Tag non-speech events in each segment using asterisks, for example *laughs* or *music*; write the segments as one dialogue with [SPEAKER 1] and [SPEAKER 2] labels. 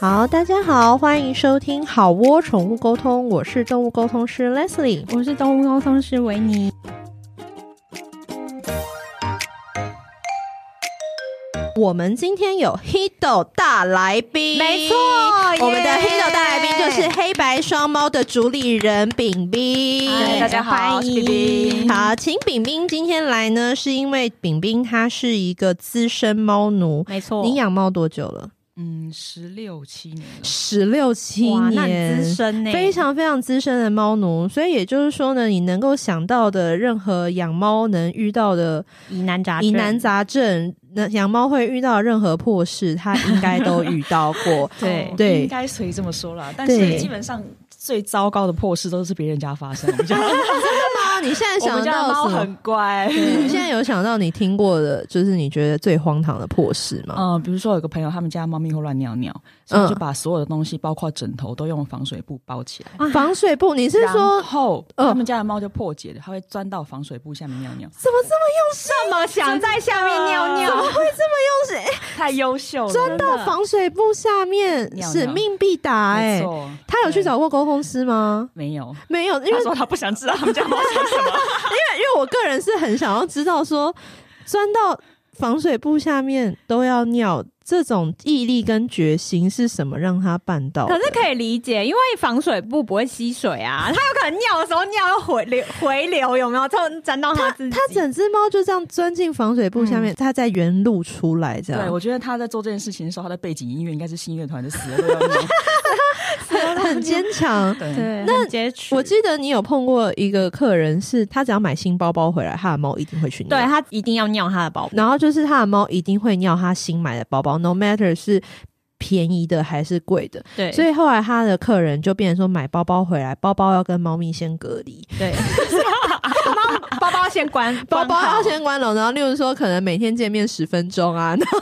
[SPEAKER 1] 好，大家好，欢迎收听好窝宠物沟通，我是动物沟通师 Leslie。
[SPEAKER 2] 我是动物沟通师维尼。
[SPEAKER 1] 我们今天有 Hido 大来宾，
[SPEAKER 2] 没错
[SPEAKER 1] 我们的
[SPEAKER 2] 耶
[SPEAKER 1] Hido 大来宾就是黑白双猫的主理人饼饼。
[SPEAKER 2] 嗨大家好
[SPEAKER 1] 欢迎
[SPEAKER 2] 我是饼饼
[SPEAKER 1] 好，请饼饼今天来呢，是因为饼饼她是一个资深猫奴。
[SPEAKER 2] 没错
[SPEAKER 1] 你养猫多久了？
[SPEAKER 3] 嗯，十六七年了，
[SPEAKER 1] 十六七
[SPEAKER 2] 哇，
[SPEAKER 1] 年，
[SPEAKER 2] 那很资深欸呢，
[SPEAKER 1] 欸非常非常资深的猫奴，所以也就是说呢，你能够想到的任何养猫能遇到的
[SPEAKER 2] 疑难杂症。
[SPEAKER 1] 疑难杂症，那养猫会遇到的任何破事，它应该都遇到过 *laughs*
[SPEAKER 2] 对
[SPEAKER 3] 哦
[SPEAKER 1] 对
[SPEAKER 3] 应该可以这么说啦。但
[SPEAKER 1] 对
[SPEAKER 3] 是基本上最糟糕的破事都是别人家发生。
[SPEAKER 1] *laughs*
[SPEAKER 3] 我们家
[SPEAKER 1] 那啊你现在
[SPEAKER 3] 我
[SPEAKER 1] 想
[SPEAKER 3] 们家的
[SPEAKER 1] 到
[SPEAKER 3] 猫
[SPEAKER 1] 什么？
[SPEAKER 3] 很嗯乖。
[SPEAKER 1] 你
[SPEAKER 3] *laughs*
[SPEAKER 1] 现在有想到你听过的，就是你觉得最荒唐的破事吗？
[SPEAKER 3] 嗯，比如说有个朋友，他们家猫咪会乱尿尿，所
[SPEAKER 1] 嗯
[SPEAKER 3] 以我就把所有的东西，包括枕头，都用防水布包起来。
[SPEAKER 1] 防水布，你哦是说
[SPEAKER 3] 然后
[SPEAKER 1] 嗯
[SPEAKER 3] 他们家的猫就破解了，它会钻到防水布下面尿尿，
[SPEAKER 1] 怎么这么用心？
[SPEAKER 2] 这么想在下面尿尿，
[SPEAKER 1] 这么用心？
[SPEAKER 3] 太优秀了，
[SPEAKER 1] 钻到防水布下面，
[SPEAKER 3] 尿尿
[SPEAKER 1] 使命必达、
[SPEAKER 3] 没
[SPEAKER 1] 哎，
[SPEAKER 3] 错，
[SPEAKER 1] 他有去
[SPEAKER 3] 对
[SPEAKER 1] 找过沟通师吗？
[SPEAKER 3] 没有？
[SPEAKER 1] 没有，因为
[SPEAKER 3] 他说他不想知道他们家猫想
[SPEAKER 1] *laughs*
[SPEAKER 3] 什么。
[SPEAKER 1] 因为我个人是很想要知道说，钻到防水布下面都要尿，这种毅力跟决心是什么让他办到的？
[SPEAKER 2] *laughs* 可是可以理解，因为防水布不会吸水 *laughs* 啊，它有可能尿的时候尿又回流回流，有没有？就沾到它自己。
[SPEAKER 1] 他
[SPEAKER 2] *laughs*
[SPEAKER 1] 整只猫就这样钻进防水布下面，它在原路出来，这
[SPEAKER 3] 对，
[SPEAKER 1] 样
[SPEAKER 3] 我觉得他在做这件事情的时候，他的背景音乐应该是新乐团的《死了都要尿》。
[SPEAKER 1] 很坚强
[SPEAKER 3] *laughs* 对，
[SPEAKER 2] 对，那接触
[SPEAKER 1] 我记得你有碰过一个客人，是他只要买新包包回来，他的猫一定会去尿。
[SPEAKER 2] 对它一定要尿它的宝宝。
[SPEAKER 1] 然后就是他的猫一定会尿他新买的包包，no matter 是便宜的还是贵的。
[SPEAKER 2] 对，
[SPEAKER 1] 所以后来他的客人就变成说，买包包回来，包包要跟猫咪先隔离，
[SPEAKER 2] 对，猫啊包 *laughs* 包先关，
[SPEAKER 1] 包包要
[SPEAKER 2] 关好
[SPEAKER 1] 先关笼，然后例如说可能每天见面十分钟啊，然后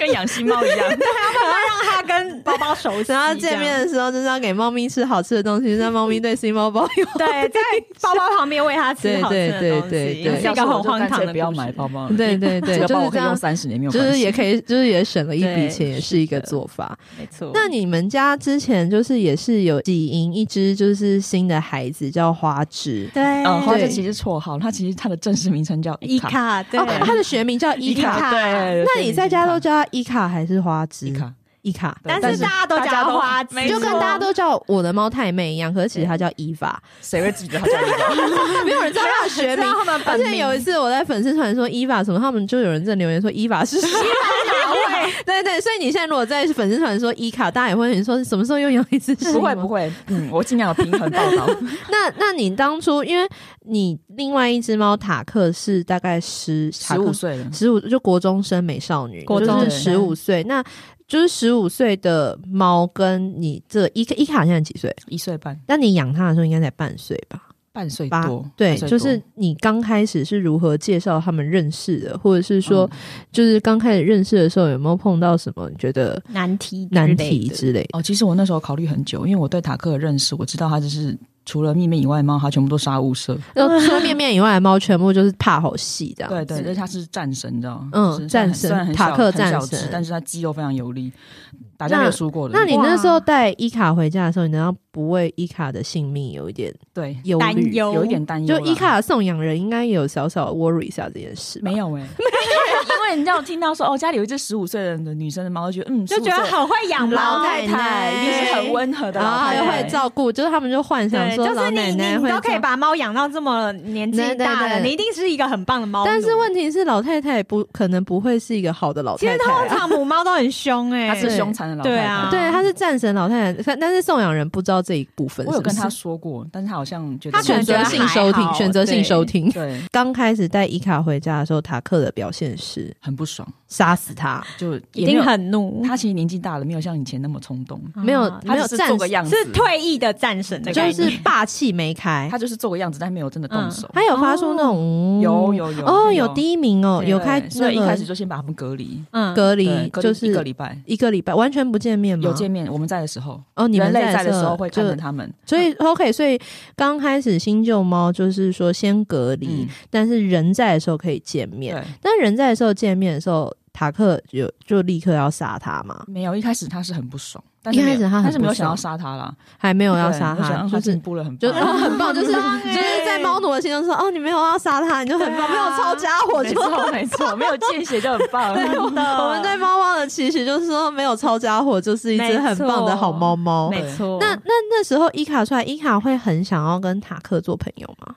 [SPEAKER 3] 跟养新猫一样， *laughs*
[SPEAKER 2] 让它 *laughs* 跟包包熟悉，
[SPEAKER 1] 然后见面的时候就是要给猫咪吃好吃的东西，让猫咪对新猫包有。
[SPEAKER 2] 这样，对，在包包旁边喂它吃
[SPEAKER 1] 对
[SPEAKER 2] 好吃的
[SPEAKER 1] 对对
[SPEAKER 2] 东
[SPEAKER 1] 对
[SPEAKER 2] 西，
[SPEAKER 1] 对
[SPEAKER 2] 是一个很荒唐的故事。
[SPEAKER 3] 不要买包包了。
[SPEAKER 1] 对对对，
[SPEAKER 3] 这个
[SPEAKER 1] 就
[SPEAKER 3] 包
[SPEAKER 1] 是这
[SPEAKER 3] 我可以用
[SPEAKER 1] 样，
[SPEAKER 3] 三十年没有
[SPEAKER 1] 就
[SPEAKER 3] 关
[SPEAKER 1] 是
[SPEAKER 3] 系。
[SPEAKER 1] 也可以，就是也省了一笔
[SPEAKER 2] 对
[SPEAKER 1] 钱，也是一个做法。
[SPEAKER 2] 没错。
[SPEAKER 1] 那你们家之前就是也是有几营一只就是新的孩子叫花枝，
[SPEAKER 2] 对，
[SPEAKER 3] 嗯，花
[SPEAKER 1] 对
[SPEAKER 3] 姐其实绰号，它其实它的正式名称叫
[SPEAKER 2] 伊
[SPEAKER 3] 卡，
[SPEAKER 2] 卡，对，
[SPEAKER 1] 哦，它的学名叫伊
[SPEAKER 3] 伊卡，
[SPEAKER 1] 卡。
[SPEAKER 3] 对。
[SPEAKER 1] 那你在家都叫嗯它伊卡还是花枝？
[SPEAKER 3] 伊卡，
[SPEAKER 1] 伊卡，
[SPEAKER 3] 对
[SPEAKER 2] 但是大家都叫它花枝
[SPEAKER 3] 没
[SPEAKER 1] 就
[SPEAKER 3] 错
[SPEAKER 1] 跟大家都叫我的猫太妹一样，可是其实它叫伊法，
[SPEAKER 3] 谁会记得它叫伊卡？
[SPEAKER 1] *laughs* 没有人知道它的学名。
[SPEAKER 2] *laughs* 他们
[SPEAKER 1] 而且有一次我在粉丝团说伊法什么，他们就有人在留言说伊法是谁？
[SPEAKER 2] 哪位？
[SPEAKER 1] *laughs* 对对，所以你现在如果在粉丝团说伊卡，大家也会说什么时候又养一只？
[SPEAKER 3] 不会不。会，嗯，我尽量有平衡报
[SPEAKER 1] *laughs*
[SPEAKER 3] 道。
[SPEAKER 1] 那那你当初因为你另外一只猫塔克是大概十
[SPEAKER 3] 十五。岁了，
[SPEAKER 1] 十五就国中生美少女，
[SPEAKER 2] 国
[SPEAKER 3] 中
[SPEAKER 1] 就是
[SPEAKER 3] 生
[SPEAKER 1] 十五岁，那就是十五岁的猫跟你这伊卡伊卡现在几岁？
[SPEAKER 3] 一岁半，
[SPEAKER 1] 那你养它的时候应该才半岁吧？
[SPEAKER 3] 半岁
[SPEAKER 1] 八
[SPEAKER 3] 多，
[SPEAKER 1] 对，
[SPEAKER 3] 半岁
[SPEAKER 1] 就
[SPEAKER 3] 多
[SPEAKER 1] 是你刚开始是如何介绍他们认识的，或者是说，
[SPEAKER 3] 嗯
[SPEAKER 1] 就是刚开始认识的时候有没有碰到什么你觉得
[SPEAKER 2] *laughs* 难题之类的
[SPEAKER 1] 难题之类的？
[SPEAKER 3] 哦，其实我那时候考虑很久，因为我对塔克的认识，我知道他就是除了秘密以外，猫它全部都杀物社。
[SPEAKER 1] 然哦后除了面面以外的猫，全部就是怕好戏这样。
[SPEAKER 3] 对对，而且他是战神，你知道吗？
[SPEAKER 1] 嗯
[SPEAKER 3] 就是虽
[SPEAKER 1] 战
[SPEAKER 3] 然
[SPEAKER 1] 神
[SPEAKER 3] 虽然很
[SPEAKER 1] 塔
[SPEAKER 3] 小
[SPEAKER 1] 克
[SPEAKER 3] 很
[SPEAKER 1] 战
[SPEAKER 3] 小
[SPEAKER 1] 神
[SPEAKER 3] 只但是他肌肉非常有力，打架
[SPEAKER 1] 那
[SPEAKER 3] 没有输过的。
[SPEAKER 1] 那你那
[SPEAKER 2] 哇
[SPEAKER 1] 时候带伊卡回家的时候，你难道不为伊卡的性命有一点
[SPEAKER 3] 对
[SPEAKER 1] 忧
[SPEAKER 2] 担
[SPEAKER 1] 虑？
[SPEAKER 2] 忧
[SPEAKER 3] 有一点担忧
[SPEAKER 1] 就
[SPEAKER 3] 啦，
[SPEAKER 1] 伊卡的送养人应该也有小小 worry 一下这件事吧，
[SPEAKER 3] 没
[SPEAKER 1] *laughs*
[SPEAKER 3] 有哎、因为你知道听到说哦，家里有一只十五岁的女生的猫，就觉得嗯，
[SPEAKER 2] 就觉得
[SPEAKER 3] 15岁
[SPEAKER 2] 好会养
[SPEAKER 1] 老
[SPEAKER 2] 猫
[SPEAKER 1] 太
[SPEAKER 2] 太
[SPEAKER 1] 太
[SPEAKER 2] 太，
[SPEAKER 3] 太一定是很温和的
[SPEAKER 1] 然后
[SPEAKER 3] 老
[SPEAKER 1] 还
[SPEAKER 3] 太
[SPEAKER 1] 有
[SPEAKER 3] 太，
[SPEAKER 1] 啊会照顾，就是他们就幻想
[SPEAKER 2] 对，
[SPEAKER 1] 说
[SPEAKER 2] 就
[SPEAKER 1] 老
[SPEAKER 2] 是
[SPEAKER 1] 奶
[SPEAKER 2] 你
[SPEAKER 1] 奶
[SPEAKER 2] 你
[SPEAKER 1] 会
[SPEAKER 2] 都可以
[SPEAKER 1] 照
[SPEAKER 2] 把猫养到这么年纪
[SPEAKER 1] 对对
[SPEAKER 2] 大
[SPEAKER 1] 对
[SPEAKER 2] 了，你一定是一个很棒的猫奴。
[SPEAKER 1] 但是问题是，老太太不可能不会是一个好的老
[SPEAKER 2] 其
[SPEAKER 1] 太
[SPEAKER 2] 实
[SPEAKER 1] 太
[SPEAKER 2] 通
[SPEAKER 1] 啊、
[SPEAKER 2] 常母猫都很凶哎，
[SPEAKER 3] 她是
[SPEAKER 1] 对
[SPEAKER 3] 凶残的老太
[SPEAKER 2] 对
[SPEAKER 3] 太。
[SPEAKER 2] 啊
[SPEAKER 1] 对，她是战神老太太，但但是送养人不知道这一部分
[SPEAKER 3] 我
[SPEAKER 1] 是
[SPEAKER 3] 有
[SPEAKER 1] 不
[SPEAKER 3] 跟
[SPEAKER 1] 是。
[SPEAKER 3] 她说过，但是她好像觉得
[SPEAKER 2] 她可
[SPEAKER 1] 选
[SPEAKER 2] 能觉
[SPEAKER 1] 择
[SPEAKER 2] 得
[SPEAKER 1] 性
[SPEAKER 2] 还
[SPEAKER 1] 收听，
[SPEAKER 2] 好
[SPEAKER 1] 选择性
[SPEAKER 3] 对
[SPEAKER 1] 收听。
[SPEAKER 3] *laughs* 对
[SPEAKER 1] 刚开始带伊卡回家的时候，塔克的表现是
[SPEAKER 3] 很不爽，
[SPEAKER 1] 杀死他，
[SPEAKER 3] 就
[SPEAKER 2] 一
[SPEAKER 3] 也没
[SPEAKER 2] 定
[SPEAKER 3] 有。
[SPEAKER 2] 很怒，
[SPEAKER 3] 她其实年纪大了，没有像以前那么冲动，
[SPEAKER 1] 没有
[SPEAKER 2] 啊
[SPEAKER 1] 没有
[SPEAKER 3] 她只是
[SPEAKER 1] 战
[SPEAKER 3] 做个样子，
[SPEAKER 2] 是退役的战神的概
[SPEAKER 1] 就
[SPEAKER 2] 念，
[SPEAKER 1] 是霸气没开。
[SPEAKER 3] 她就是做个样子，但没有真的动手。
[SPEAKER 1] 他有发出那种、
[SPEAKER 3] 有有有
[SPEAKER 1] 嗯哦，有
[SPEAKER 3] 有
[SPEAKER 1] 第一名哦，
[SPEAKER 3] 对
[SPEAKER 1] 有开
[SPEAKER 3] 所
[SPEAKER 1] 那
[SPEAKER 3] 以一开始
[SPEAKER 1] 个
[SPEAKER 3] 就先把他们隔离，
[SPEAKER 2] 嗯
[SPEAKER 1] 隔
[SPEAKER 3] 对
[SPEAKER 1] 离，
[SPEAKER 3] 隔离
[SPEAKER 1] 就是
[SPEAKER 3] 一个礼拜。
[SPEAKER 1] 一个礼拜完全不见面吗？
[SPEAKER 3] 有见面，我们在的时候，
[SPEAKER 1] 哦，你们
[SPEAKER 3] 人类在
[SPEAKER 1] 的
[SPEAKER 3] 的时候会看着
[SPEAKER 1] 就
[SPEAKER 3] 他们，
[SPEAKER 1] 所以 OK，所以刚开始新旧猫就是说先隔离，
[SPEAKER 3] 嗯
[SPEAKER 1] 但是人在的时候可以见面。
[SPEAKER 3] 对，
[SPEAKER 1] 但人在的时候见面的时候，塔克就就立刻要杀他嘛，
[SPEAKER 3] 没有，一开始他是很不爽，但是
[SPEAKER 1] 一开
[SPEAKER 3] 没有
[SPEAKER 1] 始他很
[SPEAKER 3] 但是没有
[SPEAKER 1] 不爽
[SPEAKER 3] 想要杀他啦，
[SPEAKER 1] 还没有
[SPEAKER 3] 没
[SPEAKER 1] 要杀他，
[SPEAKER 3] 他
[SPEAKER 1] 就是
[SPEAKER 3] 进步了很
[SPEAKER 1] 就
[SPEAKER 3] 棒
[SPEAKER 1] 然后很棒，就是就是在猫奴的心中说，哦，你没有要杀他，你就很棒，没有抄家伙
[SPEAKER 3] 啊没
[SPEAKER 1] 就哦
[SPEAKER 3] 错 *laughs* 没错，没有见血就很
[SPEAKER 1] *laughs*
[SPEAKER 3] 棒，
[SPEAKER 1] 我
[SPEAKER 2] *laughs*
[SPEAKER 1] 们对猫猫的期许就是说，没有抄家伙就是一只很棒的好猫猫。
[SPEAKER 2] 没错。
[SPEAKER 1] 那那那时候伊卡出来，伊卡会很想要跟塔克做朋友吗？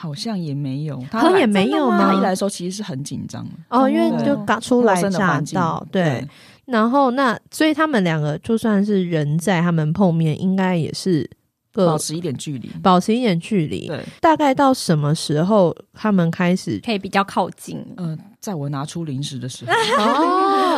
[SPEAKER 3] 好像也没有，
[SPEAKER 1] 好像也没有
[SPEAKER 3] 他一来
[SPEAKER 1] 吗？
[SPEAKER 3] 的时候其实是很紧张的，
[SPEAKER 1] 哦，因为
[SPEAKER 3] 对
[SPEAKER 1] 就刚出来
[SPEAKER 3] 陌生的
[SPEAKER 1] 乍
[SPEAKER 3] 环境
[SPEAKER 1] 到，对。，然后那所以他们两个就算是人在，他们碰面应该也是各
[SPEAKER 3] 保持一点距离，
[SPEAKER 1] 保持一点距离。
[SPEAKER 3] 对。
[SPEAKER 1] 大概到什么时候他们开始？
[SPEAKER 2] 可以比较靠近，
[SPEAKER 3] 嗯，在我拿出零食的时候，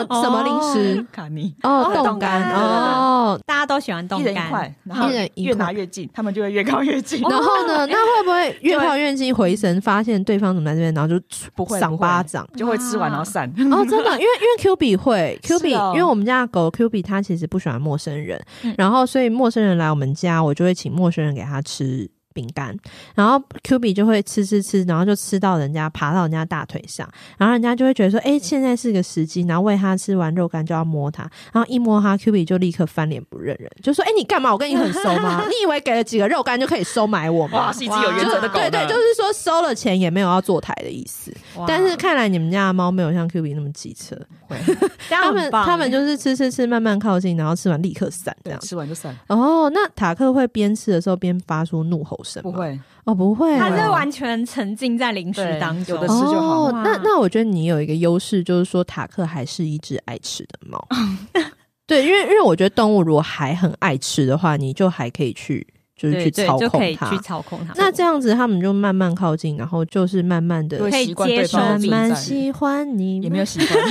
[SPEAKER 1] *laughs* 哦，什么零食？
[SPEAKER 3] 卡尼
[SPEAKER 1] 哦，
[SPEAKER 2] 哦
[SPEAKER 1] 冻
[SPEAKER 2] 冻
[SPEAKER 1] 干
[SPEAKER 2] 干
[SPEAKER 1] 哦，
[SPEAKER 2] 大家都喜欢动
[SPEAKER 3] 一人一
[SPEAKER 2] 干，
[SPEAKER 3] 块，然后
[SPEAKER 1] 一人一块
[SPEAKER 3] 越拿越近，他们就会越靠越近。
[SPEAKER 1] 哦然后呢？那会不会越靠越近回神，发现对方怎么在这边，然后就
[SPEAKER 3] 不会
[SPEAKER 1] 赏巴掌？
[SPEAKER 3] 就会吃完然后散。
[SPEAKER 1] 哦，真的，因为因为 Q 比会 Q 比，
[SPEAKER 3] 嗯是哦
[SPEAKER 1] 因为我们家的狗 Q 比它其实不喜欢陌生人，
[SPEAKER 2] 嗯
[SPEAKER 1] 然后所以陌生人来我们家，我就会请陌生人给它吃饼干，然后 Q 比就会吃吃吃，然后就吃到人家爬到人家大腿上，然后人家就会觉得说，
[SPEAKER 3] 嗯
[SPEAKER 1] 哎、现在是个时机，然后喂它吃完肉干就要摸它，然后一摸它，Q 比就立刻翻脸不认人，就说，哎、你干嘛？我跟你很熟
[SPEAKER 3] *laughs*
[SPEAKER 1] 吗？你以为给了几个肉干就可以收买我吗
[SPEAKER 3] 哇，？是一只有原则的狗
[SPEAKER 1] 对
[SPEAKER 3] 呢。
[SPEAKER 1] 对，就是说收了钱也没有要坐台的意思。
[SPEAKER 2] 哇
[SPEAKER 1] 但是看来你们家的猫没有像 Q B 那么机车，
[SPEAKER 3] 会
[SPEAKER 2] 这样
[SPEAKER 1] 他
[SPEAKER 2] 很
[SPEAKER 1] 们
[SPEAKER 2] 棒
[SPEAKER 1] 他们就是吃吃吃，慢慢靠近，然后吃完立刻散这
[SPEAKER 3] 对
[SPEAKER 1] 样。
[SPEAKER 3] 吃完就散，
[SPEAKER 1] 哦，那塔克会边吃的时候边发出怒吼声吗
[SPEAKER 3] 不？会
[SPEAKER 1] 哦，不会啊，
[SPEAKER 2] 他是完全沉浸在零食
[SPEAKER 3] 对
[SPEAKER 2] 当中
[SPEAKER 3] 有的，吃就好
[SPEAKER 1] 哦
[SPEAKER 2] 哇
[SPEAKER 1] 那那我觉得你有一个优势，就是说塔克还是一只爱吃的
[SPEAKER 2] *laughs*
[SPEAKER 1] 猫。对，因为因为我觉得动物如果还很爱吃的话，你就还可以去就是去
[SPEAKER 2] 对对
[SPEAKER 1] 操，
[SPEAKER 2] 就可
[SPEAKER 1] 控
[SPEAKER 2] 以去
[SPEAKER 1] 它。
[SPEAKER 2] 操控它。
[SPEAKER 1] 那这样子，他们就慢慢靠近，然后就是慢慢的
[SPEAKER 3] 就会
[SPEAKER 2] 可以
[SPEAKER 3] 习惯对
[SPEAKER 2] 接受
[SPEAKER 3] 方
[SPEAKER 1] 慢
[SPEAKER 3] 的
[SPEAKER 1] 慢
[SPEAKER 3] 存在，
[SPEAKER 1] 喜欢你，
[SPEAKER 3] 也没有习惯。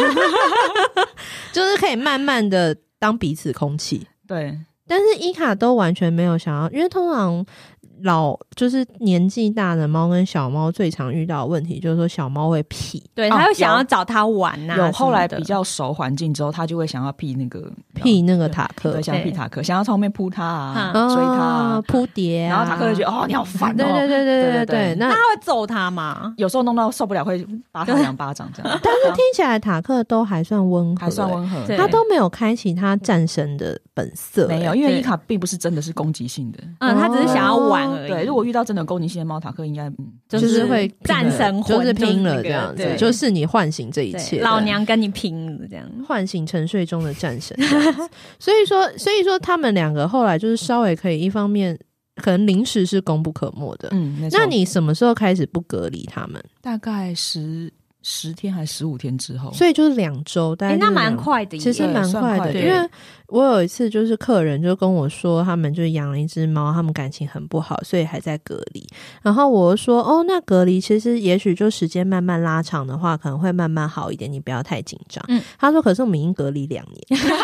[SPEAKER 1] *laughs* 就是可以慢慢的当彼此空气。
[SPEAKER 3] 对，
[SPEAKER 1] 但是伊卡都完全没有想要，因为通常老就是年纪大的猫跟小猫最常遇到的问题就是说小猫会屁，
[SPEAKER 2] 对，
[SPEAKER 3] 哦
[SPEAKER 2] 他又想要找他玩呐、
[SPEAKER 3] 有后来
[SPEAKER 2] 什么的
[SPEAKER 3] 比较熟环境之后，他就会想要避那个
[SPEAKER 1] 屁，那个塔克
[SPEAKER 3] 哦对，，想要
[SPEAKER 2] 对
[SPEAKER 3] 避塔克，想要从后面扑他啊，
[SPEAKER 2] 嗯
[SPEAKER 3] 追他
[SPEAKER 1] 啊
[SPEAKER 3] 啊，
[SPEAKER 1] 扑蝶啊，
[SPEAKER 3] 然后塔克就觉得哦，你好烦
[SPEAKER 1] 对对
[SPEAKER 3] 哦。
[SPEAKER 1] 对对对
[SPEAKER 3] 对对
[SPEAKER 1] 对，
[SPEAKER 3] 对
[SPEAKER 1] 那。
[SPEAKER 2] 他会揍他吗？
[SPEAKER 3] 有时候弄到受不了会打他两巴掌这样，
[SPEAKER 1] 但是听起来塔克都还算温和、
[SPEAKER 3] 还算
[SPEAKER 1] 欸
[SPEAKER 3] 温和。
[SPEAKER 2] 对
[SPEAKER 1] 他都没有开启他战神的本色、
[SPEAKER 3] 没有，因为
[SPEAKER 2] 对
[SPEAKER 3] 伊卡并不是真的是攻击性的。
[SPEAKER 2] 嗯，他只是想要玩而已。
[SPEAKER 3] 对，如果遇到真的有攻击性的猫塔克，应该嗯，
[SPEAKER 1] 欸，
[SPEAKER 2] 就
[SPEAKER 1] 就是
[SPEAKER 2] 是
[SPEAKER 1] 会拼
[SPEAKER 2] 战
[SPEAKER 1] 了
[SPEAKER 2] 神魂
[SPEAKER 1] 就是拼了
[SPEAKER 2] 就是那个
[SPEAKER 1] 这样子，
[SPEAKER 2] 对
[SPEAKER 1] 就是你唤醒这一
[SPEAKER 2] 对
[SPEAKER 1] 切，
[SPEAKER 2] 老娘跟你拼了这样。
[SPEAKER 1] 唤醒沉睡中的战神这样子。 *laughs* 所以说，所以说他们两个后来就是稍微可以，一方面可能临时是功不可没的。
[SPEAKER 3] 嗯，没错
[SPEAKER 1] 那你什么时候开始不隔离他们？
[SPEAKER 3] 大概十十天还是十五天之后，
[SPEAKER 1] 所以就是两周，大
[SPEAKER 2] 哎、
[SPEAKER 1] 概啊就是
[SPEAKER 2] 哦那
[SPEAKER 1] 两、
[SPEAKER 2] 蛮快的耶，
[SPEAKER 1] 其实
[SPEAKER 3] 对
[SPEAKER 1] 蛮
[SPEAKER 3] 算
[SPEAKER 1] 快
[SPEAKER 3] 快
[SPEAKER 1] 的，
[SPEAKER 3] 的
[SPEAKER 1] 因
[SPEAKER 3] 对
[SPEAKER 1] 为我有一次就是客人就跟我说，他们就养了一只猫，他们感情很不好，所以还在隔离。然后我就说，哦，那隔离其实也许就时间慢慢拉长的话，可能会慢慢好一点，你不要太紧张。
[SPEAKER 2] 嗯
[SPEAKER 1] 他说，可是我们已经隔离两年。
[SPEAKER 2] *laughs*
[SPEAKER 1] 然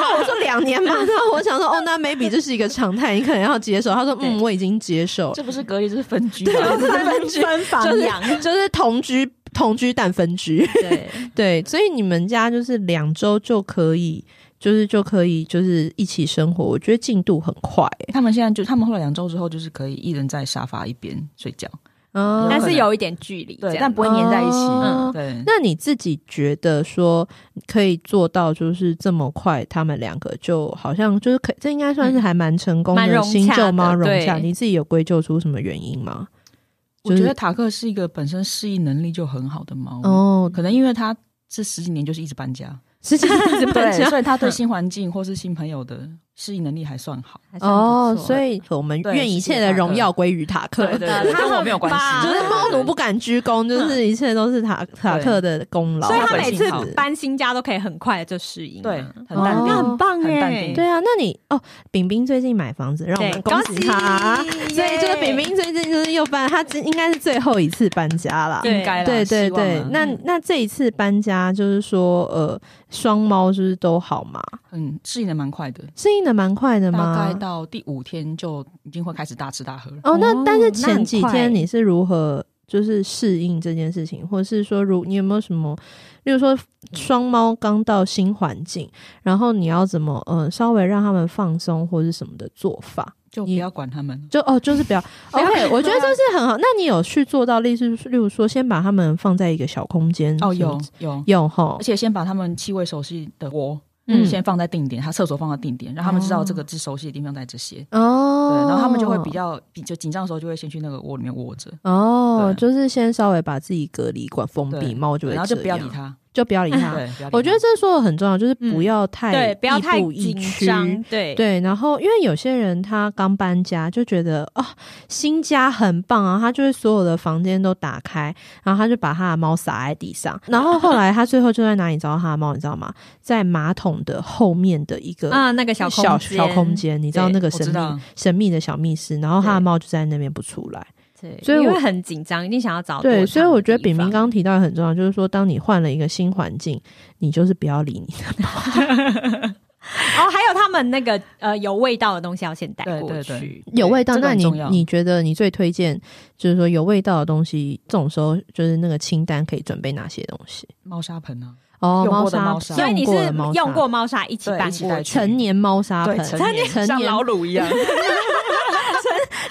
[SPEAKER 1] 后我说两年嘛，然后我想说，哦，那 maybe 这是一个常态，你可能要接受。他说，嗯，
[SPEAKER 2] 对
[SPEAKER 1] 我已经接受了，
[SPEAKER 3] 这不是隔离，这是分居
[SPEAKER 1] 对
[SPEAKER 2] *laughs*
[SPEAKER 3] 吗？
[SPEAKER 2] 分分
[SPEAKER 1] 就
[SPEAKER 2] 房养。
[SPEAKER 1] *laughs* 是就是同居同居但分居。
[SPEAKER 2] 对，
[SPEAKER 1] 对，所以你们家就是两周就可以，就是就可以，就是一起生活。我觉得进度很快、欸，
[SPEAKER 3] 他们现在就，他们后来两周之后，就是可以一人在沙发一边睡觉，
[SPEAKER 1] 嗯
[SPEAKER 2] 但
[SPEAKER 3] 可
[SPEAKER 2] 是
[SPEAKER 3] 能
[SPEAKER 2] 有一点距离，
[SPEAKER 3] 对，
[SPEAKER 2] 这样
[SPEAKER 3] 但不会粘在一起。
[SPEAKER 1] 哦
[SPEAKER 3] 嗯对，
[SPEAKER 1] 那你自己觉得说可以做到，就是这么快，他们两个就好像就是可，这应该算是还蛮成功
[SPEAKER 2] 嗯蛮
[SPEAKER 1] 的
[SPEAKER 2] 融
[SPEAKER 1] 新
[SPEAKER 2] 洽
[SPEAKER 1] 旧
[SPEAKER 2] 的
[SPEAKER 1] 猫融洽。
[SPEAKER 2] 对
[SPEAKER 1] 你自己有归咎出什么原因吗？
[SPEAKER 3] 我觉得塔克是一个本身适应能力就很好的猫，
[SPEAKER 1] 哦，
[SPEAKER 3] 可能因为它这十几年就是一直搬 *laughs* 家，
[SPEAKER 1] 实际上是搬
[SPEAKER 3] 对，
[SPEAKER 1] 家
[SPEAKER 3] 所以 *laughs* 它对新环境或是新朋友的适应能力还算好。
[SPEAKER 2] 还算
[SPEAKER 1] 哦，
[SPEAKER 2] 不错
[SPEAKER 1] 所以我们
[SPEAKER 3] 对
[SPEAKER 1] 愿一
[SPEAKER 3] 谢谢
[SPEAKER 1] 切的
[SPEAKER 3] 塔克
[SPEAKER 1] 荣耀归于塔克。
[SPEAKER 3] 对对
[SPEAKER 2] 他
[SPEAKER 3] 跟我
[SPEAKER 2] 很
[SPEAKER 3] 没有关系
[SPEAKER 2] 棒
[SPEAKER 1] *laughs* 就是猫奴不敢居功，就是一切都是塔塔克的功劳。
[SPEAKER 2] 嗯所以他
[SPEAKER 3] 本
[SPEAKER 2] 每
[SPEAKER 3] 性
[SPEAKER 2] 次
[SPEAKER 3] 好
[SPEAKER 2] 搬新家都可以很快就适应啊，
[SPEAKER 3] 对，很
[SPEAKER 1] 哦
[SPEAKER 3] 淡
[SPEAKER 2] 那
[SPEAKER 3] 定。
[SPEAKER 2] 很棒
[SPEAKER 3] 很淡
[SPEAKER 2] 哎，
[SPEAKER 3] 定
[SPEAKER 1] 对啊，那你哦，饼饼最近买房子，让我
[SPEAKER 2] 对
[SPEAKER 1] 们恭喜他。
[SPEAKER 2] 喜
[SPEAKER 1] 所以就是
[SPEAKER 2] 耶
[SPEAKER 1] 饼饼最近就是又搬，他这应该是最后一次搬家啦。
[SPEAKER 2] 对
[SPEAKER 3] 应该啦
[SPEAKER 1] 对对
[SPEAKER 3] 希望
[SPEAKER 1] 对
[SPEAKER 3] 啦，
[SPEAKER 1] 那
[SPEAKER 3] 嗯
[SPEAKER 1] 那这一次搬家就是说，呃，双猫就是都好嘛，
[SPEAKER 3] 嗯，适应的蛮快的，
[SPEAKER 1] 适应的蛮快的
[SPEAKER 3] 大
[SPEAKER 1] 吗
[SPEAKER 3] 概？到第五天就已经会开始大吃大喝了。
[SPEAKER 1] 哦，那
[SPEAKER 2] 哦
[SPEAKER 1] 但是
[SPEAKER 2] 那
[SPEAKER 1] 前
[SPEAKER 2] 很
[SPEAKER 1] 几
[SPEAKER 2] 快
[SPEAKER 1] 天你是如何就是适应这件事情，或是说如你有没有什么，例如说双猫刚到新环境，然后你要怎么呃稍微让他们放松或是什么的做法？
[SPEAKER 3] 就不
[SPEAKER 1] 你
[SPEAKER 3] 要管他们。
[SPEAKER 1] 就哦，就是不要。
[SPEAKER 2] 不要
[SPEAKER 1] OK，我觉得这是很好。那你有去做到，例如例如说，先把它们放在一个小空间
[SPEAKER 3] 哦，
[SPEAKER 1] 什么
[SPEAKER 3] 有
[SPEAKER 1] 之
[SPEAKER 3] 有，
[SPEAKER 1] 有吼
[SPEAKER 3] 而，且先把他们气味熟悉的窝，
[SPEAKER 1] 嗯
[SPEAKER 3] 先放在定点，他厕所放在定点，让他们知道这个是熟悉的地方在这些。对，
[SPEAKER 1] 哦，
[SPEAKER 3] 然后他们就会比较比就紧张的时候，就会先去那个窝里面窝着，
[SPEAKER 1] 哦，
[SPEAKER 3] 对
[SPEAKER 1] 就是先稍微把自己隔离管封闭，
[SPEAKER 3] 对
[SPEAKER 1] 猫就会
[SPEAKER 3] 然后就
[SPEAKER 1] 这
[SPEAKER 3] 不要
[SPEAKER 1] 样
[SPEAKER 3] 理，他。
[SPEAKER 1] 就不要理它。
[SPEAKER 3] *laughs* 对，不要理
[SPEAKER 1] 我觉得
[SPEAKER 3] 他
[SPEAKER 1] 这说的很重要，就是不
[SPEAKER 2] 嗯
[SPEAKER 1] 要太
[SPEAKER 2] 对，不要
[SPEAKER 1] 亦
[SPEAKER 2] 太
[SPEAKER 1] 步亦
[SPEAKER 2] 紧
[SPEAKER 1] 趋
[SPEAKER 2] 张，对
[SPEAKER 1] 对，然后因为有些人他刚搬家就觉得啊、新家很棒啊，他就会所有的房间都打开，然后他就把他的猫撒在地上，然后后来他最后就在哪里找到他的猫，你知道吗？在马桶的后面的一个。
[SPEAKER 2] 啊，那个小空
[SPEAKER 1] 小小空，间，你知道
[SPEAKER 2] 对
[SPEAKER 1] 那个
[SPEAKER 3] 我
[SPEAKER 1] 神
[SPEAKER 3] 知道
[SPEAKER 1] 秘神秘的小密室，然后他的
[SPEAKER 2] 对
[SPEAKER 1] 猫就在那边不出来。
[SPEAKER 2] 对，
[SPEAKER 1] 所以
[SPEAKER 2] 因
[SPEAKER 1] 我
[SPEAKER 2] 为很紧张，一定想要找
[SPEAKER 1] 对，
[SPEAKER 2] 躲
[SPEAKER 1] 所以
[SPEAKER 2] 藏
[SPEAKER 1] 我
[SPEAKER 2] 的
[SPEAKER 1] 觉得
[SPEAKER 2] 地
[SPEAKER 1] 炳明
[SPEAKER 2] 方
[SPEAKER 1] 刚刚提到很重要，就是说，当你换了一个新环境，你就是不要理你的
[SPEAKER 2] 哦，还有他们那个呃有味道的东西要先带
[SPEAKER 3] 对
[SPEAKER 2] 过
[SPEAKER 3] 对对
[SPEAKER 2] 去。
[SPEAKER 1] 有味道。
[SPEAKER 3] 这个
[SPEAKER 1] 那
[SPEAKER 3] 很
[SPEAKER 1] 你
[SPEAKER 3] 重要
[SPEAKER 1] 你觉得你最推荐就是说有味道的东西，这种时候就是那个清单可以准备哪些东西？
[SPEAKER 3] 猫砂盆
[SPEAKER 1] *laughs*
[SPEAKER 3] 啊，
[SPEAKER 1] 哦，
[SPEAKER 3] 用过
[SPEAKER 1] 猫
[SPEAKER 3] 的
[SPEAKER 1] 砂
[SPEAKER 3] 猫，砂
[SPEAKER 2] 所以你是
[SPEAKER 1] 过的猫砂
[SPEAKER 2] 用过猫砂一起
[SPEAKER 3] 对
[SPEAKER 2] 搬
[SPEAKER 3] 一起
[SPEAKER 2] 过
[SPEAKER 3] 带
[SPEAKER 2] 去
[SPEAKER 3] 去
[SPEAKER 1] 成年猫砂啊盆，
[SPEAKER 3] 对，成年
[SPEAKER 1] 成
[SPEAKER 3] 像
[SPEAKER 1] 年
[SPEAKER 3] 老鲁一
[SPEAKER 1] *laughs*
[SPEAKER 3] 样，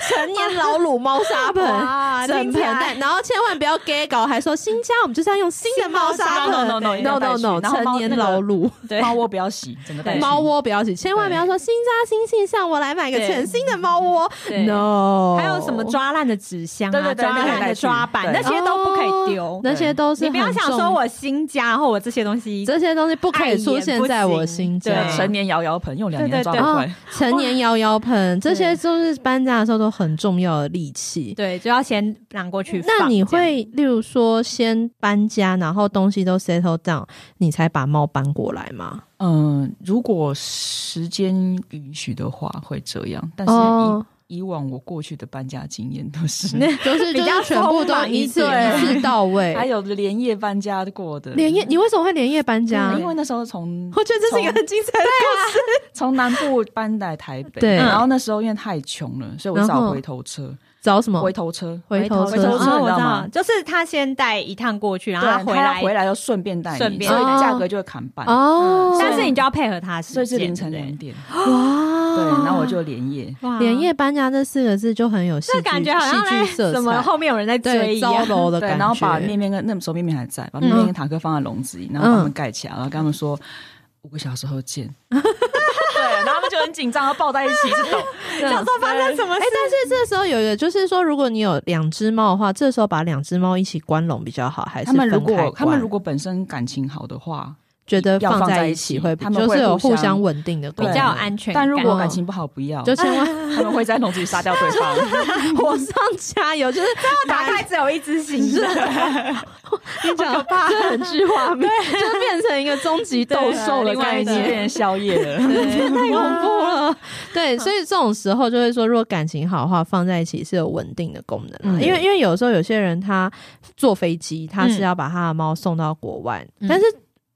[SPEAKER 1] 成年老乳猫砂盆。
[SPEAKER 2] 哇
[SPEAKER 1] 整
[SPEAKER 2] 听
[SPEAKER 1] 盆
[SPEAKER 2] 起来
[SPEAKER 1] 带，然后千万不要 gay 搞，还说新家我们就是要用新的猫砂盆 no
[SPEAKER 3] no, no, no,
[SPEAKER 1] no
[SPEAKER 3] *laughs* 一定要带去然后猫
[SPEAKER 1] 成年老乳。
[SPEAKER 2] 对
[SPEAKER 3] 猫窝不要洗，整个带
[SPEAKER 2] 对
[SPEAKER 3] 去
[SPEAKER 1] 猫窝不要洗，千万不要说新家新气象，我来买个
[SPEAKER 2] 对
[SPEAKER 1] 全新的猫窝。
[SPEAKER 2] 对
[SPEAKER 1] No，
[SPEAKER 2] 还有什么抓烂的纸箱
[SPEAKER 3] 对
[SPEAKER 2] 啊，
[SPEAKER 3] 对对
[SPEAKER 2] 抓
[SPEAKER 3] 那个
[SPEAKER 2] 烂
[SPEAKER 3] 带
[SPEAKER 2] 的
[SPEAKER 3] 去
[SPEAKER 2] 抓板，
[SPEAKER 3] 对
[SPEAKER 2] 那些都不可以
[SPEAKER 1] 哦
[SPEAKER 2] 丢。
[SPEAKER 1] 那些都是
[SPEAKER 2] 你不要
[SPEAKER 1] 很
[SPEAKER 2] 想
[SPEAKER 1] 重
[SPEAKER 2] 说我新家，然后我这些东西，
[SPEAKER 1] 这些东西不可以出现在我心
[SPEAKER 2] 对
[SPEAKER 1] 中。
[SPEAKER 3] 对成年摇摇盆用两
[SPEAKER 2] 对
[SPEAKER 3] 年
[SPEAKER 2] 对
[SPEAKER 3] 抓
[SPEAKER 2] 对
[SPEAKER 3] 不坏，
[SPEAKER 1] 成年摇摇盆，这
[SPEAKER 2] 对
[SPEAKER 1] 些就是搬家的时候都很重要的利器。
[SPEAKER 2] 对，就要先拿过去放。
[SPEAKER 1] 那你
[SPEAKER 2] 这样
[SPEAKER 1] 会，例如说，先搬家，然后东西都 settle down，你才把猫搬过来吗？
[SPEAKER 3] 嗯，如果时间允许的话会这样，但是以、
[SPEAKER 1] 哦，
[SPEAKER 3] 以往我过去的搬家经验都
[SPEAKER 1] *laughs*
[SPEAKER 3] 是，
[SPEAKER 1] 就是就
[SPEAKER 2] *laughs* 比较
[SPEAKER 1] 是全部都一次
[SPEAKER 2] 匆忙
[SPEAKER 1] 一
[SPEAKER 2] 一
[SPEAKER 1] 次到位。
[SPEAKER 3] 还有连夜搬家过的
[SPEAKER 1] 连夜，你为什么会连夜搬
[SPEAKER 2] 嗯
[SPEAKER 3] 对
[SPEAKER 1] 家？
[SPEAKER 3] 因为那时候从
[SPEAKER 1] 我觉得这是一个很精彩的
[SPEAKER 3] 从南部搬来台北，
[SPEAKER 1] 对
[SPEAKER 3] 然后那时候因为太穷了，所以我只
[SPEAKER 1] 然后
[SPEAKER 3] 好回头车，
[SPEAKER 1] 找什么
[SPEAKER 3] 回头车，
[SPEAKER 1] 回头
[SPEAKER 3] 回头
[SPEAKER 1] 车啊
[SPEAKER 3] 车
[SPEAKER 2] 哦
[SPEAKER 3] 你
[SPEAKER 2] 我
[SPEAKER 3] 知道
[SPEAKER 2] 知道，
[SPEAKER 3] 吗
[SPEAKER 2] 就是他先带一趟过去，然后
[SPEAKER 3] 对
[SPEAKER 2] 他回来
[SPEAKER 3] 要回来又顺便带
[SPEAKER 2] 顺
[SPEAKER 3] 你，
[SPEAKER 2] 便
[SPEAKER 3] 所以
[SPEAKER 1] 带
[SPEAKER 3] 价格就会砍半，
[SPEAKER 1] 哦，
[SPEAKER 2] 嗯但是你就要配合他的时间，
[SPEAKER 3] 所以是凌晨
[SPEAKER 2] 对不对
[SPEAKER 3] 两点，
[SPEAKER 1] 哇，
[SPEAKER 3] 对，然后我就连夜。
[SPEAKER 2] 哇
[SPEAKER 1] 连夜搬家这四个字就很有戏
[SPEAKER 2] 这
[SPEAKER 1] 剧，
[SPEAKER 2] 感觉好像
[SPEAKER 1] 戏剧
[SPEAKER 2] 在
[SPEAKER 1] 色
[SPEAKER 2] 什么
[SPEAKER 1] 彩，
[SPEAKER 2] 后面有人在追
[SPEAKER 1] 对
[SPEAKER 2] 一
[SPEAKER 1] 糟
[SPEAKER 2] 样。
[SPEAKER 1] 楼的
[SPEAKER 3] 对，
[SPEAKER 1] 感觉。嗯
[SPEAKER 3] 然后把面面跟那时候面面还在，把面面跟塔克放在笼子里，然后把他们盖起来，然后跟他们说五个小时后
[SPEAKER 1] *laughs*
[SPEAKER 3] 见。对，然后他们就很紧张，然后抱在一起，这种
[SPEAKER 2] *laughs* 想说发生什么
[SPEAKER 1] 哎、
[SPEAKER 2] 事？
[SPEAKER 1] 但
[SPEAKER 3] 嗯
[SPEAKER 1] 是这时候有一个，就是说，如果你有两只猫的话，这时候把两只猫一起关笼比较好，还是
[SPEAKER 3] 他们如
[SPEAKER 1] 分开
[SPEAKER 3] 果
[SPEAKER 1] 关
[SPEAKER 3] 他们如果本身感情好的话，
[SPEAKER 1] 觉得放在起会比，
[SPEAKER 3] 要放在一起他们会
[SPEAKER 1] 就是有
[SPEAKER 3] 互
[SPEAKER 1] 互
[SPEAKER 3] 相
[SPEAKER 1] 相稳定的
[SPEAKER 2] 比
[SPEAKER 1] 关系
[SPEAKER 2] 较有安全感
[SPEAKER 3] 但如果感情不好，不要，
[SPEAKER 1] 就千
[SPEAKER 3] *laughs*
[SPEAKER 1] 万
[SPEAKER 3] 他们会在笼子里杀掉 *laughs* 对
[SPEAKER 1] *laughs*
[SPEAKER 3] 方。
[SPEAKER 1] 火上加油，就是
[SPEAKER 2] 打开只有
[SPEAKER 1] *laughs*
[SPEAKER 2] 一只行的，
[SPEAKER 1] 你讲
[SPEAKER 2] *laughs*
[SPEAKER 1] 怕很具画
[SPEAKER 3] *laughs*
[SPEAKER 1] 面，就是变成一个终极斗兽的
[SPEAKER 3] 啊另外
[SPEAKER 1] 概
[SPEAKER 3] 一只
[SPEAKER 1] 念。
[SPEAKER 3] 变成宵夜 *laughs*
[SPEAKER 1] *laughs*
[SPEAKER 3] 了。
[SPEAKER 1] 太恐怖了。对，所以这种时候就会说，如果感情好的话，放在一起是有稳定的功能啊、
[SPEAKER 3] 嗯
[SPEAKER 1] 因为因为有时候有些人他坐飞机，他是
[SPEAKER 2] 嗯
[SPEAKER 1] 要把他的猫送到国外，
[SPEAKER 2] 嗯
[SPEAKER 1] 但是。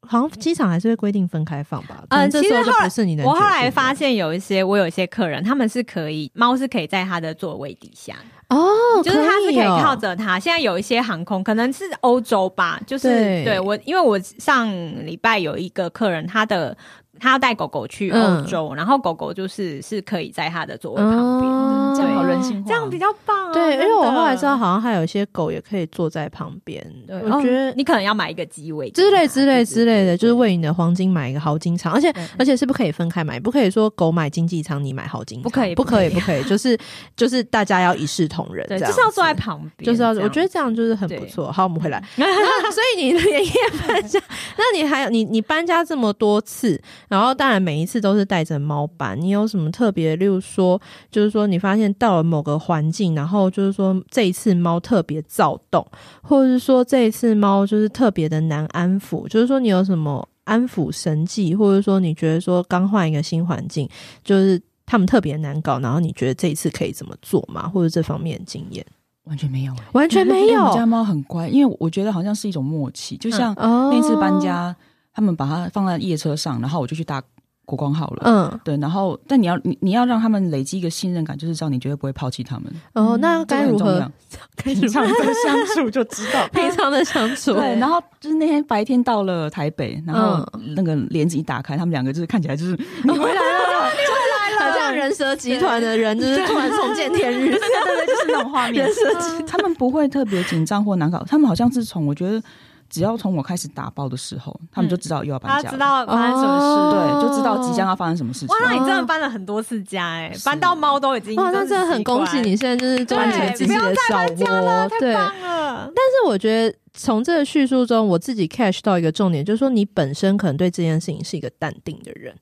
[SPEAKER 1] 好像机场还是会规定分开放吧，可能
[SPEAKER 2] 嗯
[SPEAKER 1] 这时候就不是你的。
[SPEAKER 2] 我后来发现有一些，我有一些客人，他们是可以猫是可以在他的座位底下，
[SPEAKER 1] 哦，
[SPEAKER 2] 就是他是可以
[SPEAKER 1] 哦
[SPEAKER 2] 靠着他。现在有一些航空可能是欧洲吧，就是
[SPEAKER 1] 对
[SPEAKER 2] 对我，因为我上礼拜有一个客人，他的他要带狗狗去
[SPEAKER 1] 嗯
[SPEAKER 2] 欧洲，然后狗狗就是是可以在他的座位旁边，
[SPEAKER 1] 嗯
[SPEAKER 3] 这样好人性化，哦
[SPEAKER 2] 这样比较棒、啊。
[SPEAKER 1] 哦对，因为我后来知
[SPEAKER 2] 道。
[SPEAKER 1] 道，好像还有一些狗也可以坐在旁边。
[SPEAKER 2] 对
[SPEAKER 1] 我觉得
[SPEAKER 2] 哦你可能要买一个机位
[SPEAKER 1] 之类
[SPEAKER 2] 给它
[SPEAKER 1] 之类
[SPEAKER 2] 对
[SPEAKER 1] 之类的，就是为你的黄金买一个豪金仓，而且而且是不可以分开买，不可以说狗买经济舱，你买豪金舱，
[SPEAKER 2] 不可以
[SPEAKER 1] 不可以，
[SPEAKER 2] 不
[SPEAKER 1] 不可以，就是就是大家要一视同仁，
[SPEAKER 2] 对，
[SPEAKER 1] 这
[SPEAKER 2] 就
[SPEAKER 1] 样
[SPEAKER 2] 是要坐在旁边，
[SPEAKER 1] 就是要，
[SPEAKER 2] 这
[SPEAKER 1] 我
[SPEAKER 2] 样
[SPEAKER 1] 觉得这样就是很不错。好，我们回
[SPEAKER 2] *laughs*
[SPEAKER 1] 来，那所以你连夜搬家，那你还有你你搬家这么多次，然后当然每一次都是带着猫搬，你有什么特别？例如说，就是说你发现到了某个环境，然后就是说这一次猫特别躁动，或者是说这一次猫就是特别的难安抚，就是说你有什么安抚神技，或者说你觉得说刚换一个新环境，就是。他们特别难搞，然后你觉得这一次可以怎么做吗？或者这方面的经验？
[SPEAKER 3] 完全没有。
[SPEAKER 1] 完全没
[SPEAKER 3] 因为我
[SPEAKER 1] 有
[SPEAKER 3] 们家猫很乖，因为我觉得好像是一种默契，就像
[SPEAKER 1] 哦
[SPEAKER 3] 那次搬，家，他们把它放在夜车上，然后我就去搭国光号了。
[SPEAKER 1] 嗯，
[SPEAKER 3] 对，然后但你要你你要让他们累积一个信任感，就是知道你绝对不会抛弃他们，
[SPEAKER 1] 哦，那
[SPEAKER 3] 嗯这个
[SPEAKER 1] 该
[SPEAKER 3] 很
[SPEAKER 1] 如
[SPEAKER 3] 重
[SPEAKER 1] 何。
[SPEAKER 3] 要？。 *laughs* 平常的相处就知道
[SPEAKER 1] *laughs*
[SPEAKER 3] *laughs*
[SPEAKER 1] 平常的相处，
[SPEAKER 3] 对，然后就是那天白天到了台北，然后那个帘子一打开，他们两个就是看起来就是你回来了，
[SPEAKER 1] 很像人人蛇集团的人，就是突然重见天日
[SPEAKER 3] *laughs* 对，对对
[SPEAKER 1] *laughs*
[SPEAKER 3] 对，就是那种画面。他们不会特别紧张或难搞，他们好像是从我觉得，只要从我开始打爆的时候，他们就知道又要搬
[SPEAKER 2] 他
[SPEAKER 3] 家
[SPEAKER 2] 啊知道
[SPEAKER 3] 了，
[SPEAKER 2] 发生什么事。
[SPEAKER 1] 哦
[SPEAKER 3] 对，就知道即将要发生什么事情
[SPEAKER 2] 哇，。那你真的搬了很多次家哎、
[SPEAKER 3] 是
[SPEAKER 2] 搬到猫都已经
[SPEAKER 1] 哇，那
[SPEAKER 2] 是
[SPEAKER 1] 真的很
[SPEAKER 2] 习惯
[SPEAKER 1] 恭喜你，现在就是
[SPEAKER 2] 对
[SPEAKER 1] 终结自己的小窝。
[SPEAKER 2] 太
[SPEAKER 1] 对，但
[SPEAKER 2] 棒了！
[SPEAKER 1] 是我觉得从这个叙述中，我自己 catch 到一个重点，就是说你本身可能对这件事情是一个淡定的人，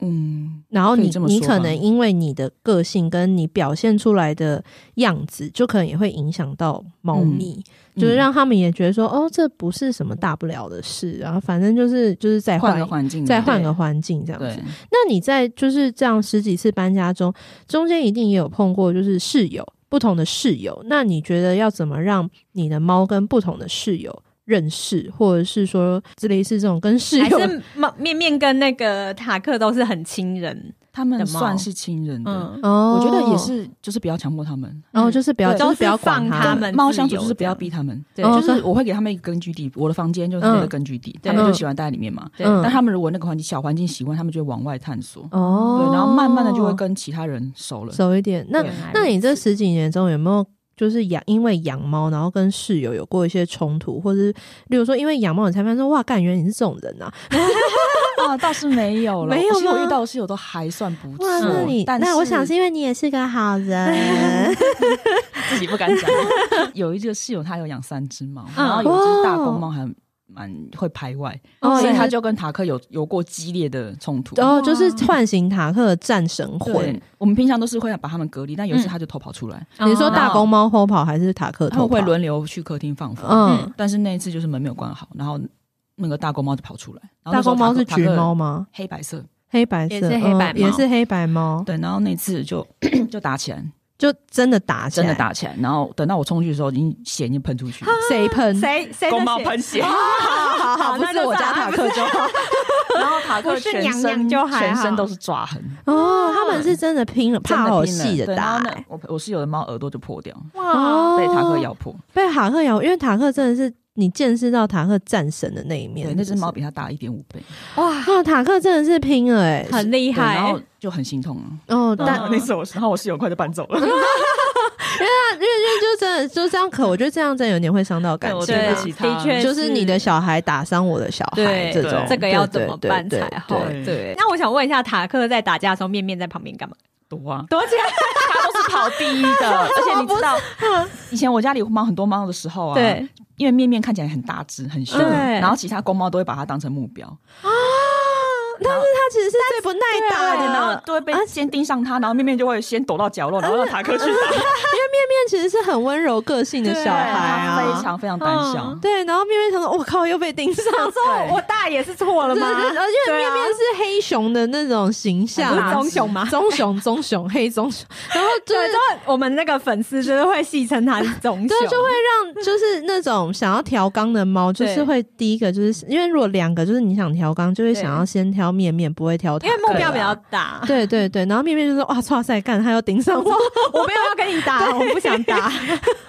[SPEAKER 3] 嗯，
[SPEAKER 1] 然后
[SPEAKER 3] 可以
[SPEAKER 1] 你
[SPEAKER 3] 这么
[SPEAKER 1] 你
[SPEAKER 3] 说
[SPEAKER 1] 可
[SPEAKER 3] 吧
[SPEAKER 1] 能因为你的个性跟你表现出来的样子，就可能也会影响到猫咪，就是
[SPEAKER 3] 嗯
[SPEAKER 1] 让他们也觉得说，哦，这不是什么大不了的事，然后反正就是就是再
[SPEAKER 3] 换个
[SPEAKER 1] 换
[SPEAKER 3] 环境，
[SPEAKER 1] 再换
[SPEAKER 3] 对
[SPEAKER 1] 个环境这样子
[SPEAKER 3] 对。，
[SPEAKER 1] 那你在就是这样十几次搬家中，中间一定也有碰过就是室友不同的室友，那你觉得要怎么让你的猫跟不同的室友认识，或者是说这类似这种跟室
[SPEAKER 2] 还
[SPEAKER 1] 友
[SPEAKER 2] 是猫面面跟那个塔克都是很亲人，
[SPEAKER 3] 他
[SPEAKER 2] 的
[SPEAKER 3] 们
[SPEAKER 2] 猫
[SPEAKER 3] 算是亲人的，
[SPEAKER 2] 嗯，
[SPEAKER 1] 哦
[SPEAKER 3] 我觉得也，是，就是不要强迫他们。
[SPEAKER 1] 然后、就是不要
[SPEAKER 3] 对
[SPEAKER 1] 就是不要
[SPEAKER 2] 都是放
[SPEAKER 1] 管
[SPEAKER 2] 他
[SPEAKER 1] 们。
[SPEAKER 2] 们
[SPEAKER 3] 猫
[SPEAKER 2] 自
[SPEAKER 3] 相处
[SPEAKER 2] 由
[SPEAKER 3] 就是不
[SPEAKER 2] 这
[SPEAKER 3] 要
[SPEAKER 2] 样
[SPEAKER 3] 逼他们，
[SPEAKER 2] 对
[SPEAKER 1] 哦
[SPEAKER 3] 就是我会给他们一个根据地，我的房间就是一个根据地，
[SPEAKER 2] 嗯
[SPEAKER 3] 他们
[SPEAKER 1] 对
[SPEAKER 3] 就喜欢待在里面嘛。
[SPEAKER 2] 对
[SPEAKER 1] 嗯
[SPEAKER 3] 但他们如果那个环境小环境习惯，他们就会往外探索，对，
[SPEAKER 1] 哦，
[SPEAKER 3] 然后慢慢的就会跟其他人熟了。
[SPEAKER 1] 熟一点。那
[SPEAKER 3] 对
[SPEAKER 1] 那你这十几年中有没有就是养因为养猫，然后跟室友有过一些冲突，或者是例如说因为养猫你才发现说哇，感觉你是这种人啊？
[SPEAKER 3] 啊，倒是没有了，
[SPEAKER 1] 没有
[SPEAKER 3] 其实我
[SPEAKER 1] 吗
[SPEAKER 3] 遇到的室友都还算不错
[SPEAKER 1] 哇，那你，
[SPEAKER 3] 但
[SPEAKER 1] 那我
[SPEAKER 3] 是
[SPEAKER 1] 想是因为你也是个好
[SPEAKER 3] *laughs*
[SPEAKER 1] 人。
[SPEAKER 3] 自己不敢讲。有一个室友他有养三只猫，
[SPEAKER 2] 嗯
[SPEAKER 3] 然后有一只大公猫还蛮会排外，
[SPEAKER 1] 哦
[SPEAKER 3] 所
[SPEAKER 1] 也
[SPEAKER 3] 以他
[SPEAKER 1] 是哦
[SPEAKER 3] 就跟塔克有有过激烈的冲突。
[SPEAKER 1] 然后就是唤醒塔克的战神魂。
[SPEAKER 3] 对，我们平常都是会把他们隔离，但有一次他就偷跑出来，
[SPEAKER 1] 你说大
[SPEAKER 3] 哦
[SPEAKER 1] 公猫偷跑还是塔克
[SPEAKER 3] 他
[SPEAKER 1] 偷
[SPEAKER 3] 们
[SPEAKER 1] 跑？
[SPEAKER 3] 会轮流去客厅放风。
[SPEAKER 1] 嗯，
[SPEAKER 3] 但是那一次就是门没有关好，然后那个大公猫就跑出来。然后
[SPEAKER 1] 大
[SPEAKER 3] 那时候
[SPEAKER 1] 公猫是
[SPEAKER 3] 塔克
[SPEAKER 1] 橘猫，吗？
[SPEAKER 3] 黑白色。
[SPEAKER 1] 黑白色，
[SPEAKER 2] 也是黑白
[SPEAKER 1] 嗯
[SPEAKER 2] 猫
[SPEAKER 1] 也是黑白猫，
[SPEAKER 3] 对，然后那次就 *clears throat* 就打起来，
[SPEAKER 1] 就真的打起来，
[SPEAKER 3] 真的打起来。然后等到我冲去的时候，已经血已经喷出去了，
[SPEAKER 1] 谁喷？
[SPEAKER 2] 谁啊谁的
[SPEAKER 3] 公猫
[SPEAKER 2] 血哦
[SPEAKER 3] 喷 *laughs* 血
[SPEAKER 2] 好好好
[SPEAKER 1] 好
[SPEAKER 2] 好，
[SPEAKER 1] 不
[SPEAKER 2] 那
[SPEAKER 1] 是
[SPEAKER 2] 就
[SPEAKER 1] 我
[SPEAKER 2] 算
[SPEAKER 1] 家
[SPEAKER 2] 了
[SPEAKER 1] 塔克就好。
[SPEAKER 3] 然后塔
[SPEAKER 2] 不
[SPEAKER 3] 克
[SPEAKER 2] 是
[SPEAKER 3] 全
[SPEAKER 2] 娘娘
[SPEAKER 3] 身
[SPEAKER 2] 就还
[SPEAKER 3] 全身
[SPEAKER 2] 好
[SPEAKER 3] 都是抓痕，
[SPEAKER 1] 哦，他们是真的拼了，
[SPEAKER 3] 嗯真
[SPEAKER 1] 怕
[SPEAKER 3] 的
[SPEAKER 2] 哦
[SPEAKER 1] 好
[SPEAKER 3] 拼了
[SPEAKER 1] 戏的
[SPEAKER 3] 对然
[SPEAKER 1] 打哦
[SPEAKER 3] 后
[SPEAKER 1] 欸
[SPEAKER 3] 那我我室友的猫耳朵就破掉，
[SPEAKER 2] 哇，
[SPEAKER 3] 被塔克咬破。
[SPEAKER 1] 被塔克咬，因为塔克真的是你见识到塔克战神的那一面
[SPEAKER 3] 对，。那只
[SPEAKER 1] 是不是
[SPEAKER 3] 猫比它大一点五倍，
[SPEAKER 2] 哇，
[SPEAKER 1] 啊，塔克真的是拼了哎，
[SPEAKER 2] 很厉
[SPEAKER 3] 对然
[SPEAKER 2] 害嗯
[SPEAKER 3] 后，就很心痛啊。
[SPEAKER 1] 哦，但
[SPEAKER 3] 然后那次我，然后我室友快就搬走了。
[SPEAKER 1] 就真的就这样可，我觉得这样真的有点会伤到感
[SPEAKER 3] 对我
[SPEAKER 1] 情
[SPEAKER 3] 觉得
[SPEAKER 1] 啊。
[SPEAKER 3] 其他
[SPEAKER 2] 的确
[SPEAKER 1] 就是你的小孩打伤我的小孩，
[SPEAKER 2] 对
[SPEAKER 1] 这种
[SPEAKER 2] 这个要怎
[SPEAKER 1] 对
[SPEAKER 2] 么办
[SPEAKER 1] 对
[SPEAKER 2] 才
[SPEAKER 1] 对
[SPEAKER 2] 好？
[SPEAKER 1] 对
[SPEAKER 3] 对
[SPEAKER 2] 对，那我想问一下，塔克在打架的时候，面面在旁边干嘛？
[SPEAKER 3] 多啊，
[SPEAKER 2] 躲起来，
[SPEAKER 3] 他都是跑第一
[SPEAKER 2] *laughs*
[SPEAKER 3] 的，而且你知道，以前我家里有猫很多猫的时候啊，
[SPEAKER 2] 对，
[SPEAKER 3] 因为面面看起来很大只、很凶，
[SPEAKER 2] 对
[SPEAKER 3] 然后其他公猫都会把它当成目标啊，
[SPEAKER 1] 他其实是最不耐打
[SPEAKER 2] 啊
[SPEAKER 3] 对，啊
[SPEAKER 1] 的，
[SPEAKER 3] 然后
[SPEAKER 1] 面
[SPEAKER 3] 都会被先盯上它，然后面面就会先躲到角落，然后让塔克去 *laughs* 打
[SPEAKER 1] 面其实是很温柔个性的小孩
[SPEAKER 3] 它
[SPEAKER 1] 啊，
[SPEAKER 3] 非常非常胆小
[SPEAKER 2] 嗯，
[SPEAKER 1] 对，然后面面想说，我靠，又被盯上，
[SPEAKER 3] 对
[SPEAKER 2] 我大也是错了
[SPEAKER 1] 对对
[SPEAKER 2] 吗？
[SPEAKER 1] 对，而且
[SPEAKER 2] 对
[SPEAKER 1] 呃面
[SPEAKER 2] 啊
[SPEAKER 1] 面是黑熊的那种形象啊，
[SPEAKER 2] 不是棕熊吗
[SPEAKER 1] *laughs* 棕熊，棕熊，黑棕熊，然后就
[SPEAKER 2] 对，
[SPEAKER 1] 是
[SPEAKER 2] 就。我们那个粉丝就是会戏称他是棕熊，
[SPEAKER 1] 对，就会让就是那种想要调缸的猫，就是
[SPEAKER 2] 对
[SPEAKER 1] 会第一个就是因为如果两个就是你想调缸，就会
[SPEAKER 2] 对
[SPEAKER 1] 想要先挑面面，不会挑它，
[SPEAKER 2] 因为目标
[SPEAKER 1] 对
[SPEAKER 2] 比
[SPEAKER 1] 啊
[SPEAKER 2] 较大。
[SPEAKER 1] 对对对，然后面面就说：“哇，哇塞，干，他要盯上我。
[SPEAKER 2] 我没有要跟你打，我不想打。”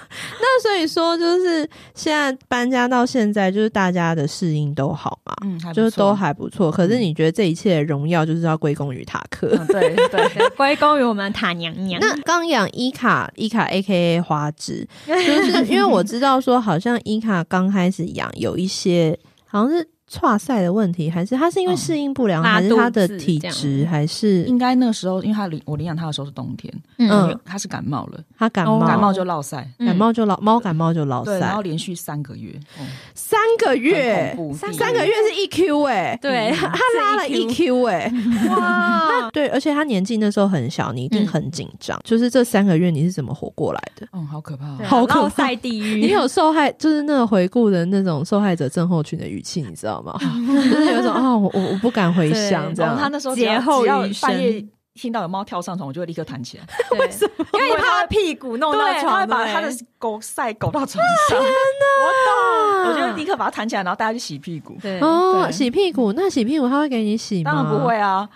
[SPEAKER 1] *laughs* 那所以说，就是现在搬家到现在，就是大家的适应都好嘛，
[SPEAKER 3] 嗯，还不
[SPEAKER 1] 就是都
[SPEAKER 3] 错
[SPEAKER 1] 还不错。
[SPEAKER 2] 嗯
[SPEAKER 1] 可是你觉得这一切的荣耀，就是要归功于塔克。
[SPEAKER 3] 嗯对对，
[SPEAKER 2] 归功于我们塔娘娘。
[SPEAKER 1] 那刚养伊卡，伊卡 A K A 花
[SPEAKER 2] *laughs*
[SPEAKER 1] 枝，就是因为我知道说，好像伊卡刚开始养有一些好像是岔赛的问题，还是它是因为
[SPEAKER 3] 嗯
[SPEAKER 1] 适应不良，
[SPEAKER 2] 拉
[SPEAKER 1] 还是
[SPEAKER 2] 肚
[SPEAKER 1] 它的
[SPEAKER 2] 子
[SPEAKER 1] 体
[SPEAKER 2] 这样
[SPEAKER 1] 质，还是
[SPEAKER 3] *laughs* 应该那个时候，因为他领我领养他的时候是冬天，因为
[SPEAKER 1] 嗯，
[SPEAKER 3] 他是感冒了，
[SPEAKER 1] 它感
[SPEAKER 2] 哦
[SPEAKER 1] 冒，
[SPEAKER 3] 嗯感冒就落腮，
[SPEAKER 2] 嗯
[SPEAKER 1] 感冒就老猫感冒就老
[SPEAKER 3] 对，然
[SPEAKER 1] 塞
[SPEAKER 3] 后，连续三个月，嗯
[SPEAKER 1] 三个月
[SPEAKER 3] 很，恐怖
[SPEAKER 2] 三
[SPEAKER 1] 三个月是 EQ 哎、
[SPEAKER 2] 对
[SPEAKER 1] 他拉了 EQ 哎、
[SPEAKER 2] 嗯 *laughs* 哇，
[SPEAKER 1] 对，而且他年纪那时候很小，你一
[SPEAKER 2] 嗯
[SPEAKER 1] 定很紧张。就是这三个月你是怎么活过来的？
[SPEAKER 3] 嗯，好可怕哦。
[SPEAKER 1] 好可怕
[SPEAKER 2] 落塞地狱。
[SPEAKER 1] 你有受害，就是那个回顾的那种受害者症候群的语气，你知道吗？ *laughs* 就是有一种啊、我我我不敢回想
[SPEAKER 2] 对
[SPEAKER 1] 这样
[SPEAKER 3] 然后。哦他那时候只
[SPEAKER 2] 劫
[SPEAKER 3] 要
[SPEAKER 2] 后
[SPEAKER 3] 只要
[SPEAKER 2] 余生
[SPEAKER 3] 半夜听到有猫跳上床，我就会立刻弹 *laughs* 起来，
[SPEAKER 2] 对因为你怕他屁股弄到
[SPEAKER 3] 他会
[SPEAKER 2] 床，
[SPEAKER 3] 把他的
[SPEAKER 2] 对
[SPEAKER 3] 狗晒狗到床上，
[SPEAKER 1] 啊
[SPEAKER 3] *laughs* 我就会立刻把它弹起来，然后带它去洗屁股。
[SPEAKER 2] 不对
[SPEAKER 1] 哦，
[SPEAKER 3] 对
[SPEAKER 1] 洗屁股，那洗屁股他会给你洗吗？
[SPEAKER 3] 当然不会啊，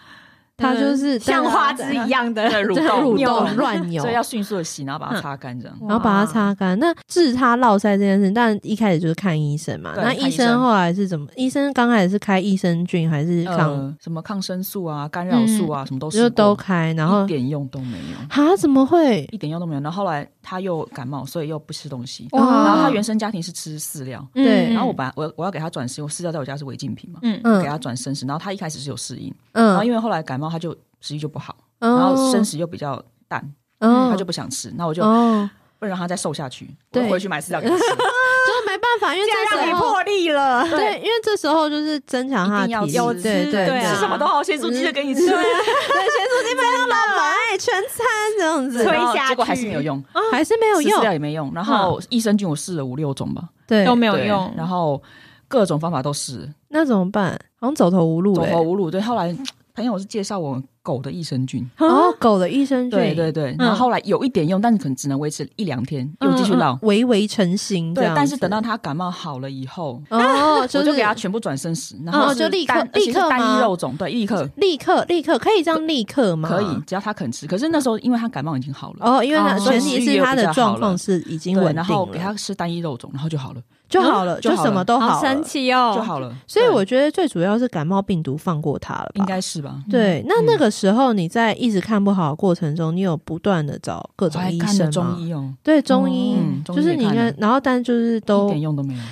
[SPEAKER 1] 它就是
[SPEAKER 2] 像花枝一样的
[SPEAKER 3] 对，
[SPEAKER 1] 在
[SPEAKER 3] 蠕
[SPEAKER 1] 蠕
[SPEAKER 3] 动
[SPEAKER 1] 动，
[SPEAKER 3] *laughs*
[SPEAKER 1] 乱扭
[SPEAKER 3] 所以，要迅速的洗，然后把它擦干这样。
[SPEAKER 1] 然后把它擦干。那治它落腮这件事，但一开始就是看医生嘛。
[SPEAKER 3] 对
[SPEAKER 1] 那
[SPEAKER 3] 看
[SPEAKER 1] 医
[SPEAKER 3] 医
[SPEAKER 1] 生
[SPEAKER 3] 生
[SPEAKER 1] 后来是怎么？医生刚开始是开益生菌还是抗，
[SPEAKER 3] 呃，什么抗生素啊、干扰素啊，什么都
[SPEAKER 1] 嗯
[SPEAKER 3] 试
[SPEAKER 1] 就
[SPEAKER 3] 过
[SPEAKER 1] 都开，然后
[SPEAKER 3] 一点用都没有，
[SPEAKER 1] 哈怎么会？
[SPEAKER 3] 一点用都没有。然后后来他又感冒，所以又不吃东西。
[SPEAKER 1] 哇
[SPEAKER 3] 然后他原生家庭是吃饲料，
[SPEAKER 1] 对
[SPEAKER 3] 然后我把我我要给他转食，我饲料在我家是违禁品嘛，
[SPEAKER 2] 嗯
[SPEAKER 1] 嗯
[SPEAKER 3] 给他转生食。然后他一开始是有适应，然后
[SPEAKER 1] 嗯，
[SPEAKER 3] 因为后来感冒，他就食欲就不好，
[SPEAKER 1] 然
[SPEAKER 3] 然后生食又比较淡，
[SPEAKER 1] 嗯，
[SPEAKER 3] 他就不想吃。那我就 *laughs*
[SPEAKER 1] 哦，
[SPEAKER 3] 不能让他再瘦下去，我
[SPEAKER 1] 对
[SPEAKER 3] 就回去买饲料给他吃。
[SPEAKER 1] 就是没办法，因为
[SPEAKER 2] 这
[SPEAKER 1] 这
[SPEAKER 2] 样
[SPEAKER 1] 时
[SPEAKER 2] 让你
[SPEAKER 1] 候
[SPEAKER 2] 破例了。
[SPEAKER 1] 对，因为这时候就是增强他
[SPEAKER 3] 一定要
[SPEAKER 1] 的体
[SPEAKER 3] 有
[SPEAKER 1] 力，
[SPEAKER 3] 吃
[SPEAKER 1] 对 *laughs* 对
[SPEAKER 2] 对啊
[SPEAKER 3] 吃什么都好，咸酥鸡就给你吃。
[SPEAKER 1] 对，啊咸酥鸡麦当劳买哎全餐这样
[SPEAKER 2] 对
[SPEAKER 1] 子，
[SPEAKER 2] 推下去
[SPEAKER 3] 结果还是没有用，
[SPEAKER 1] 还是没有
[SPEAKER 3] 吃饲料
[SPEAKER 1] 用，嗯
[SPEAKER 3] 也没用。然后益生菌我试了五六种吧，
[SPEAKER 1] 对，哦
[SPEAKER 2] 都没有
[SPEAKER 3] 对
[SPEAKER 2] 用。
[SPEAKER 3] 然后各种方法都试，
[SPEAKER 1] 那怎么办？好像走投无路
[SPEAKER 3] 走
[SPEAKER 1] 了欸。
[SPEAKER 3] 投无路。对，后来朋友是介绍我狗的益生菌，
[SPEAKER 1] 哦，狗的益生菌，
[SPEAKER 3] 对对对。然后后来有一点用，但是可能只能维持一两天，又继续
[SPEAKER 2] 嗯嗯
[SPEAKER 3] 闹。
[SPEAKER 1] 微微成型这
[SPEAKER 3] 对
[SPEAKER 1] 样，子。
[SPEAKER 3] 但是等到他感冒好了以后，
[SPEAKER 1] 哦，
[SPEAKER 3] *laughs* 我
[SPEAKER 1] 就
[SPEAKER 3] 就是给他全部转生食，然
[SPEAKER 1] 哦
[SPEAKER 3] 后
[SPEAKER 1] 就是立刻
[SPEAKER 3] 单而且
[SPEAKER 1] 立刻
[SPEAKER 3] 是单
[SPEAKER 1] 吗
[SPEAKER 3] 一肉种，对，立刻
[SPEAKER 1] 立刻立刻可以这样立刻吗？
[SPEAKER 3] 可以，只要他肯吃。可是那时候因为他感冒已经好了，
[SPEAKER 1] 哦，因为它
[SPEAKER 2] 哦
[SPEAKER 1] 前提是它的状况是已经
[SPEAKER 3] 对，
[SPEAKER 1] 稳
[SPEAKER 3] 然
[SPEAKER 1] 定
[SPEAKER 3] 后给他
[SPEAKER 1] 了
[SPEAKER 3] 吃单一肉种，然后就好了，
[SPEAKER 1] 就好了，
[SPEAKER 3] 就好
[SPEAKER 1] 什么
[SPEAKER 3] 了
[SPEAKER 1] 都
[SPEAKER 2] 好
[SPEAKER 1] 好了
[SPEAKER 2] 神。奇哦，
[SPEAKER 3] 就好了。
[SPEAKER 1] 所以
[SPEAKER 3] 对
[SPEAKER 1] 我觉得最主要是感冒病毒放过它了吧，
[SPEAKER 3] 应该是吧？
[SPEAKER 1] 对。那那个时候你在一直看不好的过程中，你有不断的找各
[SPEAKER 3] 我
[SPEAKER 1] 种
[SPEAKER 3] 还
[SPEAKER 1] 医
[SPEAKER 3] 看了
[SPEAKER 1] 生
[SPEAKER 3] 中
[SPEAKER 1] 吗？
[SPEAKER 3] 医哦，
[SPEAKER 1] 对中医，
[SPEAKER 3] 嗯中医
[SPEAKER 1] 就是
[SPEAKER 3] 也
[SPEAKER 1] 你
[SPEAKER 3] 看
[SPEAKER 1] 看
[SPEAKER 3] 了，
[SPEAKER 1] 然后但就是
[SPEAKER 3] 一
[SPEAKER 1] 都
[SPEAKER 3] 点用都没有。
[SPEAKER 1] 啊，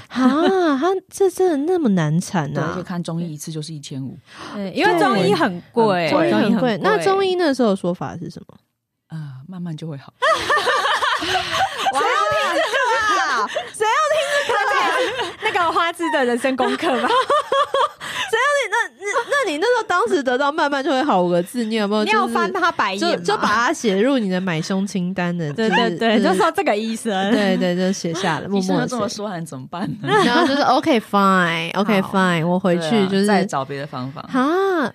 [SPEAKER 1] 他这真的那么难啊缠
[SPEAKER 3] 对，
[SPEAKER 1] 呐、*laughs*
[SPEAKER 3] 而且看中医一次就是一千五，
[SPEAKER 2] 对，因为中医很贵，
[SPEAKER 3] 对
[SPEAKER 1] 中医
[SPEAKER 3] 中医
[SPEAKER 1] 很贵。那中医那时候的说法是什么？
[SPEAKER 3] 啊，慢慢就会好。
[SPEAKER 1] 啊
[SPEAKER 2] *laughs* 啊
[SPEAKER 1] *laughs*
[SPEAKER 2] 那个花枝的人生功课吧，
[SPEAKER 1] 那你那时候当时得到“慢慢就会好”五个字，你有没有、
[SPEAKER 2] *laughs* 你
[SPEAKER 1] 哦就是？
[SPEAKER 2] 要翻他白
[SPEAKER 1] 就
[SPEAKER 2] 眼吗，
[SPEAKER 1] 就把它写入你的买凶清单的，
[SPEAKER 2] 对
[SPEAKER 1] 就
[SPEAKER 2] 对
[SPEAKER 1] 是
[SPEAKER 2] 对，
[SPEAKER 1] 就
[SPEAKER 2] 就是说这个医生，
[SPEAKER 1] 对对，就写下了，默
[SPEAKER 3] *laughs* 医生
[SPEAKER 1] 默
[SPEAKER 3] 都
[SPEAKER 1] 地
[SPEAKER 3] 这么
[SPEAKER 1] 写
[SPEAKER 3] 说，还能怎么办呢？
[SPEAKER 1] 然后就是 OK *laughs* fine，OK
[SPEAKER 3] 好
[SPEAKER 1] fine，我回
[SPEAKER 3] 对
[SPEAKER 1] 去
[SPEAKER 3] 啊
[SPEAKER 1] 就是
[SPEAKER 3] 再找别的方法。
[SPEAKER 1] 啊，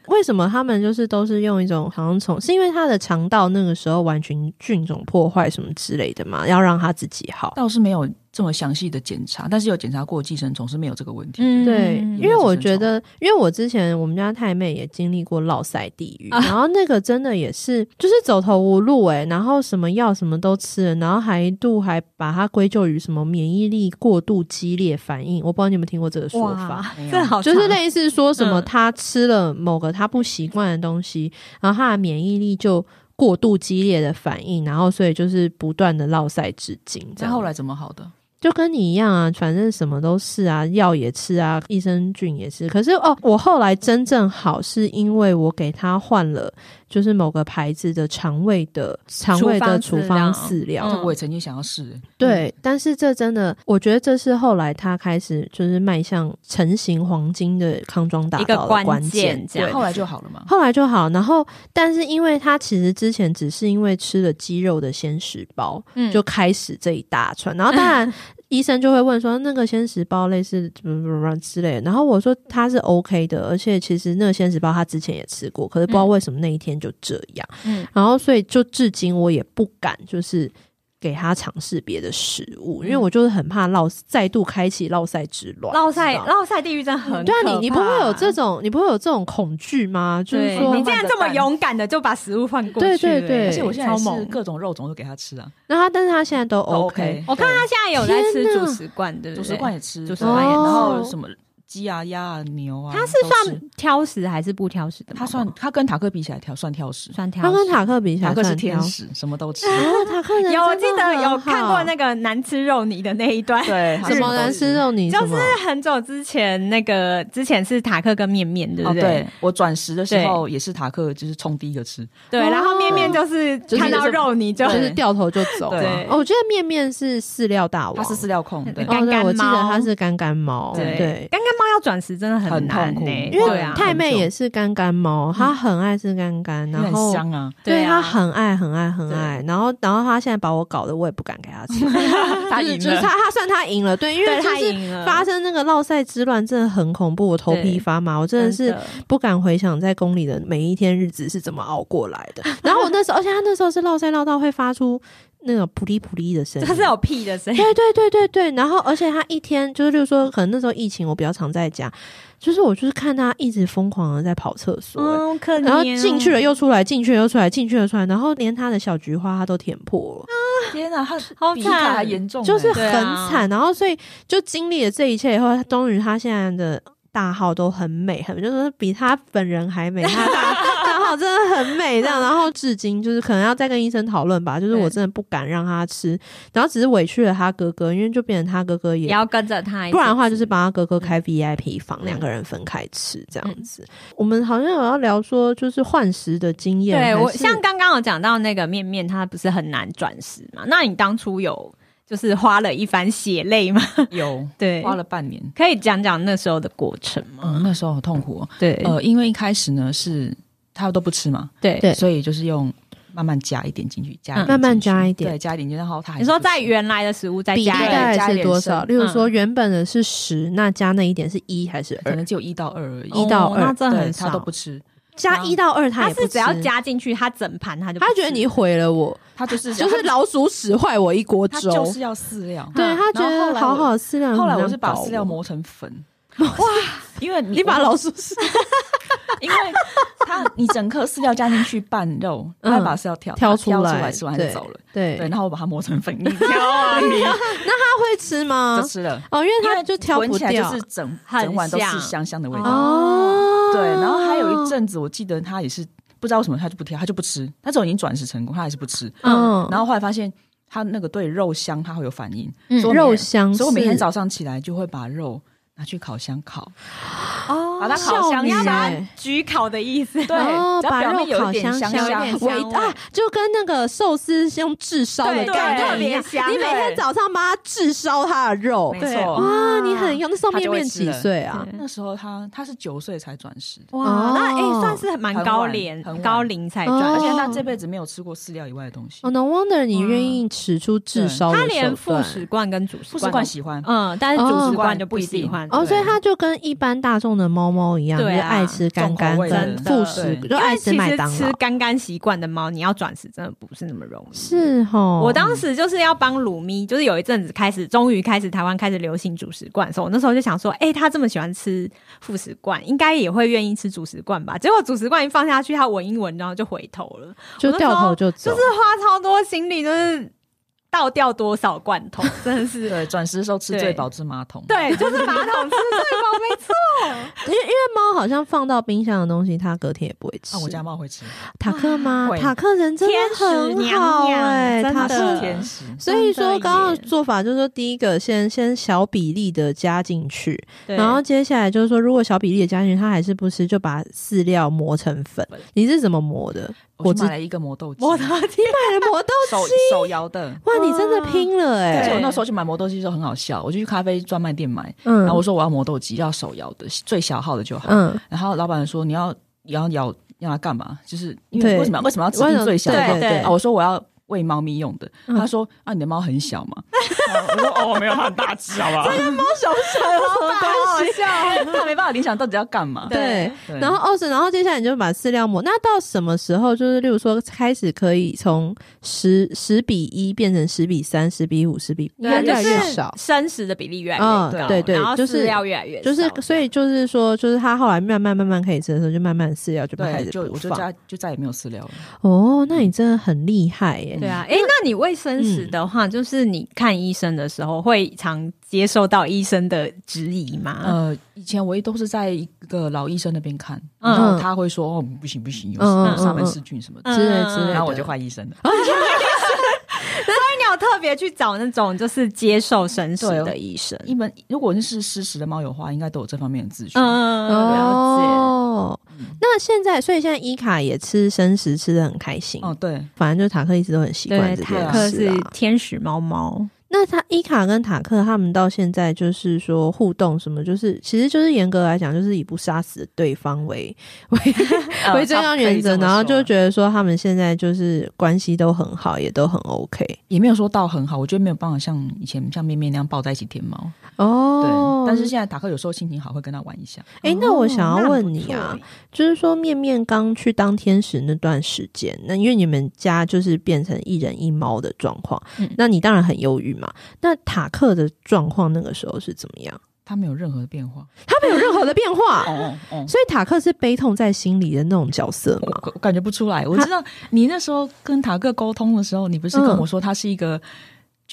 [SPEAKER 1] 为什么他们就是都是用一种好像从是因为他的肠道那个时候完全菌种破坏什么之类的嘛，要让他自己好。
[SPEAKER 3] 倒是没有这么详细的检查，但是有检查过寄生虫是没有这个问题。
[SPEAKER 2] 嗯
[SPEAKER 1] 对，因为
[SPEAKER 3] 那就
[SPEAKER 1] 我
[SPEAKER 3] 正
[SPEAKER 1] 觉
[SPEAKER 3] 常
[SPEAKER 1] 得，因为我之前我们家太妹也经历过落塞地狱，
[SPEAKER 2] 啊
[SPEAKER 1] 然后那个真的也是就是走投无路哎、然后什么药什么都吃了，然后还一度还把它归咎于什么免疫力过度激烈反应，我不知道你有没有听过这个说法。
[SPEAKER 2] 哇
[SPEAKER 3] 没，有
[SPEAKER 2] 这好
[SPEAKER 1] 就是
[SPEAKER 2] 长
[SPEAKER 1] 类似说什么
[SPEAKER 2] 嗯
[SPEAKER 1] 他吃了某个他不习惯的东西，然后他的免疫力就过度激烈的反应，然后所以就是不断的落塞至今。这
[SPEAKER 3] 那
[SPEAKER 1] 样
[SPEAKER 3] 后来怎么好的？
[SPEAKER 1] 就跟你一样啊，反正什么都是啊，药也吃啊，益生菌也吃。可是哦，我后来真正好是因为我给他换了，就是某个牌子的肠胃的肠胃的处
[SPEAKER 2] 处
[SPEAKER 1] 方
[SPEAKER 2] 方
[SPEAKER 1] 饲
[SPEAKER 2] 饲
[SPEAKER 1] 料。
[SPEAKER 2] 料
[SPEAKER 3] 这
[SPEAKER 2] 嗯
[SPEAKER 3] 我也曾经想要试，欸嗯
[SPEAKER 1] 对，但是这真的，我觉得这是后来他开始就是迈向成型黄金的康庄大
[SPEAKER 2] 一个
[SPEAKER 1] 道的关
[SPEAKER 2] 关
[SPEAKER 1] 键
[SPEAKER 2] 键。这样
[SPEAKER 3] 后来就好了嘛。
[SPEAKER 1] 后来就好，然后但是因为他其实之前只是因为吃了鸡肉的鲜食包，
[SPEAKER 2] 嗯
[SPEAKER 1] 就开始这一大串。然后当
[SPEAKER 2] *laughs*
[SPEAKER 1] 然医生就会问说那个鲜食包类似什么什么之类的，然后我说它是 OK 的，而且其实那个鲜食包他之前也吃过，可是不知道为什么那一天就这样，
[SPEAKER 2] 嗯
[SPEAKER 1] 然后所以就至今我也不敢就是。给他尝试别的食物，因为
[SPEAKER 2] 嗯
[SPEAKER 1] 我就是很怕落再度开启落塞之乱。
[SPEAKER 2] 落塞
[SPEAKER 1] 你知道吗
[SPEAKER 2] 落塞地狱真的很
[SPEAKER 1] 对啊，你你不会有这
[SPEAKER 2] 种，
[SPEAKER 1] 种，你不会有这种恐惧吗？就是
[SPEAKER 2] 对
[SPEAKER 1] 说，
[SPEAKER 2] 你竟然这么勇敢的就把食物换过去，
[SPEAKER 1] 对对对
[SPEAKER 2] 哎
[SPEAKER 3] 而且我现在
[SPEAKER 2] 超
[SPEAKER 3] 是
[SPEAKER 2] 猛。
[SPEAKER 3] 各种肉种都给他吃啊
[SPEAKER 1] 那他但是他现在都
[SPEAKER 3] 都
[SPEAKER 1] OK，,
[SPEAKER 2] 我看他现在有在吃
[SPEAKER 1] 天哪
[SPEAKER 2] 主食罐，对不
[SPEAKER 3] 主
[SPEAKER 2] 对？
[SPEAKER 3] 食罐也吃，
[SPEAKER 2] 主食
[SPEAKER 1] 罐也吃
[SPEAKER 3] 对然后什么鸡啊、鸭啊、牛啊，
[SPEAKER 2] 他是
[SPEAKER 3] 都吃
[SPEAKER 2] 算挑食还是不挑食的吗？
[SPEAKER 3] 他算他跟塔克比起来挑算挑食，
[SPEAKER 2] 算挑食。
[SPEAKER 1] 他跟塔克比起来
[SPEAKER 3] 塔克是
[SPEAKER 1] 算
[SPEAKER 3] 天
[SPEAKER 1] 挑。
[SPEAKER 3] 使，什么
[SPEAKER 1] *laughs*
[SPEAKER 3] 都吃。
[SPEAKER 1] 啊，塔克人
[SPEAKER 2] *laughs* 有，我记
[SPEAKER 1] 真的
[SPEAKER 2] 得有
[SPEAKER 1] 很好
[SPEAKER 2] 看过那个难吃肉泥的那一段。
[SPEAKER 3] 对，他
[SPEAKER 1] 什么
[SPEAKER 3] 都哦
[SPEAKER 1] 人吃肉泥，
[SPEAKER 2] 就是
[SPEAKER 1] 什么
[SPEAKER 2] 很久之前，那个之前是塔克跟面面，对
[SPEAKER 3] 哦，
[SPEAKER 2] 不对
[SPEAKER 3] 对？我转食的时候也是塔克，就是冲第一个吃，
[SPEAKER 2] 对，然后面面
[SPEAKER 1] 哦
[SPEAKER 2] 就是
[SPEAKER 1] 就是
[SPEAKER 2] 看到肉泥就
[SPEAKER 1] 就是
[SPEAKER 3] 对
[SPEAKER 1] 掉头就走嘛。
[SPEAKER 3] 对
[SPEAKER 1] 哦我觉得面面是饲料大
[SPEAKER 3] 他
[SPEAKER 1] 王，
[SPEAKER 3] 是饲料控，对
[SPEAKER 2] 干，
[SPEAKER 1] 哦，对，
[SPEAKER 2] 干
[SPEAKER 1] 我记得
[SPEAKER 2] 猫
[SPEAKER 1] 他是干干猫，
[SPEAKER 2] 对
[SPEAKER 1] 对，。
[SPEAKER 2] 干干猫要转食真的
[SPEAKER 3] 很
[SPEAKER 2] 难
[SPEAKER 3] 痛苦
[SPEAKER 2] 呢，
[SPEAKER 1] 因
[SPEAKER 3] 对
[SPEAKER 1] 为
[SPEAKER 2] 啊，
[SPEAKER 1] 太妹也是干干猫，她很爱吃干干，
[SPEAKER 3] 因为
[SPEAKER 1] 然
[SPEAKER 3] 很
[SPEAKER 1] 后
[SPEAKER 3] 香啊，
[SPEAKER 1] 对
[SPEAKER 2] 对
[SPEAKER 1] 她
[SPEAKER 2] 啊
[SPEAKER 1] 很爱很爱很爱，然后然后她现在把我搞得我也不敢给她吃， *laughs*
[SPEAKER 3] 他
[SPEAKER 1] 就是
[SPEAKER 3] 赢
[SPEAKER 1] 就是
[SPEAKER 3] 了，
[SPEAKER 1] 她她算她赢了，对，因为
[SPEAKER 2] 对
[SPEAKER 1] 就
[SPEAKER 2] 他
[SPEAKER 1] 是
[SPEAKER 2] 赢了，
[SPEAKER 1] 发生那个落赛之乱真的很恐怖，我头皮
[SPEAKER 2] 对
[SPEAKER 1] 发麻，我真的是不敢回想在宫里 *laughs* 的每一天日子是怎么熬过来的。然后我那时候，而且他那时候是落腮落到会发出那种扑哩扑哩的
[SPEAKER 2] *laughs*
[SPEAKER 1] 声音
[SPEAKER 2] 它。是有屁的哦声音，
[SPEAKER 1] 对对对对对，然后而且他一天就是，例如说，可能那时候疫情，我比较常在家，就是我就是看他一直疯狂的在跑厕所、欸
[SPEAKER 2] 嗯，可怜哦。
[SPEAKER 1] 然后进去了又出来，进去了又出来，进去了又出来，然后连他的小菊花他都舔破了，
[SPEAKER 3] 天 *laughs* 哪，他
[SPEAKER 2] 好
[SPEAKER 3] 比他还
[SPEAKER 2] 惨，
[SPEAKER 3] 严重欸，
[SPEAKER 1] 就是很
[SPEAKER 2] 对啊
[SPEAKER 1] 惨。然后所以就经历了这一切以后，他终于他现在的大号都很美，很就是比他本人还
[SPEAKER 2] *laughs*
[SPEAKER 1] 美，他大大号真的很美这样。然后至今就是可能要再跟医生讨论吧，就是我
[SPEAKER 3] 对
[SPEAKER 1] 真的不敢让他吃，然后只是委屈了他哥哥，因为就变成他哥哥也
[SPEAKER 2] 也要嗯跟着他一起，
[SPEAKER 1] 不然的话，就是帮他哥哥开 VIP 房，两、个人分开吃这样子。
[SPEAKER 2] 嗯
[SPEAKER 1] 我们好像有要聊说，就是换食的经验，
[SPEAKER 2] 对
[SPEAKER 1] 还
[SPEAKER 2] 我
[SPEAKER 1] 是
[SPEAKER 2] 像刚刚有讲到那个面面，他不是很难转食嘛？那你当初有就是花了一番血泪吗？
[SPEAKER 3] *laughs*
[SPEAKER 2] *laughs*
[SPEAKER 3] 有
[SPEAKER 2] 对
[SPEAKER 3] 花了半年，
[SPEAKER 2] 可以讲讲那时候的过程吗？
[SPEAKER 3] 嗯，那时候好痛苦哦。
[SPEAKER 2] 对
[SPEAKER 3] 呃，因为一开始呢是他都不吃嘛，
[SPEAKER 2] 对
[SPEAKER 1] 对
[SPEAKER 3] 所以就是用慢慢加一点进去，加一点
[SPEAKER 2] 嗯
[SPEAKER 1] 慢慢
[SPEAKER 3] 进去
[SPEAKER 1] 加一点
[SPEAKER 3] 对，加一点进去，然后他还
[SPEAKER 2] 你
[SPEAKER 3] 是
[SPEAKER 2] 说
[SPEAKER 3] 不吃
[SPEAKER 2] 在原来的食物再
[SPEAKER 1] 比例
[SPEAKER 2] 加嗯
[SPEAKER 1] 大
[SPEAKER 2] 一个
[SPEAKER 3] 对
[SPEAKER 1] 概是多少？
[SPEAKER 3] 加一
[SPEAKER 1] 例
[SPEAKER 3] 点
[SPEAKER 1] 如说，原本的是十、那加那一点是一还是
[SPEAKER 3] 可
[SPEAKER 1] 二？
[SPEAKER 3] 能只有一到二而已，
[SPEAKER 1] 一到
[SPEAKER 2] 哦
[SPEAKER 1] 二
[SPEAKER 2] 那真的
[SPEAKER 3] 对
[SPEAKER 2] 很
[SPEAKER 3] 他
[SPEAKER 2] 少。
[SPEAKER 3] 都不吃，啊
[SPEAKER 1] 加一到二，
[SPEAKER 2] 他
[SPEAKER 1] 也不
[SPEAKER 2] 是只要
[SPEAKER 1] 吃，
[SPEAKER 2] 加进去，他整盘他就不
[SPEAKER 1] 他觉得
[SPEAKER 2] 吃
[SPEAKER 1] 你毁了我，
[SPEAKER 3] 他就
[SPEAKER 1] *laughs*
[SPEAKER 3] 是
[SPEAKER 1] 就是老鼠屎坏我一锅
[SPEAKER 3] 他
[SPEAKER 1] 粥。
[SPEAKER 3] 就是要饲料。
[SPEAKER 1] *laughs* 对
[SPEAKER 2] 嗯
[SPEAKER 1] 他觉
[SPEAKER 3] 然后后
[SPEAKER 1] 得
[SPEAKER 3] 来
[SPEAKER 1] 好
[SPEAKER 3] 我
[SPEAKER 1] 好饲料，
[SPEAKER 3] 后来
[SPEAKER 1] 你
[SPEAKER 3] 我
[SPEAKER 1] 这
[SPEAKER 3] 是
[SPEAKER 1] 样
[SPEAKER 3] 把
[SPEAKER 1] 搞
[SPEAKER 3] 饲料
[SPEAKER 1] 我，
[SPEAKER 3] 磨成粉，哇！因为
[SPEAKER 1] 你把老鼠屎，
[SPEAKER 3] 因为他你整颗饲料加进去拌肉，
[SPEAKER 1] 嗯
[SPEAKER 3] 他会把饲料挑
[SPEAKER 1] 挑
[SPEAKER 3] 出
[SPEAKER 1] 出来
[SPEAKER 3] 吃完
[SPEAKER 1] 对
[SPEAKER 3] 就走了。
[SPEAKER 1] 对
[SPEAKER 3] 对，，然后我把它
[SPEAKER 1] *laughs*
[SPEAKER 3] 磨成粉，你挑啊你，
[SPEAKER 1] 他会吃吗
[SPEAKER 3] 就？吃了。
[SPEAKER 1] 哦，因为
[SPEAKER 3] 因
[SPEAKER 1] 他
[SPEAKER 3] 为
[SPEAKER 1] 就挑
[SPEAKER 3] 闻
[SPEAKER 1] 不
[SPEAKER 3] 起来就
[SPEAKER 1] 掉
[SPEAKER 3] 是整
[SPEAKER 2] 很
[SPEAKER 3] 整碗都是
[SPEAKER 2] 像
[SPEAKER 3] 香香的味道。
[SPEAKER 1] 哦。
[SPEAKER 3] 对，然后还有一阵子，我记得他也是不知道为什么他就不挑，他就不吃。他这种已经转食成功，他还是不吃。
[SPEAKER 1] 嗯
[SPEAKER 3] 然后后来发现他那个对肉香他会有反应，
[SPEAKER 2] 嗯
[SPEAKER 3] 所以我每
[SPEAKER 1] 肉
[SPEAKER 3] 天
[SPEAKER 1] 香是，
[SPEAKER 3] 所以我每天早上起来就会把肉拿去烤箱烤，
[SPEAKER 2] 哦
[SPEAKER 3] 把它烤
[SPEAKER 1] 少
[SPEAKER 3] 香
[SPEAKER 1] 女
[SPEAKER 3] 香。
[SPEAKER 1] 欸
[SPEAKER 2] 焗烤的意思。
[SPEAKER 3] 对，
[SPEAKER 1] 哦 *laughs*
[SPEAKER 3] 只要
[SPEAKER 1] 把
[SPEAKER 3] 表
[SPEAKER 1] 肉
[SPEAKER 3] 面有
[SPEAKER 1] 烤
[SPEAKER 3] 一点
[SPEAKER 1] 香
[SPEAKER 3] 香
[SPEAKER 1] 香啊
[SPEAKER 2] 有点
[SPEAKER 1] 伟
[SPEAKER 2] 香味
[SPEAKER 1] 大就跟那个寿司是用炙烧的
[SPEAKER 2] 对
[SPEAKER 1] 概
[SPEAKER 3] 对
[SPEAKER 1] 念一样
[SPEAKER 2] 特别，香
[SPEAKER 1] 你每天
[SPEAKER 3] 对
[SPEAKER 1] 早上帮他炙烧他的肉
[SPEAKER 3] 没，
[SPEAKER 2] 对
[SPEAKER 3] 错啊
[SPEAKER 1] 哇，你很用。那时候
[SPEAKER 3] 他
[SPEAKER 1] 面
[SPEAKER 3] 就会
[SPEAKER 1] 面
[SPEAKER 3] 吃
[SPEAKER 1] 几
[SPEAKER 3] 了
[SPEAKER 1] 岁啊？
[SPEAKER 3] 那时候他他是九岁才转世的，
[SPEAKER 1] 哦
[SPEAKER 2] 哇，那哎、算是蛮
[SPEAKER 3] 很
[SPEAKER 2] 高
[SPEAKER 3] 晚
[SPEAKER 2] 龄
[SPEAKER 3] 很晚
[SPEAKER 2] 高龄才
[SPEAKER 1] 哦
[SPEAKER 2] 转
[SPEAKER 3] 而
[SPEAKER 2] 型，
[SPEAKER 3] 且他这辈子没有吃过饲料以外的东西
[SPEAKER 1] 哦。，no wonder 你愿意使出炙烧的
[SPEAKER 2] 他连
[SPEAKER 1] 手
[SPEAKER 2] 副
[SPEAKER 1] 段
[SPEAKER 2] 食罐跟主食
[SPEAKER 3] 不吃
[SPEAKER 2] 罐
[SPEAKER 3] 惯
[SPEAKER 2] 都，
[SPEAKER 3] 喜欢，
[SPEAKER 2] 嗯，但是
[SPEAKER 1] 哦
[SPEAKER 2] 主食罐就不喜欢。
[SPEAKER 3] 不
[SPEAKER 1] 哦，
[SPEAKER 3] 一定
[SPEAKER 1] 所以它就跟一般大众的猫猫一样，就
[SPEAKER 2] 对啊
[SPEAKER 1] 是爱吃干干
[SPEAKER 3] 重口味的
[SPEAKER 1] 跟副食，
[SPEAKER 3] 真的
[SPEAKER 1] 就
[SPEAKER 2] 因
[SPEAKER 1] 爱
[SPEAKER 2] 为
[SPEAKER 1] 吃
[SPEAKER 2] 其
[SPEAKER 1] 麦
[SPEAKER 2] 实
[SPEAKER 1] 当劳
[SPEAKER 2] 吃。干干习惯的猫，你要转食真的不是那么容易。
[SPEAKER 1] 是哦，
[SPEAKER 2] 我当时就是要帮鲁咪，就是有一阵子开始，终于开始台湾开始流行主食罐的时候，我那时候就想说，哎、他这么喜欢吃副食罐，应该也会愿意吃主食罐吧？结果主食罐一放下去，他闻一闻，然后就回头了，
[SPEAKER 1] 就掉头就走
[SPEAKER 2] 就是，花超多心力，就是倒掉多少罐头， *laughs* 真的是。
[SPEAKER 3] 对，转世的时候吃
[SPEAKER 2] 对
[SPEAKER 3] 最饱吃马桶，
[SPEAKER 2] 对，就是马桶
[SPEAKER 1] *laughs*
[SPEAKER 2] 吃最饱，没错。
[SPEAKER 1] 因为因为猫好像放到冰箱的东西，它隔天也不会吃
[SPEAKER 3] 啊，。我家猫会吃， *laughs*
[SPEAKER 1] 塔克吗？
[SPEAKER 3] 会
[SPEAKER 1] 塔克人真的很好哎、
[SPEAKER 2] 天使娘娘
[SPEAKER 1] 塔
[SPEAKER 2] 真的
[SPEAKER 3] 是
[SPEAKER 1] 克。
[SPEAKER 3] 天使。
[SPEAKER 1] 所以
[SPEAKER 2] 真的
[SPEAKER 1] 说，
[SPEAKER 2] 耶
[SPEAKER 1] 刚刚的做法就是说，第一个先先小比例的加进去，
[SPEAKER 2] 对
[SPEAKER 1] 然后接下来就是说，如果小比例的加进去，它还是不吃，就把饲料磨成粉。你是怎么磨的？
[SPEAKER 3] 我去
[SPEAKER 1] 我
[SPEAKER 3] 买
[SPEAKER 1] 知
[SPEAKER 3] 了一个磨豆机，
[SPEAKER 2] 我的
[SPEAKER 1] *laughs*
[SPEAKER 2] 天，
[SPEAKER 1] 买了磨豆
[SPEAKER 3] 手
[SPEAKER 1] 机，
[SPEAKER 3] 手摇的。
[SPEAKER 1] 哇，你真的拼了哎、
[SPEAKER 3] 而且
[SPEAKER 2] 对
[SPEAKER 3] 我那时候去买磨豆机的时候很好笑，我就去咖啡专卖店买，
[SPEAKER 1] 嗯
[SPEAKER 3] 然后我说我要磨豆机，要手摇的，最小号的就好。
[SPEAKER 1] 嗯，
[SPEAKER 3] 然后老板说你要你要摇要它干嘛？就是因
[SPEAKER 1] 对
[SPEAKER 3] 为为什么要为什么要指
[SPEAKER 1] 为什
[SPEAKER 3] 定
[SPEAKER 1] 么
[SPEAKER 3] 最小
[SPEAKER 1] 对
[SPEAKER 3] 号？
[SPEAKER 2] 对对
[SPEAKER 3] 啊，我说我要喂猫咪用的。
[SPEAKER 1] 嗯
[SPEAKER 3] 他说啊，你的猫很小嘛。然后我说哦，没有，它很大只，好不好？
[SPEAKER 1] 猫小小有什么关系？
[SPEAKER 3] 他没办法联想到底要干嘛。
[SPEAKER 1] 对
[SPEAKER 2] 对，
[SPEAKER 3] 对
[SPEAKER 1] 然后二十，然后接下来你就把饲料磨。那到什么时候，就是例如说开始可以从十十比一变成十比三、十比五、十比
[SPEAKER 2] 对啊
[SPEAKER 1] 越来
[SPEAKER 2] 就
[SPEAKER 1] 越
[SPEAKER 2] 是
[SPEAKER 1] 少，
[SPEAKER 2] 生食的比例越来越
[SPEAKER 1] 嗯
[SPEAKER 2] 高，
[SPEAKER 1] 对对
[SPEAKER 2] 然后
[SPEAKER 1] 就是
[SPEAKER 2] 饲料越来越
[SPEAKER 1] 就是
[SPEAKER 2] 少
[SPEAKER 1] 所以就是说，就是他后来慢慢慢慢可以吃的时候，就慢慢饲料就开
[SPEAKER 3] 对，
[SPEAKER 1] 始
[SPEAKER 3] 就
[SPEAKER 1] 不
[SPEAKER 3] 我就
[SPEAKER 1] 放。
[SPEAKER 3] 再就再也没有饲料了。
[SPEAKER 1] 哦，那你真的很厉害
[SPEAKER 3] 嗯
[SPEAKER 1] 耶！
[SPEAKER 2] 对啊，哎、那你喂生食的话，就是你看医生的时候，会常接受到医生的质疑吗？
[SPEAKER 3] 呃，以前我也都是在一个老医生那边看，
[SPEAKER 2] 嗯
[SPEAKER 3] 然后他会说哦不行不行，有
[SPEAKER 1] 嗯
[SPEAKER 2] 嗯
[SPEAKER 3] 沙门氏菌什么的，
[SPEAKER 2] 嗯
[SPEAKER 1] 之类之类的，
[SPEAKER 3] 然后我就换医生了。
[SPEAKER 2] 所以你有特别去找那种就是接受生食
[SPEAKER 3] 对
[SPEAKER 2] 的医生？
[SPEAKER 3] 一般如果是湿食的猫有话，应该都有这方面的资讯。
[SPEAKER 2] 嗯，了
[SPEAKER 1] 哦。那现在，所以现在伊卡也吃生食吃的很开心，
[SPEAKER 3] 哦，对，
[SPEAKER 1] 反正就是塔克一直都很习
[SPEAKER 2] 解。
[SPEAKER 1] 惯
[SPEAKER 2] 对，
[SPEAKER 1] 这
[SPEAKER 2] 塔
[SPEAKER 1] 件
[SPEAKER 2] 克
[SPEAKER 1] 事
[SPEAKER 2] 是
[SPEAKER 1] 啊。
[SPEAKER 2] 天使猫猫，
[SPEAKER 1] 那他伊卡跟塔克他们到现在就是说互动什么，就是其实就是严格来讲，就是以不杀死对方为
[SPEAKER 3] 呃
[SPEAKER 1] 为最高原则，然后就觉得说他们现在就是关系都很好，也都很 OK
[SPEAKER 3] 也没有说到很好，我觉得没有办法像以前像面面那样抱在一起舔猫。
[SPEAKER 1] 哦。
[SPEAKER 3] 但是现在塔克有时候心情好会跟他玩一下。
[SPEAKER 1] 哎、那我想要问你
[SPEAKER 2] 哦那
[SPEAKER 1] 啊
[SPEAKER 2] 很不，错
[SPEAKER 1] 就是说面面刚去当天使那段时间，那因为你们家就是变成一人一猫的状况，
[SPEAKER 2] 嗯
[SPEAKER 1] 那你当然很忧郁嘛。那塔克的状况那个时候是怎么样？
[SPEAKER 3] 他没有任何的变化。
[SPEAKER 1] 他没有任何的变化，
[SPEAKER 3] 哦哦哦，
[SPEAKER 1] *laughs* 所以塔克是悲痛在心里的那种角色
[SPEAKER 3] *laughs*
[SPEAKER 1] 嘛？
[SPEAKER 3] 我我感觉不出来。我知道你那时候跟塔克沟通的时候，你不是跟
[SPEAKER 1] 嗯
[SPEAKER 3] 我说他是一个。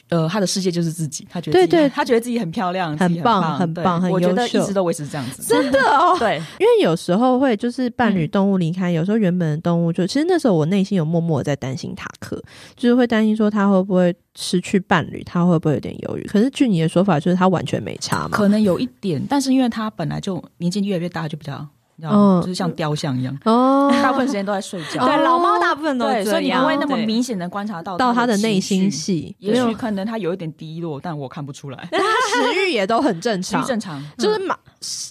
[SPEAKER 3] 呃，他的世界就是自己，他觉得自己
[SPEAKER 1] 对对
[SPEAKER 3] 他觉得自己很漂亮，
[SPEAKER 1] 很
[SPEAKER 3] 自己
[SPEAKER 1] 棒
[SPEAKER 3] 棒，
[SPEAKER 1] 很
[SPEAKER 3] 对
[SPEAKER 1] 棒很
[SPEAKER 3] 我觉得
[SPEAKER 1] 优秀
[SPEAKER 3] 一直都维持这样子，
[SPEAKER 1] 真的哦，
[SPEAKER 3] 对，
[SPEAKER 1] 因为有时候会就是伴侣动物离开，有时候原本的动物就其实那时候我内心有默默地在担心塔克，就是会担心说他会不会失去伴侣，他会不会有点犹豫。可是据你的说法，就是他完全没差嘛。
[SPEAKER 3] 可能有一点，但是因为他本来就年纪越来越大，就比较，你知道
[SPEAKER 1] 嗯
[SPEAKER 3] 吗就是像雕像一样，
[SPEAKER 1] 哦，
[SPEAKER 3] 大部分时间都在睡觉，
[SPEAKER 1] 哦
[SPEAKER 2] *laughs* 对，老猫大部分都
[SPEAKER 3] 对，
[SPEAKER 2] 是
[SPEAKER 3] 所
[SPEAKER 2] 这
[SPEAKER 3] 以你
[SPEAKER 2] 样，
[SPEAKER 3] 不会那么
[SPEAKER 2] 对
[SPEAKER 3] 明显的观察到
[SPEAKER 1] 到哦他
[SPEAKER 3] 的
[SPEAKER 1] 的内
[SPEAKER 3] 情
[SPEAKER 1] 心
[SPEAKER 3] 绪，
[SPEAKER 1] 戏，
[SPEAKER 3] 也
[SPEAKER 1] 没有
[SPEAKER 3] 许可能他有一点低落，但我看不出 *laughs* 来，
[SPEAKER 1] 但 *laughs* 他食欲也都很正
[SPEAKER 3] 其
[SPEAKER 1] 常
[SPEAKER 3] 实，正
[SPEAKER 1] *laughs*
[SPEAKER 3] 常，嗯
[SPEAKER 1] 就是马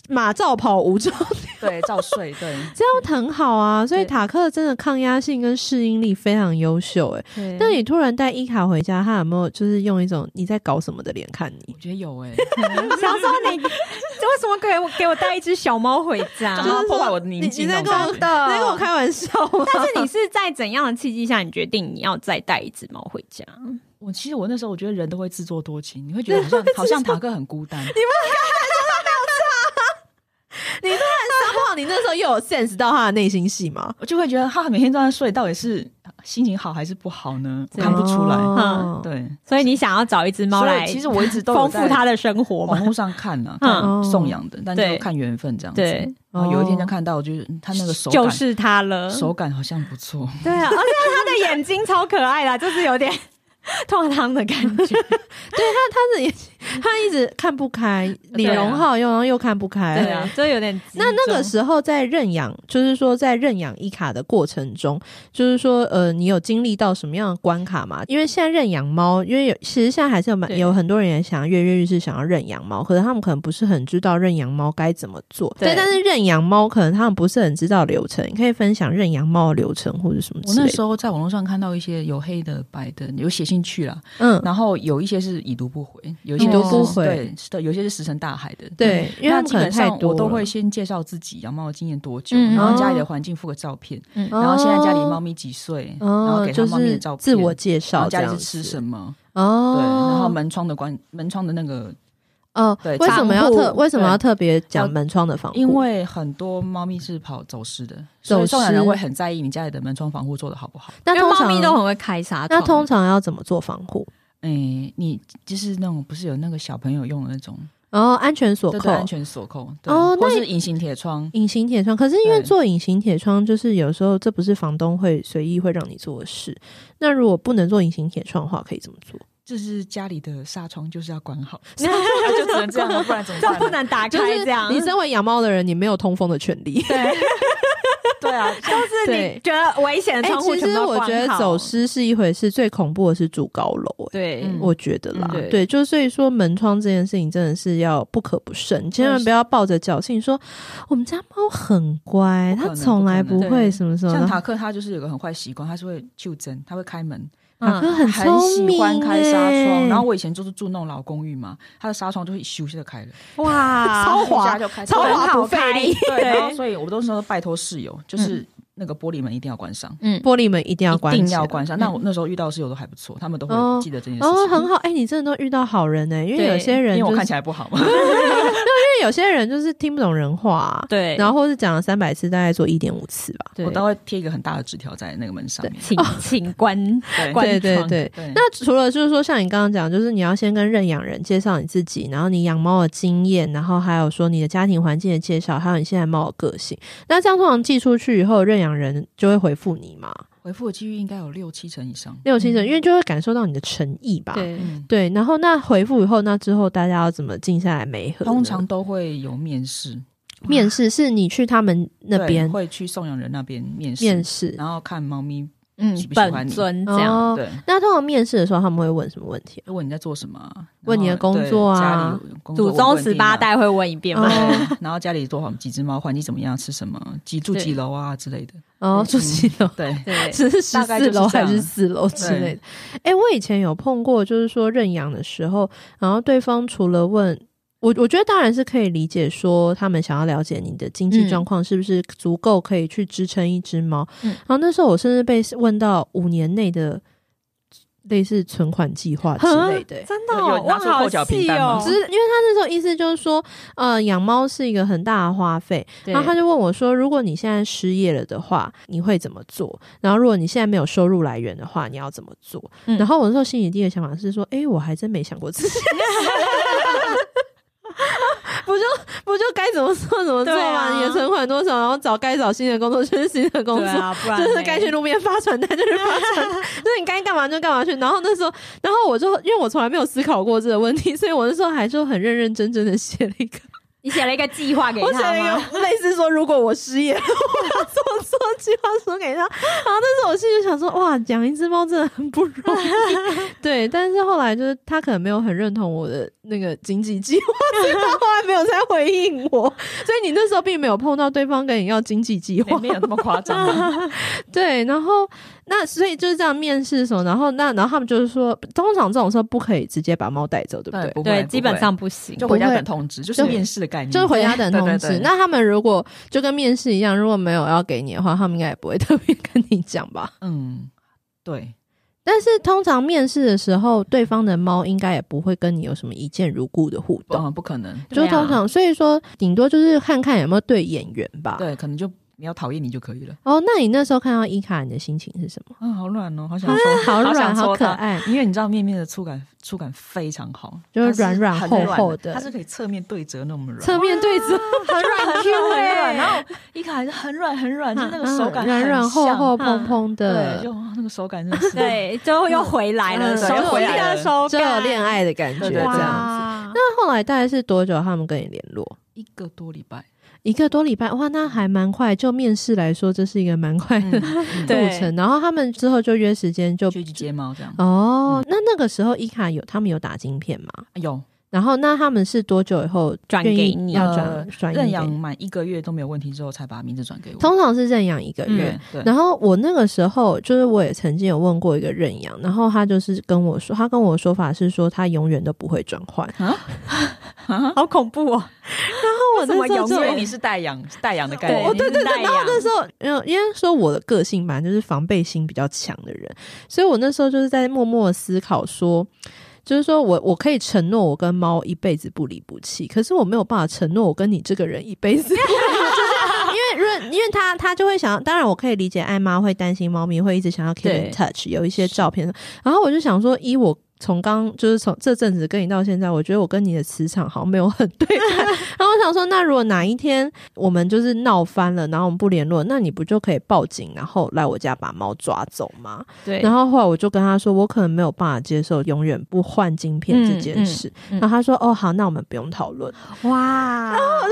[SPEAKER 1] 马照跑，舞照
[SPEAKER 3] 对，照睡，对，
[SPEAKER 1] 这样很好啊。所以
[SPEAKER 3] 对
[SPEAKER 1] 塔克真的抗压性跟适应力非常优秀、欸。
[SPEAKER 2] 对 *laughs*
[SPEAKER 1] 那你突然带伊卡回家，他有没有就是用一种你在搞什么的脸看你？
[SPEAKER 3] 我觉得有
[SPEAKER 1] *laughs*
[SPEAKER 3] 哎，
[SPEAKER 2] 想说你为什么
[SPEAKER 3] *laughs*
[SPEAKER 2] 给我给我带一只小猫回家？
[SPEAKER 3] 就是破坏我的宁静
[SPEAKER 1] 你在
[SPEAKER 3] 那
[SPEAKER 1] 跟
[SPEAKER 3] 种感
[SPEAKER 1] 我你
[SPEAKER 3] 觉，
[SPEAKER 2] 的
[SPEAKER 1] 在跟我开玩笑吗？
[SPEAKER 2] 但是你是在怎样的契机下，你决定你要再带一只猫回家？
[SPEAKER 3] 我其实我那时候我觉得人都会自作多情，你会觉得好像好像塔克很孤单，
[SPEAKER 1] 你突然撒谎，你那时候又有 sense 到他的内心戏吗？
[SPEAKER 3] 我就会觉得他每天都在睡，到底是心情好还是不好呢？我看不出来，
[SPEAKER 1] 哦，
[SPEAKER 3] 对。
[SPEAKER 2] 所以你想要找一只猫
[SPEAKER 3] 所以
[SPEAKER 2] 来，
[SPEAKER 3] 其实我一直都有
[SPEAKER 2] 丰富
[SPEAKER 3] 在
[SPEAKER 2] 它的生活
[SPEAKER 3] 网
[SPEAKER 2] 嘛。
[SPEAKER 3] 络上看啊，
[SPEAKER 1] 嗯
[SPEAKER 3] 看送养的，但是
[SPEAKER 2] 对
[SPEAKER 3] 就看缘分这样子。
[SPEAKER 2] 对，
[SPEAKER 3] 然后有一天就
[SPEAKER 1] 哦
[SPEAKER 3] 看到，就是嗯他那个手感，
[SPEAKER 2] 就是它了。
[SPEAKER 1] 嗯
[SPEAKER 3] 手感好像
[SPEAKER 1] *laughs*
[SPEAKER 3] 不错，
[SPEAKER 2] 对啊，而且它的眼睛超可爱啦，就是有点 *laughs* 痛汤的感觉。
[SPEAKER 1] 他的他一直看不开，李荣浩又然后又看不开，
[SPEAKER 2] 对啊，就有点执着。
[SPEAKER 1] 那哎那个时候在认养，就是说在认养伊卡的过程中，就是说呃，你有经历到什么样的关卡吗？因为现在认养猫，因为有其实现在还是有蛮
[SPEAKER 2] 对
[SPEAKER 1] 有很多人也想要跃跃欲试，想要认养猫，可是他们可能不是很知道认养猫该怎么做。
[SPEAKER 2] 对
[SPEAKER 1] 对，但是认养猫可能他们不是很知道流程，你可以分享认养猫的流程或者什么
[SPEAKER 3] 我
[SPEAKER 1] 之
[SPEAKER 3] 那
[SPEAKER 1] 类
[SPEAKER 3] 时
[SPEAKER 1] 的。
[SPEAKER 3] 候在网络上看到一些有黑的、白的，有写信去了，
[SPEAKER 1] 嗯，
[SPEAKER 3] 然后有一些是已读不回，有一
[SPEAKER 1] 已
[SPEAKER 3] 些是
[SPEAKER 1] 读不回
[SPEAKER 3] 对，是的，有一些是石沉大海的。
[SPEAKER 1] 对，因为他
[SPEAKER 3] 嗯那
[SPEAKER 1] 们
[SPEAKER 3] 基
[SPEAKER 1] 可能
[SPEAKER 3] 本
[SPEAKER 1] 太
[SPEAKER 3] 上
[SPEAKER 1] 多
[SPEAKER 3] 我都
[SPEAKER 1] 了
[SPEAKER 3] 会，先介绍自己养猫的经验多久，
[SPEAKER 2] 嗯
[SPEAKER 3] 然后家里的环境附个照片，
[SPEAKER 1] 哦
[SPEAKER 3] 然后现在家里猫咪几岁，然后
[SPEAKER 1] 哦
[SPEAKER 3] 给，它
[SPEAKER 1] 就
[SPEAKER 3] 猫咪的
[SPEAKER 1] 是
[SPEAKER 3] 照片，
[SPEAKER 1] 自我介
[SPEAKER 3] 然
[SPEAKER 1] 绍
[SPEAKER 3] 后
[SPEAKER 1] 这
[SPEAKER 3] 家
[SPEAKER 1] 样
[SPEAKER 3] 里
[SPEAKER 1] 子
[SPEAKER 3] 是吃什么，
[SPEAKER 1] 哦，
[SPEAKER 3] 对，然后门窗的关门窗的那个，
[SPEAKER 1] 哦，
[SPEAKER 3] 对
[SPEAKER 1] 为什么要
[SPEAKER 3] 防护
[SPEAKER 1] 特为什么要
[SPEAKER 3] 对
[SPEAKER 1] 特别
[SPEAKER 2] 哦
[SPEAKER 1] 讲门窗的防护？
[SPEAKER 3] 因为很多猫咪是跑走失的，所以
[SPEAKER 1] 哦走
[SPEAKER 3] 送养人
[SPEAKER 1] 失
[SPEAKER 3] 会很在意你家里的门窗防护做的好不好。
[SPEAKER 1] 那
[SPEAKER 2] 因为
[SPEAKER 1] 通
[SPEAKER 2] 猫
[SPEAKER 1] 常
[SPEAKER 2] 咪都很会开纱
[SPEAKER 1] 那
[SPEAKER 2] 窗，
[SPEAKER 1] 通常要怎么做防护？
[SPEAKER 3] 哎、你就是那种不是有那个小朋友用的那种
[SPEAKER 1] 然后哦安全锁
[SPEAKER 3] 对
[SPEAKER 1] 扣
[SPEAKER 3] 对、安全锁扣，对，
[SPEAKER 1] 哦那
[SPEAKER 3] 或是隐形铁窗。
[SPEAKER 1] 隐形铁窗，可是因为
[SPEAKER 3] 对
[SPEAKER 1] 做隐形铁窗，就是有时候这不是房东会随意会让你做的事。那如果不能做隐形铁窗的话，可以怎么做？
[SPEAKER 3] 就是家里的纱窗就是要管好，纱窗就只能这样了，不然怎
[SPEAKER 2] *laughs*
[SPEAKER 3] 么
[SPEAKER 2] 就
[SPEAKER 3] 办？
[SPEAKER 2] 不能打
[SPEAKER 1] 就
[SPEAKER 2] 开
[SPEAKER 1] 是
[SPEAKER 2] 这样。
[SPEAKER 1] 你身为养猫的人，你没有通风的权
[SPEAKER 2] *laughs*
[SPEAKER 1] 利。
[SPEAKER 2] 对，
[SPEAKER 3] 对啊，
[SPEAKER 2] 就是你觉得危险的
[SPEAKER 1] 哎、
[SPEAKER 2] 窗户
[SPEAKER 1] 其
[SPEAKER 2] 全部
[SPEAKER 1] 实
[SPEAKER 2] 都
[SPEAKER 1] 我觉得
[SPEAKER 2] 关好
[SPEAKER 1] 走失是一回事，最恐怖的是住高楼、哎
[SPEAKER 2] 对，
[SPEAKER 3] 嗯
[SPEAKER 1] 我觉得啦，
[SPEAKER 3] 嗯
[SPEAKER 1] 对
[SPEAKER 2] 对
[SPEAKER 1] 就所以说门窗这件事情真的是要不可不慎，千
[SPEAKER 3] 嗯
[SPEAKER 1] 万不要抱着侥幸说我们家猫很乖，
[SPEAKER 3] 不可
[SPEAKER 1] 它
[SPEAKER 3] 能
[SPEAKER 1] 从来
[SPEAKER 3] 不可
[SPEAKER 1] 不
[SPEAKER 3] 能
[SPEAKER 1] 会什么什么
[SPEAKER 3] 像
[SPEAKER 1] 的，
[SPEAKER 3] 塔克他就是有个很坏习惯，他是会就针，他会开门，
[SPEAKER 1] 塔克
[SPEAKER 2] 嗯，
[SPEAKER 1] 很
[SPEAKER 3] 很
[SPEAKER 1] 聪明、
[SPEAKER 3] 喜欢开纱窗。
[SPEAKER 1] 欸
[SPEAKER 3] 然后我以前就是住那种老公寓嘛，他的纱窗就会咻一下就开了，
[SPEAKER 2] 哇，
[SPEAKER 1] 超
[SPEAKER 3] 咻一下
[SPEAKER 1] 滑
[SPEAKER 3] 就开，
[SPEAKER 1] 超
[SPEAKER 3] 对
[SPEAKER 1] 滑不费力，
[SPEAKER 3] 对，然后
[SPEAKER 2] 对
[SPEAKER 3] 所以我都是说拜托室友，就是那个玻璃门一定要关上，
[SPEAKER 2] 嗯，
[SPEAKER 1] 玻璃门嗯一定要关
[SPEAKER 3] 一
[SPEAKER 1] 起来，嗯
[SPEAKER 3] 定要关上。那我那时候遇到的室友都还不错，他们都
[SPEAKER 1] 哦
[SPEAKER 3] 会记得这件事情。
[SPEAKER 1] 哦，很好，哎、你真的都遇到好人呢、因为
[SPEAKER 2] 对
[SPEAKER 1] 有些人、
[SPEAKER 3] 因
[SPEAKER 1] 就
[SPEAKER 3] 为
[SPEAKER 1] 是，
[SPEAKER 3] 我看
[SPEAKER 1] 因
[SPEAKER 3] 起来不好
[SPEAKER 1] *laughs*
[SPEAKER 3] 嘛。
[SPEAKER 1] 为有些人就是听不懂人话、啊
[SPEAKER 2] 对，
[SPEAKER 1] 然后或是讲了三百次，大概做一点五次吧。
[SPEAKER 2] 对
[SPEAKER 3] 我都会贴一个很大的纸条在那个门上面。
[SPEAKER 1] *laughs*
[SPEAKER 2] 请请关
[SPEAKER 3] 对
[SPEAKER 2] 关
[SPEAKER 1] 对对
[SPEAKER 2] 窗
[SPEAKER 1] 对，
[SPEAKER 3] 对，
[SPEAKER 1] 那除了就是说，像你刚刚讲，就是你要先跟认养人介绍你自己，然后你养猫的经验，然后还有说你的家庭环境的介绍，还有你现在猫的个性。那这样通常寄出去以后，认养人就会回复你嘛，
[SPEAKER 3] 回复的几率应该有六七成以上。
[SPEAKER 1] 六七成，因为就会感受到你的诚意吧。
[SPEAKER 2] 对
[SPEAKER 3] 嗯，
[SPEAKER 1] 对然后那回复以后，那之后大家要怎么静下来媒合呢？
[SPEAKER 3] 通常都会有面试，
[SPEAKER 1] 面试是你去他们那
[SPEAKER 3] 对
[SPEAKER 1] 边
[SPEAKER 3] 会去送养人那边面试，
[SPEAKER 1] 面试，
[SPEAKER 3] 然后看猫咪。
[SPEAKER 2] 嗯
[SPEAKER 3] 喜不喜欢
[SPEAKER 2] 本
[SPEAKER 3] 你
[SPEAKER 2] 尊这样。
[SPEAKER 1] 哦
[SPEAKER 3] 对，
[SPEAKER 1] 那通常面试的时候，他们会问什么问题啊？
[SPEAKER 3] 就问你在做什么啊，然后
[SPEAKER 1] 问你的工作啊
[SPEAKER 3] 对家里有工作
[SPEAKER 2] 祖宗十八。代会问一遍
[SPEAKER 1] 哦
[SPEAKER 2] 吗？
[SPEAKER 3] 稳定啊对然后家里多少几只猫，环境怎么样，吃什么，几住几楼啊之类的。
[SPEAKER 1] 哦，住几楼？
[SPEAKER 3] 对，
[SPEAKER 2] 对，
[SPEAKER 1] 只是十
[SPEAKER 3] 大概就
[SPEAKER 1] 四
[SPEAKER 3] 是这
[SPEAKER 1] 楼
[SPEAKER 3] 样
[SPEAKER 1] 还是四楼之类的。哎、我以前有碰过，就是说认养的时候，然后对方除了问。我我觉得当然是可以理解，说他们想要了解你的经
[SPEAKER 3] 嗯
[SPEAKER 1] 济状况是不是足够可以去支撑一只猫。
[SPEAKER 2] 嗯
[SPEAKER 1] 然后那时候我甚至被问到五年内的类似存款计划之类的、欸。
[SPEAKER 2] 真的、
[SPEAKER 3] 有
[SPEAKER 2] 哦，
[SPEAKER 3] 拿
[SPEAKER 2] 哇，
[SPEAKER 3] 出扣
[SPEAKER 2] 好
[SPEAKER 3] 缴
[SPEAKER 2] 细
[SPEAKER 3] 凭单吗
[SPEAKER 2] 哦
[SPEAKER 1] 只，是因为他那时候意思就是说，呃，养猫是一个很大的花费。然后他就问我说，如果你现在失业了的话，你会怎么做？然后如果你现在没有收入来源的话，你要怎么做？
[SPEAKER 2] 嗯
[SPEAKER 1] 然后我那时候心里第一个想法是说，诶，我还真没想过
[SPEAKER 2] *laughs*
[SPEAKER 1] 自己。 *laughs* 不就不就该怎么做怎么做
[SPEAKER 2] 对
[SPEAKER 1] 嘛、
[SPEAKER 2] 啊
[SPEAKER 1] 你的存款多少，然后找该找新的工作就是新的工
[SPEAKER 2] 对
[SPEAKER 1] 作， *laughs*
[SPEAKER 2] 啊，不然
[SPEAKER 1] 就是
[SPEAKER 2] 嘞
[SPEAKER 1] 该去路边发传单就是发传单， *laughs* 就是你该干嘛就干嘛去。然后那时候，然后我就因为我从来没有思考过这个问题，所以我那时候还就很认认真真的写了一个，
[SPEAKER 2] 你写了一个计划给
[SPEAKER 1] 我写
[SPEAKER 2] 他
[SPEAKER 1] 了一
[SPEAKER 2] 吗？
[SPEAKER 1] 个类似说如果我失业，我要做做计划书给他。然后那时候我心里就想说，哇，养一只猫真的很不容
[SPEAKER 2] *laughs*
[SPEAKER 1] 易。对，但是后来就是他可能没有很认同我的那个经济计
[SPEAKER 2] *laughs*
[SPEAKER 1] 划， *laughs* 所以他后来没有再回应我。所以你那时候并没有碰到对方跟你要经济计划
[SPEAKER 2] *laughs*
[SPEAKER 3] 没。没有那么夸
[SPEAKER 1] *laughs*
[SPEAKER 3] 张啊。
[SPEAKER 1] 对，然后那所以就是这样面试什么，然后那然后他们就是说，通常这种时候不可以直接把猫带走，对不对？
[SPEAKER 3] 对，不会
[SPEAKER 2] 对，
[SPEAKER 3] 不会
[SPEAKER 2] 基本上不行。
[SPEAKER 3] 就回家
[SPEAKER 1] 不会
[SPEAKER 3] 等通知，就是
[SPEAKER 1] 就
[SPEAKER 3] 面试的概念，
[SPEAKER 1] 就是回家等
[SPEAKER 3] 对对
[SPEAKER 1] 通
[SPEAKER 3] 对
[SPEAKER 1] 知。
[SPEAKER 3] 对
[SPEAKER 1] 那他们如果就跟面试一样，如果没有要给你的话，他们应该也不会特别跟你讲吧。
[SPEAKER 3] 嗯，对，
[SPEAKER 1] *laughs* 但是通常面试的时候，对方的猫应该也不会跟你有什么一见如故的互动，
[SPEAKER 3] 嗯，不可能，
[SPEAKER 1] 就
[SPEAKER 2] 对啊
[SPEAKER 1] 通常、所以说顶多就是看看有没有对眼缘吧。
[SPEAKER 3] 对，可能就你要讨厌你就可以了。
[SPEAKER 1] 哦，那你那时候看到伊卡，你的心情是什么？
[SPEAKER 3] 啊，好软哦，好想
[SPEAKER 1] 啊
[SPEAKER 3] 说，
[SPEAKER 1] *laughs* 好软，
[SPEAKER 3] 想
[SPEAKER 1] 好
[SPEAKER 3] 戳
[SPEAKER 1] 可
[SPEAKER 3] 它。
[SPEAKER 1] 爱，
[SPEAKER 3] 因为你知道面面的触感触感非常好，
[SPEAKER 1] 就是
[SPEAKER 3] 它
[SPEAKER 1] 软
[SPEAKER 3] 是
[SPEAKER 1] 软
[SPEAKER 3] 很
[SPEAKER 1] 厚
[SPEAKER 3] 软
[SPEAKER 1] 厚
[SPEAKER 3] 的，
[SPEAKER 1] 的
[SPEAKER 3] 它是可以侧面对折那么
[SPEAKER 1] *laughs*
[SPEAKER 3] 软，
[SPEAKER 1] 侧面 *laughs* 对着，
[SPEAKER 3] 很软很
[SPEAKER 2] Q
[SPEAKER 3] 很
[SPEAKER 2] 欸
[SPEAKER 3] 软，然后一卡还是很软很软，就那个
[SPEAKER 1] 嗯
[SPEAKER 3] 手感
[SPEAKER 1] 软
[SPEAKER 3] 很
[SPEAKER 1] 软厚
[SPEAKER 3] 像
[SPEAKER 1] 厚蓬蓬
[SPEAKER 3] 对，
[SPEAKER 1] 的，
[SPEAKER 3] 就哇那个手感真
[SPEAKER 1] *laughs*
[SPEAKER 3] 的
[SPEAKER 2] *laughs*
[SPEAKER 3] 是
[SPEAKER 2] 对，就又回来了，
[SPEAKER 1] 嗯
[SPEAKER 2] 手
[SPEAKER 1] 又回来
[SPEAKER 3] 了
[SPEAKER 2] 的手
[SPEAKER 1] 就有
[SPEAKER 2] 感，
[SPEAKER 1] 恋爱的感觉
[SPEAKER 3] 对
[SPEAKER 1] 这
[SPEAKER 3] 对这
[SPEAKER 1] 样。
[SPEAKER 2] 哇，
[SPEAKER 1] 那后来大概是多久他们跟你联络？
[SPEAKER 3] 一个多礼拜，
[SPEAKER 1] 一个多礼拜，哇，那还蛮快。就面试来说，这是一个蛮 *laughs* 快的
[SPEAKER 3] 嗯
[SPEAKER 2] 对
[SPEAKER 1] 路程。然后他们之后就约时间就
[SPEAKER 3] 就去接猫这样，
[SPEAKER 1] 哦，
[SPEAKER 2] 嗯
[SPEAKER 1] 那那个时候伊卡有他们有打晶片吗？
[SPEAKER 3] 有
[SPEAKER 1] 然后那他们是多久以后
[SPEAKER 2] 转
[SPEAKER 1] 愿意
[SPEAKER 2] 给你
[SPEAKER 1] 要
[SPEAKER 3] 呃
[SPEAKER 1] 转转移
[SPEAKER 3] 认
[SPEAKER 1] 给
[SPEAKER 3] 养
[SPEAKER 1] 你？
[SPEAKER 3] 满一个月都没有问题之后，才把名字转给我。
[SPEAKER 1] 通常是认养一个
[SPEAKER 2] 嗯
[SPEAKER 1] 月，
[SPEAKER 3] 对对，
[SPEAKER 1] 然后我那个时候就是我也曾经有问过一个认养，然后他就是跟我说，他跟我说法是说他永远都不会转换。
[SPEAKER 2] 好恐怖哦！
[SPEAKER 1] 那我
[SPEAKER 2] 为什么
[SPEAKER 1] 那时候
[SPEAKER 2] 对
[SPEAKER 3] 因
[SPEAKER 1] 就
[SPEAKER 2] 永
[SPEAKER 3] 为
[SPEAKER 2] 远
[SPEAKER 3] 你是代养代养的概
[SPEAKER 2] 对
[SPEAKER 3] 念
[SPEAKER 1] 我，对对
[SPEAKER 2] 你是
[SPEAKER 1] 对，
[SPEAKER 2] 代
[SPEAKER 1] 然后
[SPEAKER 2] 养
[SPEAKER 1] 那时候，嗯，应该说我的个性吧，就是防备心比较强的人，所以我那时候就是在默默地思考说，就是说我我可以承诺我跟猫一辈子不离不弃，可是我没有办法承诺我跟你这个人一辈子 *laughs* 不离不弃。就是因为，因为因为他他就会想，当然我可以理解爱妈会担心猫咪会一直想要 keep
[SPEAKER 3] 对
[SPEAKER 1] in touch，有一些照片。然后我就想说，依我从刚就是从这阵子跟你到现在，我觉得我跟你的磁场好像没有很对盘。然后我想说，那如果哪一天我们就是闹翻了，然后我们不联络，那你不就可以报警，然后来我家把猫抓走吗？
[SPEAKER 2] 对
[SPEAKER 1] 然后后来我就跟他说，我可能没有办法接受永远不换晶片这件事。
[SPEAKER 2] 嗯嗯嗯
[SPEAKER 1] 然后他说，哦，好，那我们不用讨论。
[SPEAKER 2] 哇，
[SPEAKER 1] no，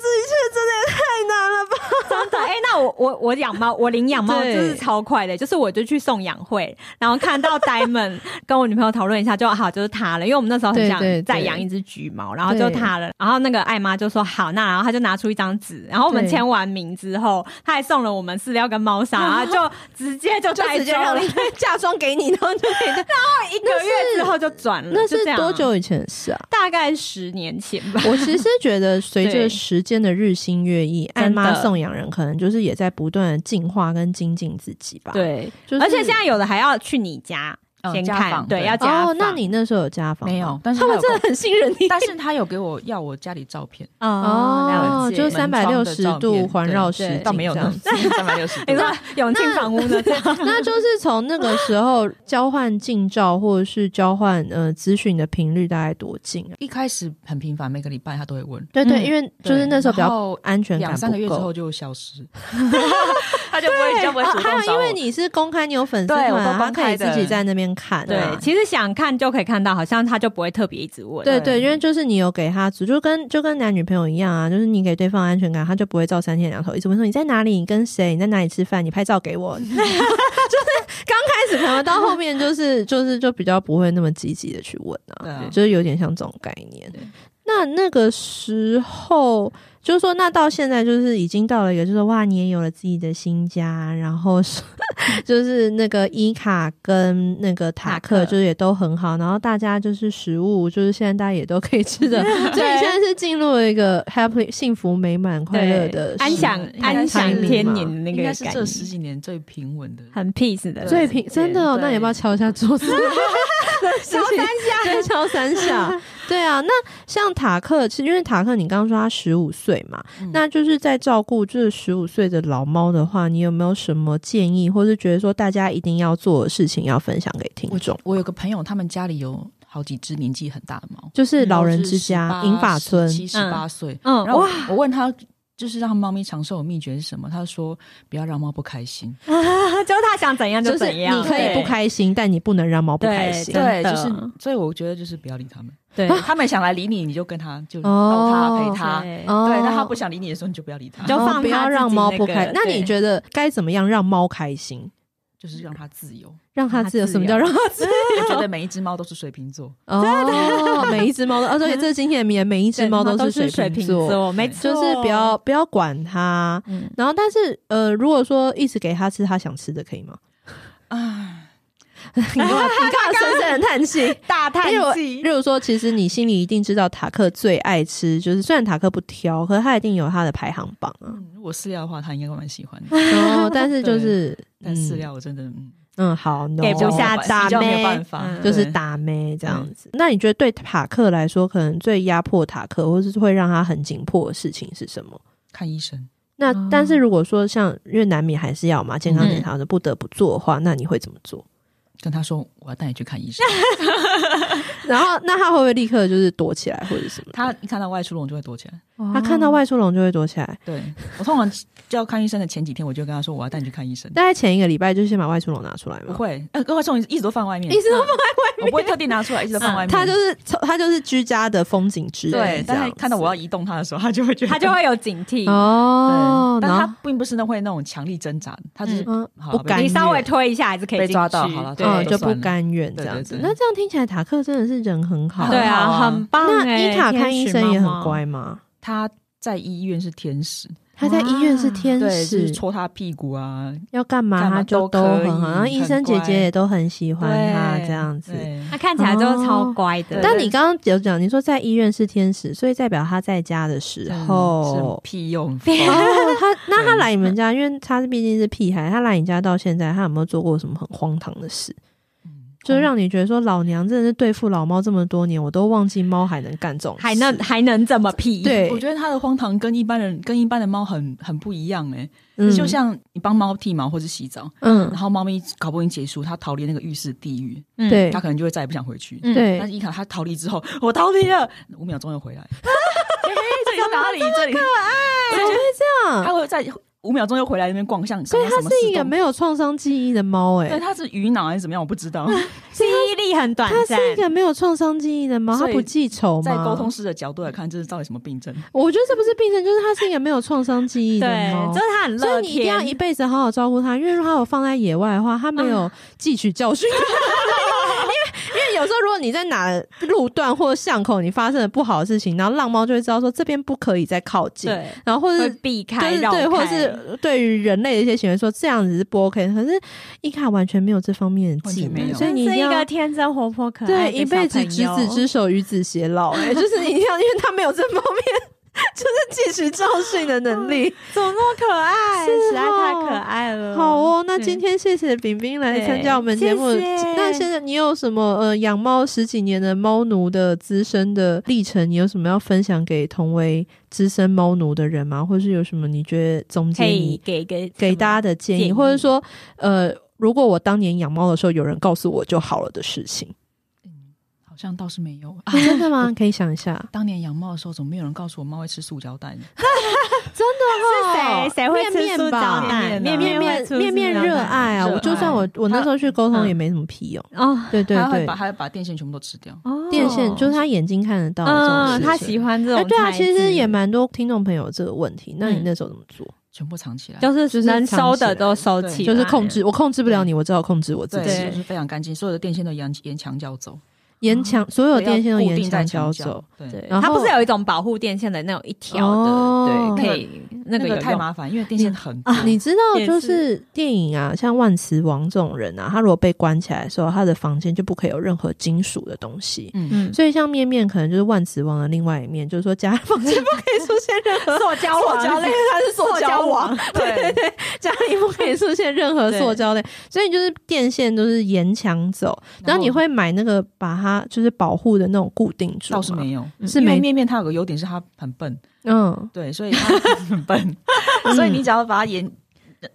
[SPEAKER 1] 这一切真的也太难了吧？
[SPEAKER 2] 真的哎、那我我我养猫，我领养猫就
[SPEAKER 1] 对
[SPEAKER 2] 是超快的，就是我就去送养会，然后看到 Diamond *laughs* 跟我女朋友讨论一下，就好就是它了，因为我们那时候很想
[SPEAKER 1] 对对对
[SPEAKER 2] 再养一只橘猫，然后
[SPEAKER 1] 对
[SPEAKER 2] 就它了，然后那个艾妈就说好，那然后她就拿出一张纸，然后我们
[SPEAKER 1] 对
[SPEAKER 2] 签完名之后，她还送了我们饲料跟猫砂，然后就直接就
[SPEAKER 1] 就
[SPEAKER 2] 带
[SPEAKER 1] 直接
[SPEAKER 2] 走
[SPEAKER 1] 让
[SPEAKER 2] 了，
[SPEAKER 1] 你嫁妆给你，然后就可以带。
[SPEAKER 2] 一个月之后就转了，
[SPEAKER 1] *laughs* 那
[SPEAKER 2] 就是这样啊
[SPEAKER 1] 多？久以前的事啊？ *laughs*
[SPEAKER 2] 大概十年前吧。
[SPEAKER 1] 我其实觉得，随着
[SPEAKER 2] 对
[SPEAKER 1] 时间的日新月异，爱
[SPEAKER 2] 真的
[SPEAKER 1] 妈送养人可能就是也在不断的进化跟精进自己吧。，
[SPEAKER 2] 对，
[SPEAKER 1] 就是、
[SPEAKER 2] 而且现在有的还要去你家
[SPEAKER 3] 嗯
[SPEAKER 2] 先
[SPEAKER 3] 家
[SPEAKER 2] 看，
[SPEAKER 3] 访
[SPEAKER 2] 对，
[SPEAKER 3] 对
[SPEAKER 2] 要家
[SPEAKER 1] 哦，那
[SPEAKER 2] 访
[SPEAKER 1] 你那时候有家访吗
[SPEAKER 3] 没有，但是
[SPEAKER 1] 他们
[SPEAKER 3] 有
[SPEAKER 1] 真的很信任你。
[SPEAKER 3] 但是他有给我要我家里照片，
[SPEAKER 1] 哦
[SPEAKER 2] 嗯哦，，了解
[SPEAKER 1] 就
[SPEAKER 3] 门
[SPEAKER 1] 三百六
[SPEAKER 3] 窗的
[SPEAKER 1] 十
[SPEAKER 3] 照
[SPEAKER 1] 度
[SPEAKER 3] 片
[SPEAKER 1] 环
[SPEAKER 3] 对
[SPEAKER 1] 绕
[SPEAKER 2] 对
[SPEAKER 1] 实
[SPEAKER 3] 倒没有
[SPEAKER 1] 景这
[SPEAKER 3] 呢
[SPEAKER 1] 样，
[SPEAKER 3] 三百六 *laughs* 十
[SPEAKER 2] *laughs* 你说永庆房屋呢？
[SPEAKER 1] *laughs* 那就是从那个时候交换近照或者是交换呃资讯的频率大概多近啊？
[SPEAKER 3] 一开始很频繁，每个礼拜他都会问，
[SPEAKER 1] 对对，
[SPEAKER 2] 嗯
[SPEAKER 1] 因为 *laughs* 就是那时候比
[SPEAKER 3] 然
[SPEAKER 1] 较
[SPEAKER 3] 后
[SPEAKER 1] 安全感
[SPEAKER 3] 两三个
[SPEAKER 1] 不
[SPEAKER 3] 月之
[SPEAKER 1] 够。
[SPEAKER 3] 后就消失，他就不会比较不会
[SPEAKER 2] 啊
[SPEAKER 3] 主
[SPEAKER 1] 啊还
[SPEAKER 3] 动
[SPEAKER 1] 有，因
[SPEAKER 3] 找我
[SPEAKER 1] 为。你是公开，你有粉丝
[SPEAKER 3] 对
[SPEAKER 1] 团
[SPEAKER 3] 我都
[SPEAKER 1] 啊，他
[SPEAKER 3] 公
[SPEAKER 1] 可以
[SPEAKER 3] 开
[SPEAKER 1] 自
[SPEAKER 3] 的
[SPEAKER 1] 己在那边看啊。
[SPEAKER 2] 对，其实想看就可以看到，好像他就不会特别一直问。
[SPEAKER 1] 对
[SPEAKER 3] 对
[SPEAKER 1] 对，因为就是你有给他足，就跟就跟男女朋友一样啊，就是你给对方安全感，他就不会照三天两头一直问说你在哪里，你跟谁，你在哪里吃饭，你拍照给我。 *laughs* 就是刚开始可能到后面就是就是就比较不会那么积极的去问啊，
[SPEAKER 3] 对啊
[SPEAKER 1] 就是有点像这种概念
[SPEAKER 3] 对。
[SPEAKER 1] 那那个时候，就是说，那到现在就是已经到了一个，就是哇，你也有了自己的新家，然后是 *laughs* 就是那个伊卡跟那个塔
[SPEAKER 2] 塔
[SPEAKER 1] 克，
[SPEAKER 2] 克
[SPEAKER 1] 就是也都很好，然后大家就是食物，就是现在大家也都可以吃
[SPEAKER 2] *laughs*
[SPEAKER 1] 的，所以你现在是进入了一个 happy 幸福美满快乐的
[SPEAKER 2] 安
[SPEAKER 1] 时
[SPEAKER 2] 享
[SPEAKER 3] 应该
[SPEAKER 2] 安
[SPEAKER 3] 是
[SPEAKER 2] 享天年的那
[SPEAKER 3] 应
[SPEAKER 2] 个
[SPEAKER 3] 该是
[SPEAKER 2] 感
[SPEAKER 3] 这
[SPEAKER 2] 觉，
[SPEAKER 3] 十几年最平稳的。
[SPEAKER 2] 很 peace 的，
[SPEAKER 1] 最平真的哦，
[SPEAKER 3] 对
[SPEAKER 1] 那你要不要敲一下桌
[SPEAKER 2] *laughs*
[SPEAKER 1] 子？ *laughs* 敲三下，对，敲三下。对啊，那像塔克，其实因为塔克你刚刚说他十五岁嘛，
[SPEAKER 2] 嗯
[SPEAKER 1] 那就是在照顾这十五岁的老猫的话，你有没有什么建议，或是觉得说大家一定要做的事情要分享给听
[SPEAKER 3] 我
[SPEAKER 1] 众？
[SPEAKER 3] 我有个朋友，他们家里有好几只年纪很大的猫，
[SPEAKER 1] 就是老人之家、银发村，
[SPEAKER 3] 七十八岁。
[SPEAKER 2] 嗯
[SPEAKER 3] 然后
[SPEAKER 2] 哇
[SPEAKER 3] 我，我问他，就是让猫咪长寿的秘诀是什么？他说不要让猫不开心。
[SPEAKER 2] 就是他想怎样
[SPEAKER 1] 就
[SPEAKER 2] 就是怎样，
[SPEAKER 1] 你可以不
[SPEAKER 2] 对
[SPEAKER 1] 开心，但你不能让猫不开心。
[SPEAKER 2] 对真
[SPEAKER 3] 对，
[SPEAKER 2] 的
[SPEAKER 3] 就是，所以我觉得就是不要理他们，
[SPEAKER 2] 对 *laughs*
[SPEAKER 3] 他们想来理你，你就跟他就抱他
[SPEAKER 1] 哦
[SPEAKER 3] 陪他。
[SPEAKER 2] 对
[SPEAKER 1] 哦
[SPEAKER 3] 对，那他不想理你的时候，你就不要理他，
[SPEAKER 2] 就
[SPEAKER 1] 哦
[SPEAKER 2] 放
[SPEAKER 1] 不
[SPEAKER 2] 它
[SPEAKER 1] 要
[SPEAKER 2] 自
[SPEAKER 1] 让
[SPEAKER 2] 己
[SPEAKER 1] 猫
[SPEAKER 2] 那
[SPEAKER 1] 不
[SPEAKER 2] 个
[SPEAKER 1] 开。那你
[SPEAKER 2] 对
[SPEAKER 1] 觉得该怎么样让猫开心？
[SPEAKER 3] 就是让他自由。 *laughs*
[SPEAKER 1] 让它
[SPEAKER 3] 它
[SPEAKER 1] 自由？
[SPEAKER 3] 自
[SPEAKER 1] 什么叫
[SPEAKER 3] 由
[SPEAKER 1] 让它自由？
[SPEAKER 3] 我觉得每一只猫都是水瓶座，
[SPEAKER 1] 哦，每一只猫都，而且这是今天的名言，每一只
[SPEAKER 2] 对
[SPEAKER 1] 猫
[SPEAKER 2] 猫
[SPEAKER 1] 都
[SPEAKER 2] 是
[SPEAKER 1] 水
[SPEAKER 2] 瓶
[SPEAKER 1] 座，
[SPEAKER 2] 座，没
[SPEAKER 1] 就
[SPEAKER 2] 错，
[SPEAKER 1] 是不要不要管它。
[SPEAKER 2] 嗯
[SPEAKER 1] 然后，但是呃，如果说一直给它吃它想吃的，可以吗？
[SPEAKER 3] 啊，
[SPEAKER 1] *laughs* 你干嘛你干嘛深深的叹气？
[SPEAKER 2] 大叹
[SPEAKER 1] 例如
[SPEAKER 2] 气
[SPEAKER 1] 例。如说，其实你心里一定知道塔克最爱吃，就是虽然塔克不挑，可是他一定有他的排行榜啊。
[SPEAKER 3] 嗯如果饲料的话，他应该会蛮喜欢的。
[SPEAKER 1] 然后，但是就是，
[SPEAKER 3] *laughs* 但饲
[SPEAKER 1] 嗯
[SPEAKER 3] 料我真的嗯
[SPEAKER 1] 嗯，好，
[SPEAKER 2] 哎给不下
[SPEAKER 3] 比
[SPEAKER 2] 打
[SPEAKER 3] 较没有
[SPEAKER 2] 咩
[SPEAKER 3] 办法
[SPEAKER 2] 嗯，
[SPEAKER 1] 就是
[SPEAKER 3] 对
[SPEAKER 1] 打妹这样
[SPEAKER 3] 嗯
[SPEAKER 1] 子。那你觉得对塔克来说，可能最压迫塔克，或是会让他很紧迫的事情是什么？
[SPEAKER 3] 看医生。
[SPEAKER 1] 那、
[SPEAKER 2] 哦
[SPEAKER 1] 但是如果说像因为难免还是要嘛，健康
[SPEAKER 2] 嗯
[SPEAKER 1] 检查的不得不做的话，那你会怎么做？
[SPEAKER 3] 跟他说我要带你去看医生， *laughs*
[SPEAKER 1] 然后那他会不会立刻就是躲起来或者什么？
[SPEAKER 3] 他一看到外出笼就会躲起来。
[SPEAKER 1] 他看
[SPEAKER 3] 哦
[SPEAKER 1] 到外出笼就会躲起来。
[SPEAKER 3] 对我通常就要看医生的前几天，我就跟他说我要带你去看医生。
[SPEAKER 1] 大概前一个礼拜就先把外出笼拿出来
[SPEAKER 3] 不
[SPEAKER 1] 嘛。
[SPEAKER 3] 会，呃，外送一直都放外面，
[SPEAKER 1] 意思是
[SPEAKER 3] 我不会特地拿出来，一直都放外面。
[SPEAKER 1] 嗯他就是他就是居家的风景之
[SPEAKER 3] 对
[SPEAKER 1] 人，这样子，
[SPEAKER 3] 但是看到我要移动他的时候，他就会觉得
[SPEAKER 2] 他就会有警惕。
[SPEAKER 1] 哦
[SPEAKER 3] 对，，但
[SPEAKER 1] 然
[SPEAKER 3] 他
[SPEAKER 1] 后
[SPEAKER 3] 并不是那会那种强力挣扎，他只是
[SPEAKER 1] 嗯
[SPEAKER 3] 好
[SPEAKER 1] 不
[SPEAKER 3] 被
[SPEAKER 1] 甘
[SPEAKER 2] 你
[SPEAKER 1] 愿，
[SPEAKER 2] 稍微推一下还是可以
[SPEAKER 3] 被
[SPEAKER 2] 进
[SPEAKER 3] 抓到
[SPEAKER 2] 去
[SPEAKER 3] 好了
[SPEAKER 2] 对
[SPEAKER 1] 嗯
[SPEAKER 3] 就
[SPEAKER 1] 就
[SPEAKER 3] 算
[SPEAKER 1] 不
[SPEAKER 3] 了
[SPEAKER 1] 甘愿这
[SPEAKER 3] 对
[SPEAKER 1] 样
[SPEAKER 3] 对
[SPEAKER 1] 子。
[SPEAKER 3] 对
[SPEAKER 1] 那这样听起来塔克真的是人很哦好，
[SPEAKER 2] 对
[SPEAKER 3] 很好
[SPEAKER 2] 啊，
[SPEAKER 3] 啊
[SPEAKER 2] 很棒
[SPEAKER 1] 那
[SPEAKER 2] 哎。
[SPEAKER 1] 伊塔看
[SPEAKER 2] 天
[SPEAKER 1] 医
[SPEAKER 2] 使
[SPEAKER 1] 生也
[SPEAKER 2] 妈妈啊
[SPEAKER 1] 很，乖嘛，
[SPEAKER 3] 他在医院是天使，
[SPEAKER 1] 他在医院是
[SPEAKER 2] 哇
[SPEAKER 1] 天
[SPEAKER 3] 对，就
[SPEAKER 1] 使
[SPEAKER 3] 是，戳他屁股啊，
[SPEAKER 1] 要干嘛
[SPEAKER 3] 干嘛
[SPEAKER 1] 他就
[SPEAKER 3] 都
[SPEAKER 1] 都
[SPEAKER 3] 可以
[SPEAKER 1] 很好，然后医
[SPEAKER 3] 很
[SPEAKER 1] 生姐
[SPEAKER 3] 乖
[SPEAKER 1] 姐也都很喜欢他
[SPEAKER 3] 对
[SPEAKER 1] 这样子。
[SPEAKER 3] 对
[SPEAKER 2] 他看起来就是超乖的。
[SPEAKER 3] 哦
[SPEAKER 1] 但你刚刚有讲，你说在医院是天使，所以代表他在家的时
[SPEAKER 3] 嗯是
[SPEAKER 1] 候，
[SPEAKER 3] 屁用法，
[SPEAKER 1] 哦，他那他来你们家，因为他毕竟是屁孩，他来你家到现在，他有没有做过什么很荒唐的事？
[SPEAKER 3] 嗯
[SPEAKER 1] 就是让你觉得说，老娘真的是对付老猫这么多年，我都忘记猫还能干这种事，
[SPEAKER 2] 还能还能怎么
[SPEAKER 1] *laughs*
[SPEAKER 2] 屁？
[SPEAKER 1] 对，
[SPEAKER 3] 我觉得它的荒唐跟一般人跟一般的猫很很不一样哎、
[SPEAKER 1] 嗯
[SPEAKER 3] 就像你帮猫剃毛或者洗澡，
[SPEAKER 1] 嗯
[SPEAKER 3] 然，后猫咪搞不容易结束，它逃离那个浴室地狱，
[SPEAKER 2] 嗯
[SPEAKER 1] 对
[SPEAKER 3] 它可能就会再也不想回去。
[SPEAKER 2] 嗯
[SPEAKER 1] 对
[SPEAKER 3] 但是伊卡它逃离之后，我逃离了，五秒钟
[SPEAKER 1] *laughs*
[SPEAKER 3] 又回来。哎这里是哪里？这里可爱，我觉得
[SPEAKER 1] 这样
[SPEAKER 3] 它，会在五秒钟又回来那边逛，像
[SPEAKER 1] 啊所以它
[SPEAKER 3] 什么事
[SPEAKER 1] 哎是一个
[SPEAKER 3] 都
[SPEAKER 1] 没有创伤记忆的猫，
[SPEAKER 3] 对，
[SPEAKER 1] 哎，
[SPEAKER 3] 它是鱼脑还是怎么样？我不
[SPEAKER 1] *laughs*
[SPEAKER 3] 知道。
[SPEAKER 1] 哦
[SPEAKER 2] 记忆力很短
[SPEAKER 1] 它
[SPEAKER 2] 暂
[SPEAKER 1] 是一。个没有创伤记忆的猫，它
[SPEAKER 3] 所以
[SPEAKER 1] 不记仇
[SPEAKER 3] 在
[SPEAKER 1] 吗？
[SPEAKER 3] 沟通师的角度来看，这是到底什么病症？
[SPEAKER 1] 我觉得这不是病症，就是它是一个没有创伤记忆的
[SPEAKER 2] 对
[SPEAKER 1] 猫，，
[SPEAKER 2] 就是他很
[SPEAKER 1] 哦所
[SPEAKER 2] 乐
[SPEAKER 1] 以你一定要一
[SPEAKER 2] 天，嗯
[SPEAKER 1] 辈子好好照顾它，因为如果它有放在野外的话，它没有汲取教训。 *laughs* 因为因为有时候，如果你在哪路段或巷口你发生了不好的事情，然后浪猫就会知道说这边不可以再靠近，
[SPEAKER 2] 对，
[SPEAKER 1] 然后或
[SPEAKER 2] 会
[SPEAKER 1] 是
[SPEAKER 2] 避
[SPEAKER 1] 就
[SPEAKER 2] 开，
[SPEAKER 1] 是
[SPEAKER 2] 绕
[SPEAKER 1] 对，或者
[SPEAKER 2] 开
[SPEAKER 1] 是对于人类的一些行为说这样子是不 OK 的。可是伊卡完全没有这方面的
[SPEAKER 3] 完
[SPEAKER 1] 技
[SPEAKER 3] 全没
[SPEAKER 1] 能，
[SPEAKER 3] 有
[SPEAKER 1] 所以你一
[SPEAKER 2] 嗯真是
[SPEAKER 1] 定
[SPEAKER 2] 一
[SPEAKER 1] 要
[SPEAKER 2] 个天真活泼可爱
[SPEAKER 1] 对，
[SPEAKER 2] 的
[SPEAKER 1] 一辈子
[SPEAKER 2] 小朋
[SPEAKER 1] 执
[SPEAKER 2] 友
[SPEAKER 1] 子之手，与子偕老、哎，就是你一定要，因 *laughs* 为他没有这方面， *laughs* 就是汲取教训的能力。
[SPEAKER 2] 怎么那么可爱？
[SPEAKER 1] 是哦
[SPEAKER 2] 实在太可爱了。
[SPEAKER 1] 好哦，那
[SPEAKER 2] 对
[SPEAKER 1] 今天谢谢饼饼来
[SPEAKER 2] 对
[SPEAKER 1] 参加我们节目。
[SPEAKER 2] 谢谢
[SPEAKER 1] 那现在你有什么呃养猫十几年的猫奴的资深的历程，你有什么要分享给同为资深猫奴的人吗？或是有什么你觉得总结
[SPEAKER 2] 可以
[SPEAKER 1] 你
[SPEAKER 2] 给给
[SPEAKER 1] 嗯给大家的建
[SPEAKER 2] 建
[SPEAKER 1] 议，
[SPEAKER 2] 议
[SPEAKER 1] 或者说呃，如果我当年养猫的时候有人告诉我就好了的事情，
[SPEAKER 3] 好像倒是没有啊。
[SPEAKER 1] 真的吗？可以想一下，
[SPEAKER 3] 当年养猫的时候，怎么没有人告诉我猫会吃塑胶袋呢？
[SPEAKER 2] 是谁谁会吃
[SPEAKER 1] 面面
[SPEAKER 2] 塑胶
[SPEAKER 1] 吧
[SPEAKER 2] 奶？
[SPEAKER 3] 面
[SPEAKER 1] 面面面面热爱啊！
[SPEAKER 3] 热爱
[SPEAKER 1] 我就算我我那时候去沟通
[SPEAKER 2] 嗯
[SPEAKER 1] 也没什么屁用。
[SPEAKER 2] 哦
[SPEAKER 1] 对对
[SPEAKER 3] 它会
[SPEAKER 1] 对
[SPEAKER 3] 把，它会把电线全部都吃掉。
[SPEAKER 2] 哦
[SPEAKER 1] 电线就是他眼睛看得到这种事
[SPEAKER 2] 嗯，
[SPEAKER 1] 情。
[SPEAKER 2] 他喜欢这
[SPEAKER 1] 哎，
[SPEAKER 2] 种
[SPEAKER 1] 对啊，
[SPEAKER 2] 材质
[SPEAKER 1] 其实也蛮多听众朋友有这个问题。那你
[SPEAKER 2] 嗯
[SPEAKER 1] 那时候怎么做？
[SPEAKER 3] 全部藏起来，
[SPEAKER 2] 就是能收的都收起来，
[SPEAKER 1] 就是控制，我控制不了你，我只好控制我自
[SPEAKER 3] 对，
[SPEAKER 1] 己。
[SPEAKER 2] 对
[SPEAKER 3] 就是非常干净，所有的电线都沿沿墙角走。
[SPEAKER 1] 沿墙、所有电线都
[SPEAKER 3] 固
[SPEAKER 1] 沿
[SPEAKER 3] 定在
[SPEAKER 1] 墙
[SPEAKER 3] 墙
[SPEAKER 1] 角
[SPEAKER 3] 角
[SPEAKER 1] 走。，
[SPEAKER 3] 对，
[SPEAKER 1] 然
[SPEAKER 2] 它不
[SPEAKER 1] 后
[SPEAKER 2] 是有一种保护电线的那种一条的，
[SPEAKER 1] 哦
[SPEAKER 2] 对，可以那
[SPEAKER 3] 那
[SPEAKER 2] 个
[SPEAKER 3] 个
[SPEAKER 2] 有
[SPEAKER 3] 太
[SPEAKER 2] 用
[SPEAKER 3] 麻烦，因为电线很多
[SPEAKER 1] 你知道，
[SPEAKER 2] 也
[SPEAKER 1] 就是电影啊，像万磁王这种人啊，他如果被关起来的时候，他的房间就不可以有任何金属的东西。
[SPEAKER 3] 嗯，
[SPEAKER 2] 嗯，
[SPEAKER 1] 所以像面面可能就是万磁王的另外一面，就是说家里房间不可以出现任何
[SPEAKER 2] 塑胶网
[SPEAKER 1] 塑胶类，它是塑胶网，
[SPEAKER 3] 对，
[SPEAKER 1] *laughs* 家里不可以出现任何塑胶类，所以就是电线都是沿墙走。然
[SPEAKER 3] 然
[SPEAKER 1] 后
[SPEAKER 3] 后
[SPEAKER 1] 你会买那个把它就是保护的那种固定住
[SPEAKER 3] 倒是
[SPEAKER 1] 吗
[SPEAKER 3] 没有，
[SPEAKER 1] 是
[SPEAKER 3] 因为
[SPEAKER 1] 没
[SPEAKER 3] 面面它有个优点是它很笨，
[SPEAKER 1] 嗯
[SPEAKER 3] 对，所以它很笨，所以你只要把它沿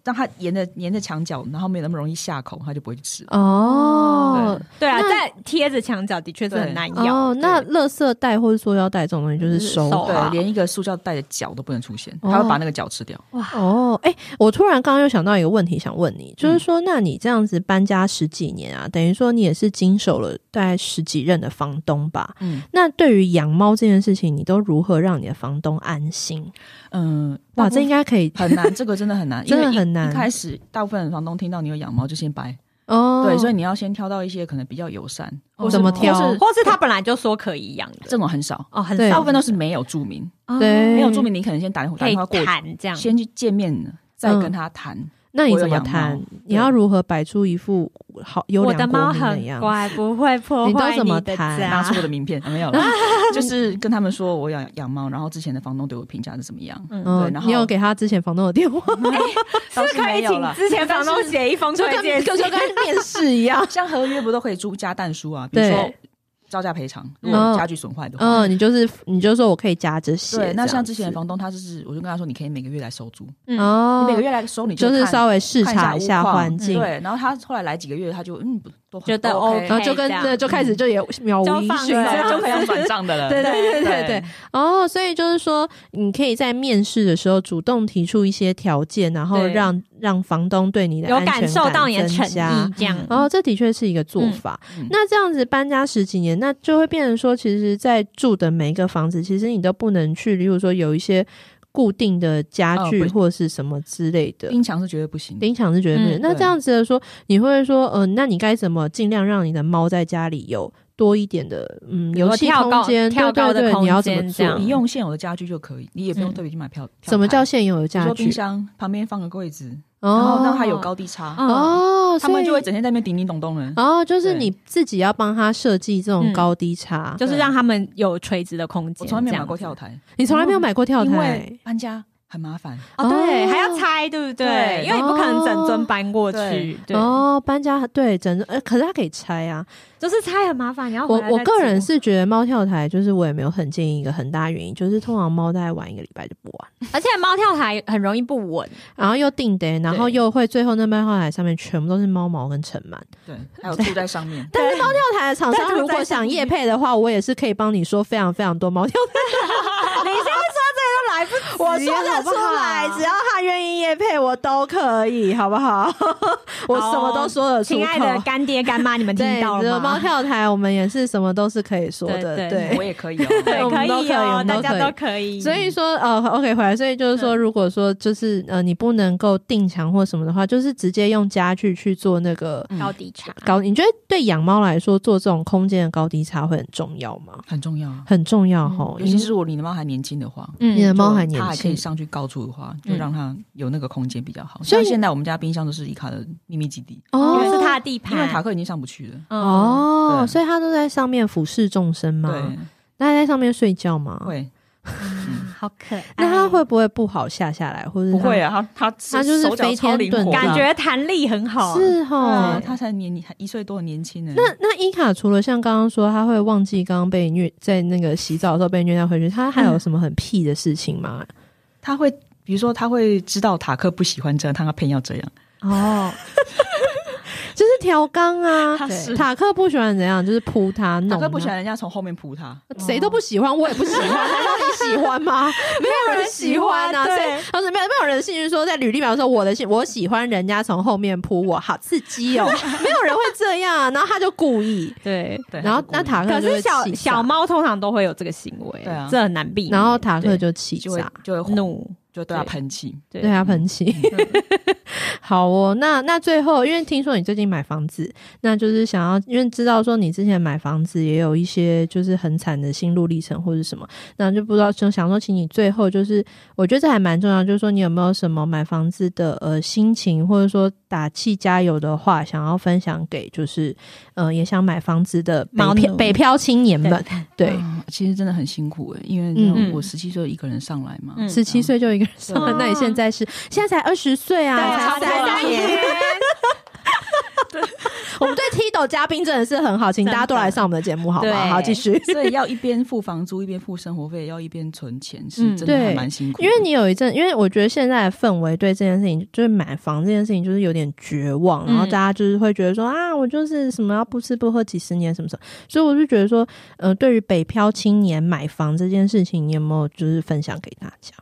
[SPEAKER 3] 让它沿着沿着墙角，然后没有那么容易下口，它就不会去吃。
[SPEAKER 1] 哦。
[SPEAKER 2] 对啊，
[SPEAKER 1] 那
[SPEAKER 2] 在贴着墙角的确是很难咬。
[SPEAKER 1] 哦，那垃圾袋或者塑胶袋这种东西就是收
[SPEAKER 2] 手
[SPEAKER 1] 好
[SPEAKER 3] 对，连一个塑胶袋的脚都不能出现，
[SPEAKER 1] 哦
[SPEAKER 3] 它会把那个脚吃掉。
[SPEAKER 1] 哦，哎、我突然刚刚又想到一个问题想问你，就是说，那你这样子搬家十几年啊，等于说你也是经手了大概十几任的房东吧？
[SPEAKER 3] 嗯
[SPEAKER 1] 那对于养猫这件事情，你都如何让你的房东安心？
[SPEAKER 3] 嗯，
[SPEAKER 1] 哇，这应该可以
[SPEAKER 3] 很难，这个真的很难，
[SPEAKER 1] *laughs* 真的
[SPEAKER 3] 因为一
[SPEAKER 1] 很难
[SPEAKER 3] 一开始大部分房东听到你有养猫就先掰，
[SPEAKER 1] 哦。
[SPEAKER 3] 对，所以你要先挑到一些可能比较友善，
[SPEAKER 1] 哦怎么挑
[SPEAKER 3] 或是
[SPEAKER 2] 或是他本来就说可以养的，
[SPEAKER 3] 这种很少，
[SPEAKER 2] 哦，很
[SPEAKER 1] 对
[SPEAKER 3] 大
[SPEAKER 2] 少
[SPEAKER 3] 部分都是没有注明，
[SPEAKER 2] 哦
[SPEAKER 1] 对
[SPEAKER 3] 没有注明，你可能先打电话打
[SPEAKER 2] 可以
[SPEAKER 3] 电话过去，
[SPEAKER 2] 谈这样。
[SPEAKER 3] 先去见面，再
[SPEAKER 1] 嗯
[SPEAKER 3] 跟他谈。
[SPEAKER 1] 那你
[SPEAKER 3] 我有
[SPEAKER 1] 怎么
[SPEAKER 3] 养猫
[SPEAKER 1] 谈？你
[SPEAKER 3] 对
[SPEAKER 1] 要如何摆出一副好优
[SPEAKER 2] 我
[SPEAKER 1] 良
[SPEAKER 2] 的
[SPEAKER 1] 国
[SPEAKER 2] 猫
[SPEAKER 1] 民的
[SPEAKER 2] 很
[SPEAKER 1] 样
[SPEAKER 2] 乖，不会破
[SPEAKER 1] 你都
[SPEAKER 2] 坏
[SPEAKER 1] 怎么
[SPEAKER 2] 的
[SPEAKER 1] 谈
[SPEAKER 2] 家
[SPEAKER 3] 拿。出我的
[SPEAKER 1] *laughs*
[SPEAKER 3] 名片，啊没有了，就是跟他们说我养养猫，然后之前的房东对我评价是怎么样，
[SPEAKER 2] 嗯
[SPEAKER 1] 嗯
[SPEAKER 3] 对，然后
[SPEAKER 1] 你有给他之前房东的电
[SPEAKER 3] *laughs*
[SPEAKER 1] 话，
[SPEAKER 3] 倒
[SPEAKER 2] *laughs* 是可
[SPEAKER 3] 没
[SPEAKER 2] 以
[SPEAKER 3] 有
[SPEAKER 2] 请
[SPEAKER 3] 了。
[SPEAKER 2] 之前房东写一封推荐信，
[SPEAKER 1] 就跟面试一
[SPEAKER 3] *laughs*
[SPEAKER 1] 样。
[SPEAKER 3] 像合约不都可以租加蛋书啊？比如说
[SPEAKER 1] 对
[SPEAKER 3] 照价赔偿，
[SPEAKER 1] 嗯
[SPEAKER 3] 如果家具损坏的话。
[SPEAKER 1] 嗯，你就是你就说我可以加这些这样
[SPEAKER 3] 对，
[SPEAKER 1] 子。
[SPEAKER 3] 那像之前的房东，他就是我就跟他说，你可以每个月来收租，你
[SPEAKER 1] 哦，
[SPEAKER 3] 每个月来收，你
[SPEAKER 1] 就是
[SPEAKER 3] 看
[SPEAKER 1] 稍微视
[SPEAKER 3] 看一下
[SPEAKER 1] 察一下
[SPEAKER 3] 屋况
[SPEAKER 1] 环境，
[SPEAKER 3] 对。然后他后来来几个月，他就嗯，不都很
[SPEAKER 2] 觉得
[SPEAKER 3] 都
[SPEAKER 2] OK，
[SPEAKER 1] 然后就跟
[SPEAKER 2] 这样
[SPEAKER 1] 对就开始就也渺无音讯
[SPEAKER 2] 就放
[SPEAKER 1] 这
[SPEAKER 2] 着
[SPEAKER 1] 样子，
[SPEAKER 3] *laughs* 对，啊嗯就可以用转账的了。
[SPEAKER 1] *laughs* 对对对对对
[SPEAKER 3] 对
[SPEAKER 1] 对，哦，所以就是说，你可以在面试的时候主动提出一些条件，然后
[SPEAKER 3] 对
[SPEAKER 1] 让让房东对你的
[SPEAKER 2] *laughs* 有
[SPEAKER 1] 安全
[SPEAKER 2] 感受到 *laughs* 你的
[SPEAKER 1] 增
[SPEAKER 2] 诚
[SPEAKER 1] 加
[SPEAKER 2] 意，这样。
[SPEAKER 1] 哦，这的确是一个做法。
[SPEAKER 3] 嗯嗯
[SPEAKER 1] 那这样子搬家十几年，那就会变成说，其实，在住的每一个房子，其实你都不能去，例如说有一些固定的家
[SPEAKER 3] 哦
[SPEAKER 1] 具
[SPEAKER 3] 不
[SPEAKER 1] 或是什么之类的。
[SPEAKER 3] 冰墙是绝对不行的。
[SPEAKER 1] 丁强是觉得不行、
[SPEAKER 2] 嗯
[SPEAKER 1] 那
[SPEAKER 3] 对
[SPEAKER 1] 这样子的说，你会说，嗯、那你该怎么尽量让你的猫在家里有多一点的嗯
[SPEAKER 2] 比
[SPEAKER 1] 游
[SPEAKER 2] 如说
[SPEAKER 1] 戏
[SPEAKER 2] 跳
[SPEAKER 1] 空
[SPEAKER 2] 高
[SPEAKER 1] 间？
[SPEAKER 2] 跳高
[SPEAKER 1] 对
[SPEAKER 2] 的
[SPEAKER 1] 对对，
[SPEAKER 2] 空
[SPEAKER 1] 你要怎么
[SPEAKER 2] 间这
[SPEAKER 1] 做
[SPEAKER 2] 样？
[SPEAKER 3] 你用现有的家具就可以，你也不用
[SPEAKER 2] 嗯
[SPEAKER 3] 特别去买票。
[SPEAKER 1] 什么
[SPEAKER 3] 票
[SPEAKER 1] 叫
[SPEAKER 3] 牌
[SPEAKER 1] 现有的
[SPEAKER 3] 比如
[SPEAKER 1] 家
[SPEAKER 3] 说冰
[SPEAKER 1] 具？
[SPEAKER 3] 箱旁边放个柜子，然
[SPEAKER 1] 哦
[SPEAKER 3] 后让它有高低差，
[SPEAKER 2] 嗯
[SPEAKER 1] 哦，
[SPEAKER 3] 他们
[SPEAKER 1] 所
[SPEAKER 3] 就
[SPEAKER 1] 以
[SPEAKER 3] 会整天在那边叮叮咚咚的。
[SPEAKER 1] 哦，就是
[SPEAKER 3] 对
[SPEAKER 1] 你自己要帮他设计这种
[SPEAKER 2] 嗯
[SPEAKER 1] 高低差。
[SPEAKER 2] 就是让他们有垂直的空间。
[SPEAKER 3] 我从来没有买过
[SPEAKER 2] 这样
[SPEAKER 3] 跳
[SPEAKER 2] 子
[SPEAKER 3] 台，
[SPEAKER 1] 你从来没有买过跳
[SPEAKER 3] 因
[SPEAKER 1] 台
[SPEAKER 3] 为，搬家很麻烦。
[SPEAKER 2] 哦，对，
[SPEAKER 1] 哦
[SPEAKER 2] 还要拆，对不对？
[SPEAKER 3] 对
[SPEAKER 2] 因为你不可能整尊搬过去，对，
[SPEAKER 1] 哦，搬家对整个呃，可是它可以拆啊。
[SPEAKER 2] 就是拆很麻烦。然后
[SPEAKER 1] 我
[SPEAKER 2] 回来
[SPEAKER 1] 我
[SPEAKER 2] 再
[SPEAKER 1] 个人
[SPEAKER 2] 做
[SPEAKER 1] 是觉得猫跳台，就是我也没有很建议一个很大原因，就是通常猫大概玩一个礼拜就不玩，
[SPEAKER 2] 而且猫跳台很容易不稳，
[SPEAKER 1] 然后又定得，然后又会最后那猫跳台上面全部都是猫毛跟尘鳗。。
[SPEAKER 3] 对，还有吐在上面
[SPEAKER 1] 但是猫跳台的厂
[SPEAKER 2] 但
[SPEAKER 1] 商
[SPEAKER 2] 是我
[SPEAKER 1] 如果
[SPEAKER 2] 在
[SPEAKER 1] 想夜配的话，我也是可以帮你说非常非常多猫跳台。
[SPEAKER 2] 你现在说这个都来不及了，
[SPEAKER 1] 我说得
[SPEAKER 2] 好不
[SPEAKER 1] 出
[SPEAKER 2] 好
[SPEAKER 1] 来，只要他愿意夜配，我都可以，好不 *laughs* 好？我什么都说得出口。
[SPEAKER 2] 亲爱的干爹干妈，你们
[SPEAKER 1] *laughs*
[SPEAKER 2] 听
[SPEAKER 1] 对，
[SPEAKER 2] 到
[SPEAKER 1] 只有
[SPEAKER 2] 了
[SPEAKER 1] 猫
[SPEAKER 2] 吗？
[SPEAKER 1] 跳台，我们也是什么都是可以说的，
[SPEAKER 2] 对对
[SPEAKER 1] 对
[SPEAKER 3] 我也可以哦。
[SPEAKER 1] 对我们都
[SPEAKER 2] 可
[SPEAKER 1] 可以我
[SPEAKER 2] 哦，
[SPEAKER 1] 们
[SPEAKER 2] 大
[SPEAKER 1] 都可以
[SPEAKER 2] 家都可
[SPEAKER 1] *laughs*
[SPEAKER 2] 以。
[SPEAKER 1] 所以说，呃，OK，回来，所以就是说，如果说就是呃，你不能够定墙或什么的话，就是直接用家具去做那个
[SPEAKER 3] 嗯
[SPEAKER 2] 高低差，
[SPEAKER 1] 高。你觉得对养猫来说，做这种空间的高低差会很重要吗？
[SPEAKER 3] 很重要啊，
[SPEAKER 1] 很重要吼，
[SPEAKER 3] 尤其是如果你的猫还年轻的话，
[SPEAKER 1] 你的
[SPEAKER 2] 嗯，
[SPEAKER 1] 猫
[SPEAKER 3] 就
[SPEAKER 1] 还年
[SPEAKER 3] 它还可以
[SPEAKER 1] 轻，
[SPEAKER 3] 上去高处的话，
[SPEAKER 2] 嗯
[SPEAKER 3] 就让它有那个空间比较好。
[SPEAKER 1] 所以
[SPEAKER 3] 像现在我们家冰箱都是伊卡的秘密基地，
[SPEAKER 2] 因为
[SPEAKER 1] 哦，
[SPEAKER 2] 是它的地盘，
[SPEAKER 3] 因为塔克已经上不去了。
[SPEAKER 2] 嗯，
[SPEAKER 1] 哦，
[SPEAKER 3] 对
[SPEAKER 1] 所以它都在上面俯视众生嘛。
[SPEAKER 3] 对，
[SPEAKER 1] 那它在上面睡觉吗？。
[SPEAKER 3] 会
[SPEAKER 2] 嗯好可爱。
[SPEAKER 1] 那它会不会不好下下来，或者
[SPEAKER 3] 不会
[SPEAKER 1] 啊？
[SPEAKER 3] 啊？它它
[SPEAKER 1] 它就是
[SPEAKER 3] 手脚
[SPEAKER 1] 飞
[SPEAKER 3] 超
[SPEAKER 1] 天
[SPEAKER 3] 灵
[SPEAKER 1] 遁地
[SPEAKER 3] 活的，
[SPEAKER 2] 感觉弹力很好，
[SPEAKER 1] 是吼
[SPEAKER 3] 对，它才年还一岁多的年轻呢。
[SPEAKER 1] 那那伊卡除了像刚刚说他会忘记刚刚被虐，在那个洗澡的时候被虐待回去，他还有什么很屁的事情吗？
[SPEAKER 3] 它会，比如说它会知道塔克不喜欢这样，它偏要这样。
[SPEAKER 1] 哦， *laughs* 就是调缸啊
[SPEAKER 3] 他，是
[SPEAKER 1] 塔克不喜欢怎样，就是扑他弄
[SPEAKER 3] 塔
[SPEAKER 1] 啊，
[SPEAKER 3] 克不喜欢人家从后面扑它，
[SPEAKER 1] 谁都不喜欢，我也不喜欢。难道你喜欢吗？没有人喜欢啊！
[SPEAKER 2] 对
[SPEAKER 1] 谁当时没有没有人兴趣说在履历表说我的兴我喜欢人家从后面扑我，好刺激哦！没有人会这样啊，然后他就故意，
[SPEAKER 2] 对。
[SPEAKER 3] 对。
[SPEAKER 1] 然
[SPEAKER 3] 它
[SPEAKER 1] 后
[SPEAKER 3] 就故意
[SPEAKER 1] 那塔克
[SPEAKER 2] 可
[SPEAKER 1] 就会
[SPEAKER 2] 是小
[SPEAKER 1] 气炸
[SPEAKER 2] 小猫通常都会有这个行为，
[SPEAKER 3] 对啊
[SPEAKER 2] 这很难避免。
[SPEAKER 1] 然后塔克
[SPEAKER 2] 对
[SPEAKER 1] 就气
[SPEAKER 3] 就会
[SPEAKER 1] 炸，
[SPEAKER 3] 就会
[SPEAKER 2] 怒，
[SPEAKER 3] 就对它喷气。
[SPEAKER 2] 对嗯
[SPEAKER 1] 对啊，喷漆。 *laughs* 好哦，那那最后，因为听说你最近买房子，那就是想要，因为知道说你之前买房子也有一些就是很惨的心路历程或者什么，那就不知道就想说，请你最后就是，我觉得这还蛮重要，就是说你有没有什么买房子的呃心情，或者说打气加油的话，想要分享给就是呃也想买房子的北
[SPEAKER 2] 盲
[SPEAKER 1] 漂
[SPEAKER 2] 奴
[SPEAKER 1] 北漂青年们，对，
[SPEAKER 3] 啊其实真的很辛苦哎、因为
[SPEAKER 1] 嗯
[SPEAKER 2] 嗯
[SPEAKER 3] 我十七岁一个人上来嘛，
[SPEAKER 2] 嗯
[SPEAKER 1] 十七岁就一个人上班，
[SPEAKER 2] 对
[SPEAKER 1] 那你现在是现在才二十岁啊，
[SPEAKER 2] 对
[SPEAKER 1] 才
[SPEAKER 2] 差不多了
[SPEAKER 1] 三年。 *laughs* 我们对 Tido 嘉宾真的是很好，请大家都来上我们的节目，好吗？
[SPEAKER 2] 对
[SPEAKER 1] 好，继续。
[SPEAKER 3] 所以要一边付房租，一边付生活费，要一边存钱，是
[SPEAKER 2] 嗯
[SPEAKER 3] 真的还
[SPEAKER 1] 对
[SPEAKER 3] 蛮辛苦
[SPEAKER 1] *laughs*
[SPEAKER 3] 的。
[SPEAKER 1] 因为你有一阵，因为我觉得现在的氛围对这件事情，就是买房这件事情，就是有点绝望，然后
[SPEAKER 2] 嗯
[SPEAKER 1] 大家就是会觉得说、啊，我就是什么要不吃不喝几十年什么什么，所以我就觉得说，呃，对于北漂青年买房这件事情，你有没有就是分享给大家？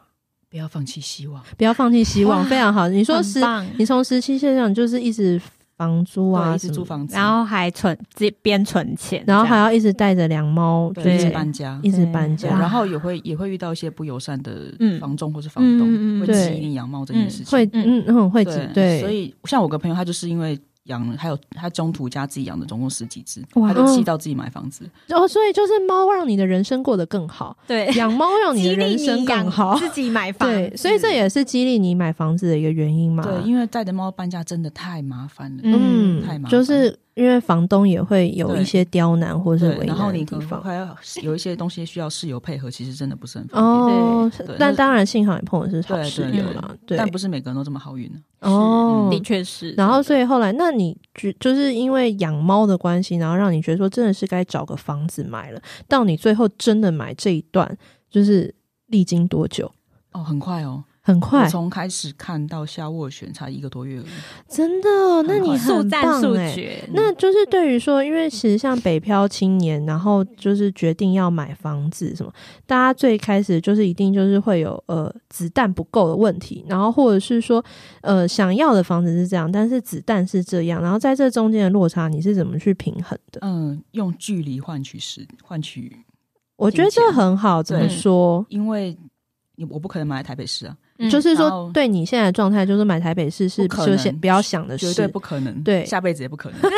[SPEAKER 3] 不要放弃希望，
[SPEAKER 1] 不要放弃希望，
[SPEAKER 2] 哇
[SPEAKER 1] 非常好。你 *laughs* 说十
[SPEAKER 2] 很
[SPEAKER 1] *laughs*
[SPEAKER 2] 棒
[SPEAKER 1] 你从十七岁上就是一直房租啊，
[SPEAKER 3] 对，一直租，房子，
[SPEAKER 2] 然后还存自己边存钱，
[SPEAKER 1] 然后还
[SPEAKER 2] 这样
[SPEAKER 1] 要一直带着两猫，就
[SPEAKER 3] 对，一直
[SPEAKER 1] 是
[SPEAKER 3] 搬家，
[SPEAKER 1] 一直搬
[SPEAKER 3] 对，
[SPEAKER 1] 家，
[SPEAKER 3] 然后也会也会遇到一些不友善的
[SPEAKER 2] 嗯
[SPEAKER 3] 房仲或是房
[SPEAKER 2] 嗯
[SPEAKER 3] 东，
[SPEAKER 2] 嗯嗯
[SPEAKER 3] 会
[SPEAKER 1] 对
[SPEAKER 3] 骑你养猫这件事情。
[SPEAKER 1] 会嗯
[SPEAKER 2] 嗯
[SPEAKER 1] 很会挤对，
[SPEAKER 3] 所以像我个朋友，他就是因为养了，还有他中途加自己养的，总共十几只，
[SPEAKER 2] 哇
[SPEAKER 3] 他就气到自己买房子。
[SPEAKER 1] 哦，所以就是猫让你的人生过得更好，
[SPEAKER 2] 对，
[SPEAKER 1] 养猫让你
[SPEAKER 2] 激
[SPEAKER 1] 的
[SPEAKER 2] 励
[SPEAKER 1] 人
[SPEAKER 3] *laughs*
[SPEAKER 1] 生
[SPEAKER 2] 你养
[SPEAKER 1] 更好。
[SPEAKER 2] 自己买
[SPEAKER 1] *laughs*
[SPEAKER 2] 房，
[SPEAKER 1] 对，所以这也是激励你买房子的一个原因嘛。
[SPEAKER 3] 嗯对，因为带着猫搬家真的太麻烦了。
[SPEAKER 1] 嗯
[SPEAKER 3] 太麻，烦
[SPEAKER 1] 就是因为房东也会有
[SPEAKER 3] 对
[SPEAKER 1] 一些刁难或是
[SPEAKER 3] 对，
[SPEAKER 1] 为
[SPEAKER 3] 然后
[SPEAKER 1] 难的
[SPEAKER 3] 你
[SPEAKER 1] 地
[SPEAKER 3] 可能
[SPEAKER 1] 方。
[SPEAKER 3] 还要有一些东西需要室友配合，其实真的不是很方便。
[SPEAKER 1] 哦
[SPEAKER 2] 对
[SPEAKER 3] 对，
[SPEAKER 1] 但
[SPEAKER 3] 那
[SPEAKER 1] 当然幸好你碰的是好
[SPEAKER 3] 对
[SPEAKER 1] 室
[SPEAKER 3] 对
[SPEAKER 1] 友
[SPEAKER 2] 对
[SPEAKER 1] 啦，对
[SPEAKER 3] 但，不是嗯每个人都这么好运呢、啊
[SPEAKER 1] 哦
[SPEAKER 2] 嗯的确是。
[SPEAKER 1] 然后，所以后来，那你就就是因为养猫的关系，然后让你觉得说真的是该找个房子买了。到你最后真的买这一段，就是历经多久？
[SPEAKER 3] 哦，很快哦，
[SPEAKER 1] 很
[SPEAKER 3] 我
[SPEAKER 1] 快，
[SPEAKER 3] 从开始看到下斡旋才一个多月而已。
[SPEAKER 1] 真的哦。那你
[SPEAKER 3] 很快
[SPEAKER 2] 速
[SPEAKER 1] 很
[SPEAKER 2] 战
[SPEAKER 1] 棒
[SPEAKER 2] 速
[SPEAKER 1] 哎。
[SPEAKER 2] 决，嗯
[SPEAKER 1] 那就是对于说，因为其实像北漂青年，然后就是决定要买房子什么，大家最开始就是一定就是会有呃子弹不够的问题，然后或者是说呃想要的房子是这样，但是子弹是这样，然后在这中间的落差，你是怎么去平衡的？
[SPEAKER 3] 嗯，用距离换取时，换取，
[SPEAKER 1] 我觉得这很好，怎么说？
[SPEAKER 3] 因为你我不可能买在台北市啊，
[SPEAKER 2] 嗯
[SPEAKER 1] 就是
[SPEAKER 3] 然后
[SPEAKER 1] 说，对你现在的状态，就是买台北市是
[SPEAKER 3] 不可能
[SPEAKER 1] 就先不要想的
[SPEAKER 3] 绝
[SPEAKER 1] 事，
[SPEAKER 3] 对不可能，
[SPEAKER 1] 呃 *laughs* 对
[SPEAKER 3] 下辈子也不可能，
[SPEAKER 1] 啊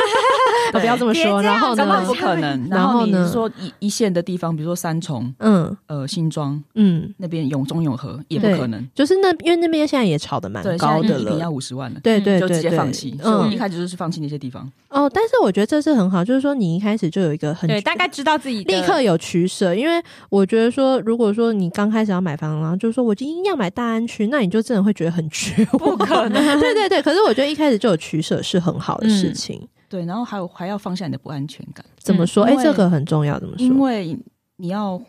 [SPEAKER 1] 不要这么
[SPEAKER 2] 别这
[SPEAKER 1] 说。
[SPEAKER 2] 样
[SPEAKER 1] 然后
[SPEAKER 3] 根本
[SPEAKER 1] 呢
[SPEAKER 3] 不？可能。
[SPEAKER 1] 然
[SPEAKER 3] 然
[SPEAKER 1] 后
[SPEAKER 3] 后
[SPEAKER 1] 呢
[SPEAKER 3] 你是说一一线的地方，比如说三重、
[SPEAKER 1] 嗯
[SPEAKER 3] 呃新庄
[SPEAKER 1] 嗯，
[SPEAKER 3] 那边永中永和也不
[SPEAKER 1] 对
[SPEAKER 3] 可能，
[SPEAKER 1] 就是那因为那边现在也炒的蛮
[SPEAKER 3] 对，
[SPEAKER 1] 高
[SPEAKER 3] 现在
[SPEAKER 1] 的
[SPEAKER 3] 一一平要
[SPEAKER 1] 了。
[SPEAKER 3] 五十万了。
[SPEAKER 1] 对对
[SPEAKER 3] 就
[SPEAKER 1] 对
[SPEAKER 3] 直接
[SPEAKER 1] 对，
[SPEAKER 3] 放弃，所以我一
[SPEAKER 1] 嗯
[SPEAKER 3] 开始就是放弃那些地方。
[SPEAKER 1] 哦，但是我觉得这是很好，就是说你一开始就有一个很
[SPEAKER 2] 对，大概知道自己的
[SPEAKER 1] 立刻有取舍，因为我觉得说，如果说你刚开始要买房，然后就说我今天要买大安区，那你就真的会觉得很 *laughs* 绝望。
[SPEAKER 2] 不可能
[SPEAKER 1] 对对对，可是我觉得一开始就有取舍是很好的事
[SPEAKER 2] 嗯
[SPEAKER 1] 情。
[SPEAKER 3] 对，然后还有还要放下你的不安全感，
[SPEAKER 1] 怎么
[SPEAKER 2] 嗯
[SPEAKER 1] 说？哎、
[SPEAKER 3] 因
[SPEAKER 1] 这
[SPEAKER 3] 为
[SPEAKER 1] 个很重要。怎么说？
[SPEAKER 3] 因为你要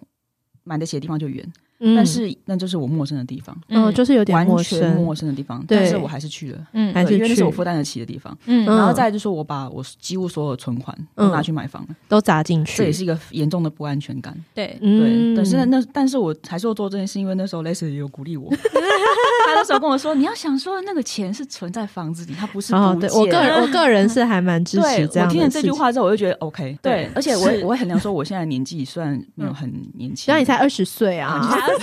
[SPEAKER 3] 买得起的地方就远，
[SPEAKER 1] 嗯
[SPEAKER 3] 但是那就是我陌生的地方，
[SPEAKER 1] *laughs* 嗯，就是有点
[SPEAKER 3] 完
[SPEAKER 1] 陌
[SPEAKER 3] 全
[SPEAKER 1] 生，
[SPEAKER 3] 陌生的地方，
[SPEAKER 1] 对
[SPEAKER 3] 但是我还是去了，
[SPEAKER 2] 嗯
[SPEAKER 1] 还是
[SPEAKER 3] 对因为那
[SPEAKER 1] 去
[SPEAKER 3] 是我负担得起的地方。
[SPEAKER 2] 嗯
[SPEAKER 1] 嗯
[SPEAKER 3] 然后再来就是我把我几乎所有的存款
[SPEAKER 1] 嗯
[SPEAKER 3] 都拿去买房了，
[SPEAKER 1] 都砸进去，
[SPEAKER 3] 这也是一个严重的不安全感。
[SPEAKER 2] 对， *laughs*
[SPEAKER 1] 嗯，
[SPEAKER 3] 对，但是那但是我还是要做这件事，因为那时候 Leslie 也有鼓 *laughs* 励我，他那时候跟我说，你要想说那个钱是存在房子里，它不是
[SPEAKER 1] 哦，
[SPEAKER 3] 不
[SPEAKER 1] 对
[SPEAKER 3] 见
[SPEAKER 1] 我个人我个人是还蛮支持
[SPEAKER 3] 对，
[SPEAKER 1] 这样的
[SPEAKER 3] 我听了这句
[SPEAKER 1] 事情，
[SPEAKER 3] 话之后，我就觉得 OK，对
[SPEAKER 2] 对，
[SPEAKER 3] 而且我也
[SPEAKER 2] 是
[SPEAKER 3] 我会衡量说，我现在年纪虽然没有很年轻， *laughs*
[SPEAKER 1] 虽然你才二十岁
[SPEAKER 3] 嗯
[SPEAKER 1] 啊，
[SPEAKER 2] 还要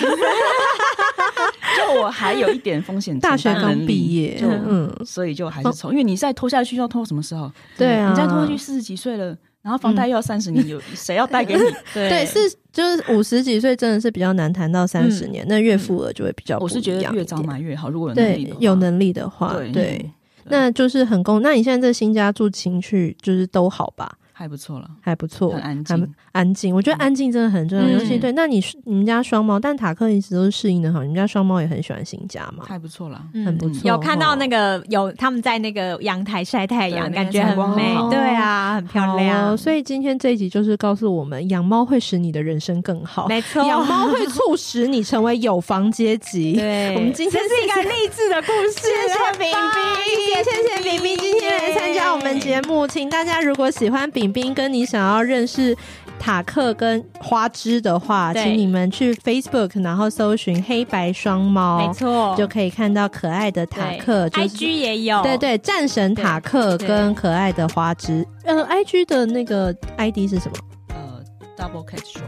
[SPEAKER 3] 就我还有一点风 *laughs* 险
[SPEAKER 1] 大学
[SPEAKER 3] 承担能
[SPEAKER 1] 刚
[SPEAKER 3] 力
[SPEAKER 1] 毕业，
[SPEAKER 3] 就
[SPEAKER 1] 嗯，
[SPEAKER 3] 所以就还是从，因为你再拖下去要拖什么时候？
[SPEAKER 1] 对啊，嗯
[SPEAKER 3] 你再拖下去四十几岁了，然后房贷又要三十年，有谁要贷给
[SPEAKER 1] *laughs*
[SPEAKER 3] 你？
[SPEAKER 1] 对，是就是五十几岁真的是比较难谈到三十年，那月付额就会比较不
[SPEAKER 3] 嗯我
[SPEAKER 1] 一样
[SPEAKER 3] 是
[SPEAKER 1] 一点，
[SPEAKER 3] 觉得越早买越好，如果有能力
[SPEAKER 1] 对
[SPEAKER 3] 的话，
[SPEAKER 1] 有能力的话，
[SPEAKER 3] 对嗯
[SPEAKER 1] 对，
[SPEAKER 3] 对
[SPEAKER 1] 那就是很公。那你现在这新家住情绪就是都好吧？
[SPEAKER 3] 还不错了，
[SPEAKER 1] 还不错，
[SPEAKER 3] 很安
[SPEAKER 1] 还不
[SPEAKER 3] 静。
[SPEAKER 1] 安静，我觉得安静真的很重要，
[SPEAKER 2] 嗯
[SPEAKER 1] 尤其对。那你是你们家双猫，但塔克一直都是适应的好，你们家双猫也很喜欢新家嘛，
[SPEAKER 3] 还不错啦。
[SPEAKER 1] 很不错。哦
[SPEAKER 2] 嗯有看到那
[SPEAKER 1] 个
[SPEAKER 2] 个有他们在那个阳台晒太阳，
[SPEAKER 3] 对那
[SPEAKER 2] 感
[SPEAKER 3] 个
[SPEAKER 2] 觉
[SPEAKER 3] 采光
[SPEAKER 2] 很美
[SPEAKER 1] 哦很好，
[SPEAKER 2] 对啊，很漂亮，
[SPEAKER 1] 所以今天这一集就是告诉我们，养猫会使你的人生更好，
[SPEAKER 2] 没错，
[SPEAKER 1] 养猫会促使你成为有房阶级。
[SPEAKER 2] *laughs* 对，
[SPEAKER 1] 我们今天
[SPEAKER 2] 这是一个励志的故事，
[SPEAKER 1] 谢
[SPEAKER 2] 很
[SPEAKER 1] 饼
[SPEAKER 2] 棒
[SPEAKER 1] 饼，谢谢饼饼今天来参加我们节目，请大家如果喜欢饼饼，跟你想要认识。塔克跟花枝的话，
[SPEAKER 2] 对
[SPEAKER 1] 请你们去 Facebook，然后搜寻“黑白双
[SPEAKER 2] 没
[SPEAKER 1] 猫”，
[SPEAKER 2] 错，
[SPEAKER 1] 就可以看到可爱的塔
[SPEAKER 2] 哦对哦
[SPEAKER 1] 克。就是
[SPEAKER 2] IG 也有，
[SPEAKER 1] 对对，战神塔克
[SPEAKER 2] 对
[SPEAKER 1] 跟可爱的花枝。呃，IG 的那个 ID 是什么？
[SPEAKER 3] 呃， Double Cat Show。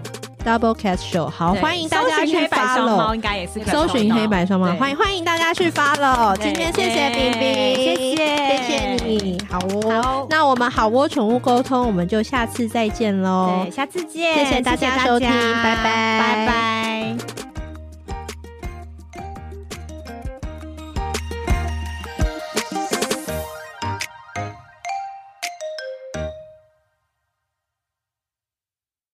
[SPEAKER 1] Double Cat Show，好，
[SPEAKER 2] 对
[SPEAKER 1] 欢迎大家
[SPEAKER 2] 搜
[SPEAKER 1] 去
[SPEAKER 2] 寻黑白双猫
[SPEAKER 1] follow，
[SPEAKER 2] 应该也是可以
[SPEAKER 1] 搜寻
[SPEAKER 2] 找到
[SPEAKER 1] 黑白双猫，
[SPEAKER 2] 对
[SPEAKER 1] 欢迎欢迎大家去 follow。
[SPEAKER 2] 对
[SPEAKER 1] 今天谢谢
[SPEAKER 2] 耶
[SPEAKER 1] 冰冰，
[SPEAKER 2] 谢谢
[SPEAKER 1] 谢谢你，好哦。
[SPEAKER 2] 好，
[SPEAKER 1] 那我们好窝宠物沟通，我们就下次再见喽
[SPEAKER 2] 对，。下次见，
[SPEAKER 1] 谢谢大家收听
[SPEAKER 2] 谢谢大家
[SPEAKER 1] 拜拜
[SPEAKER 2] 拜拜。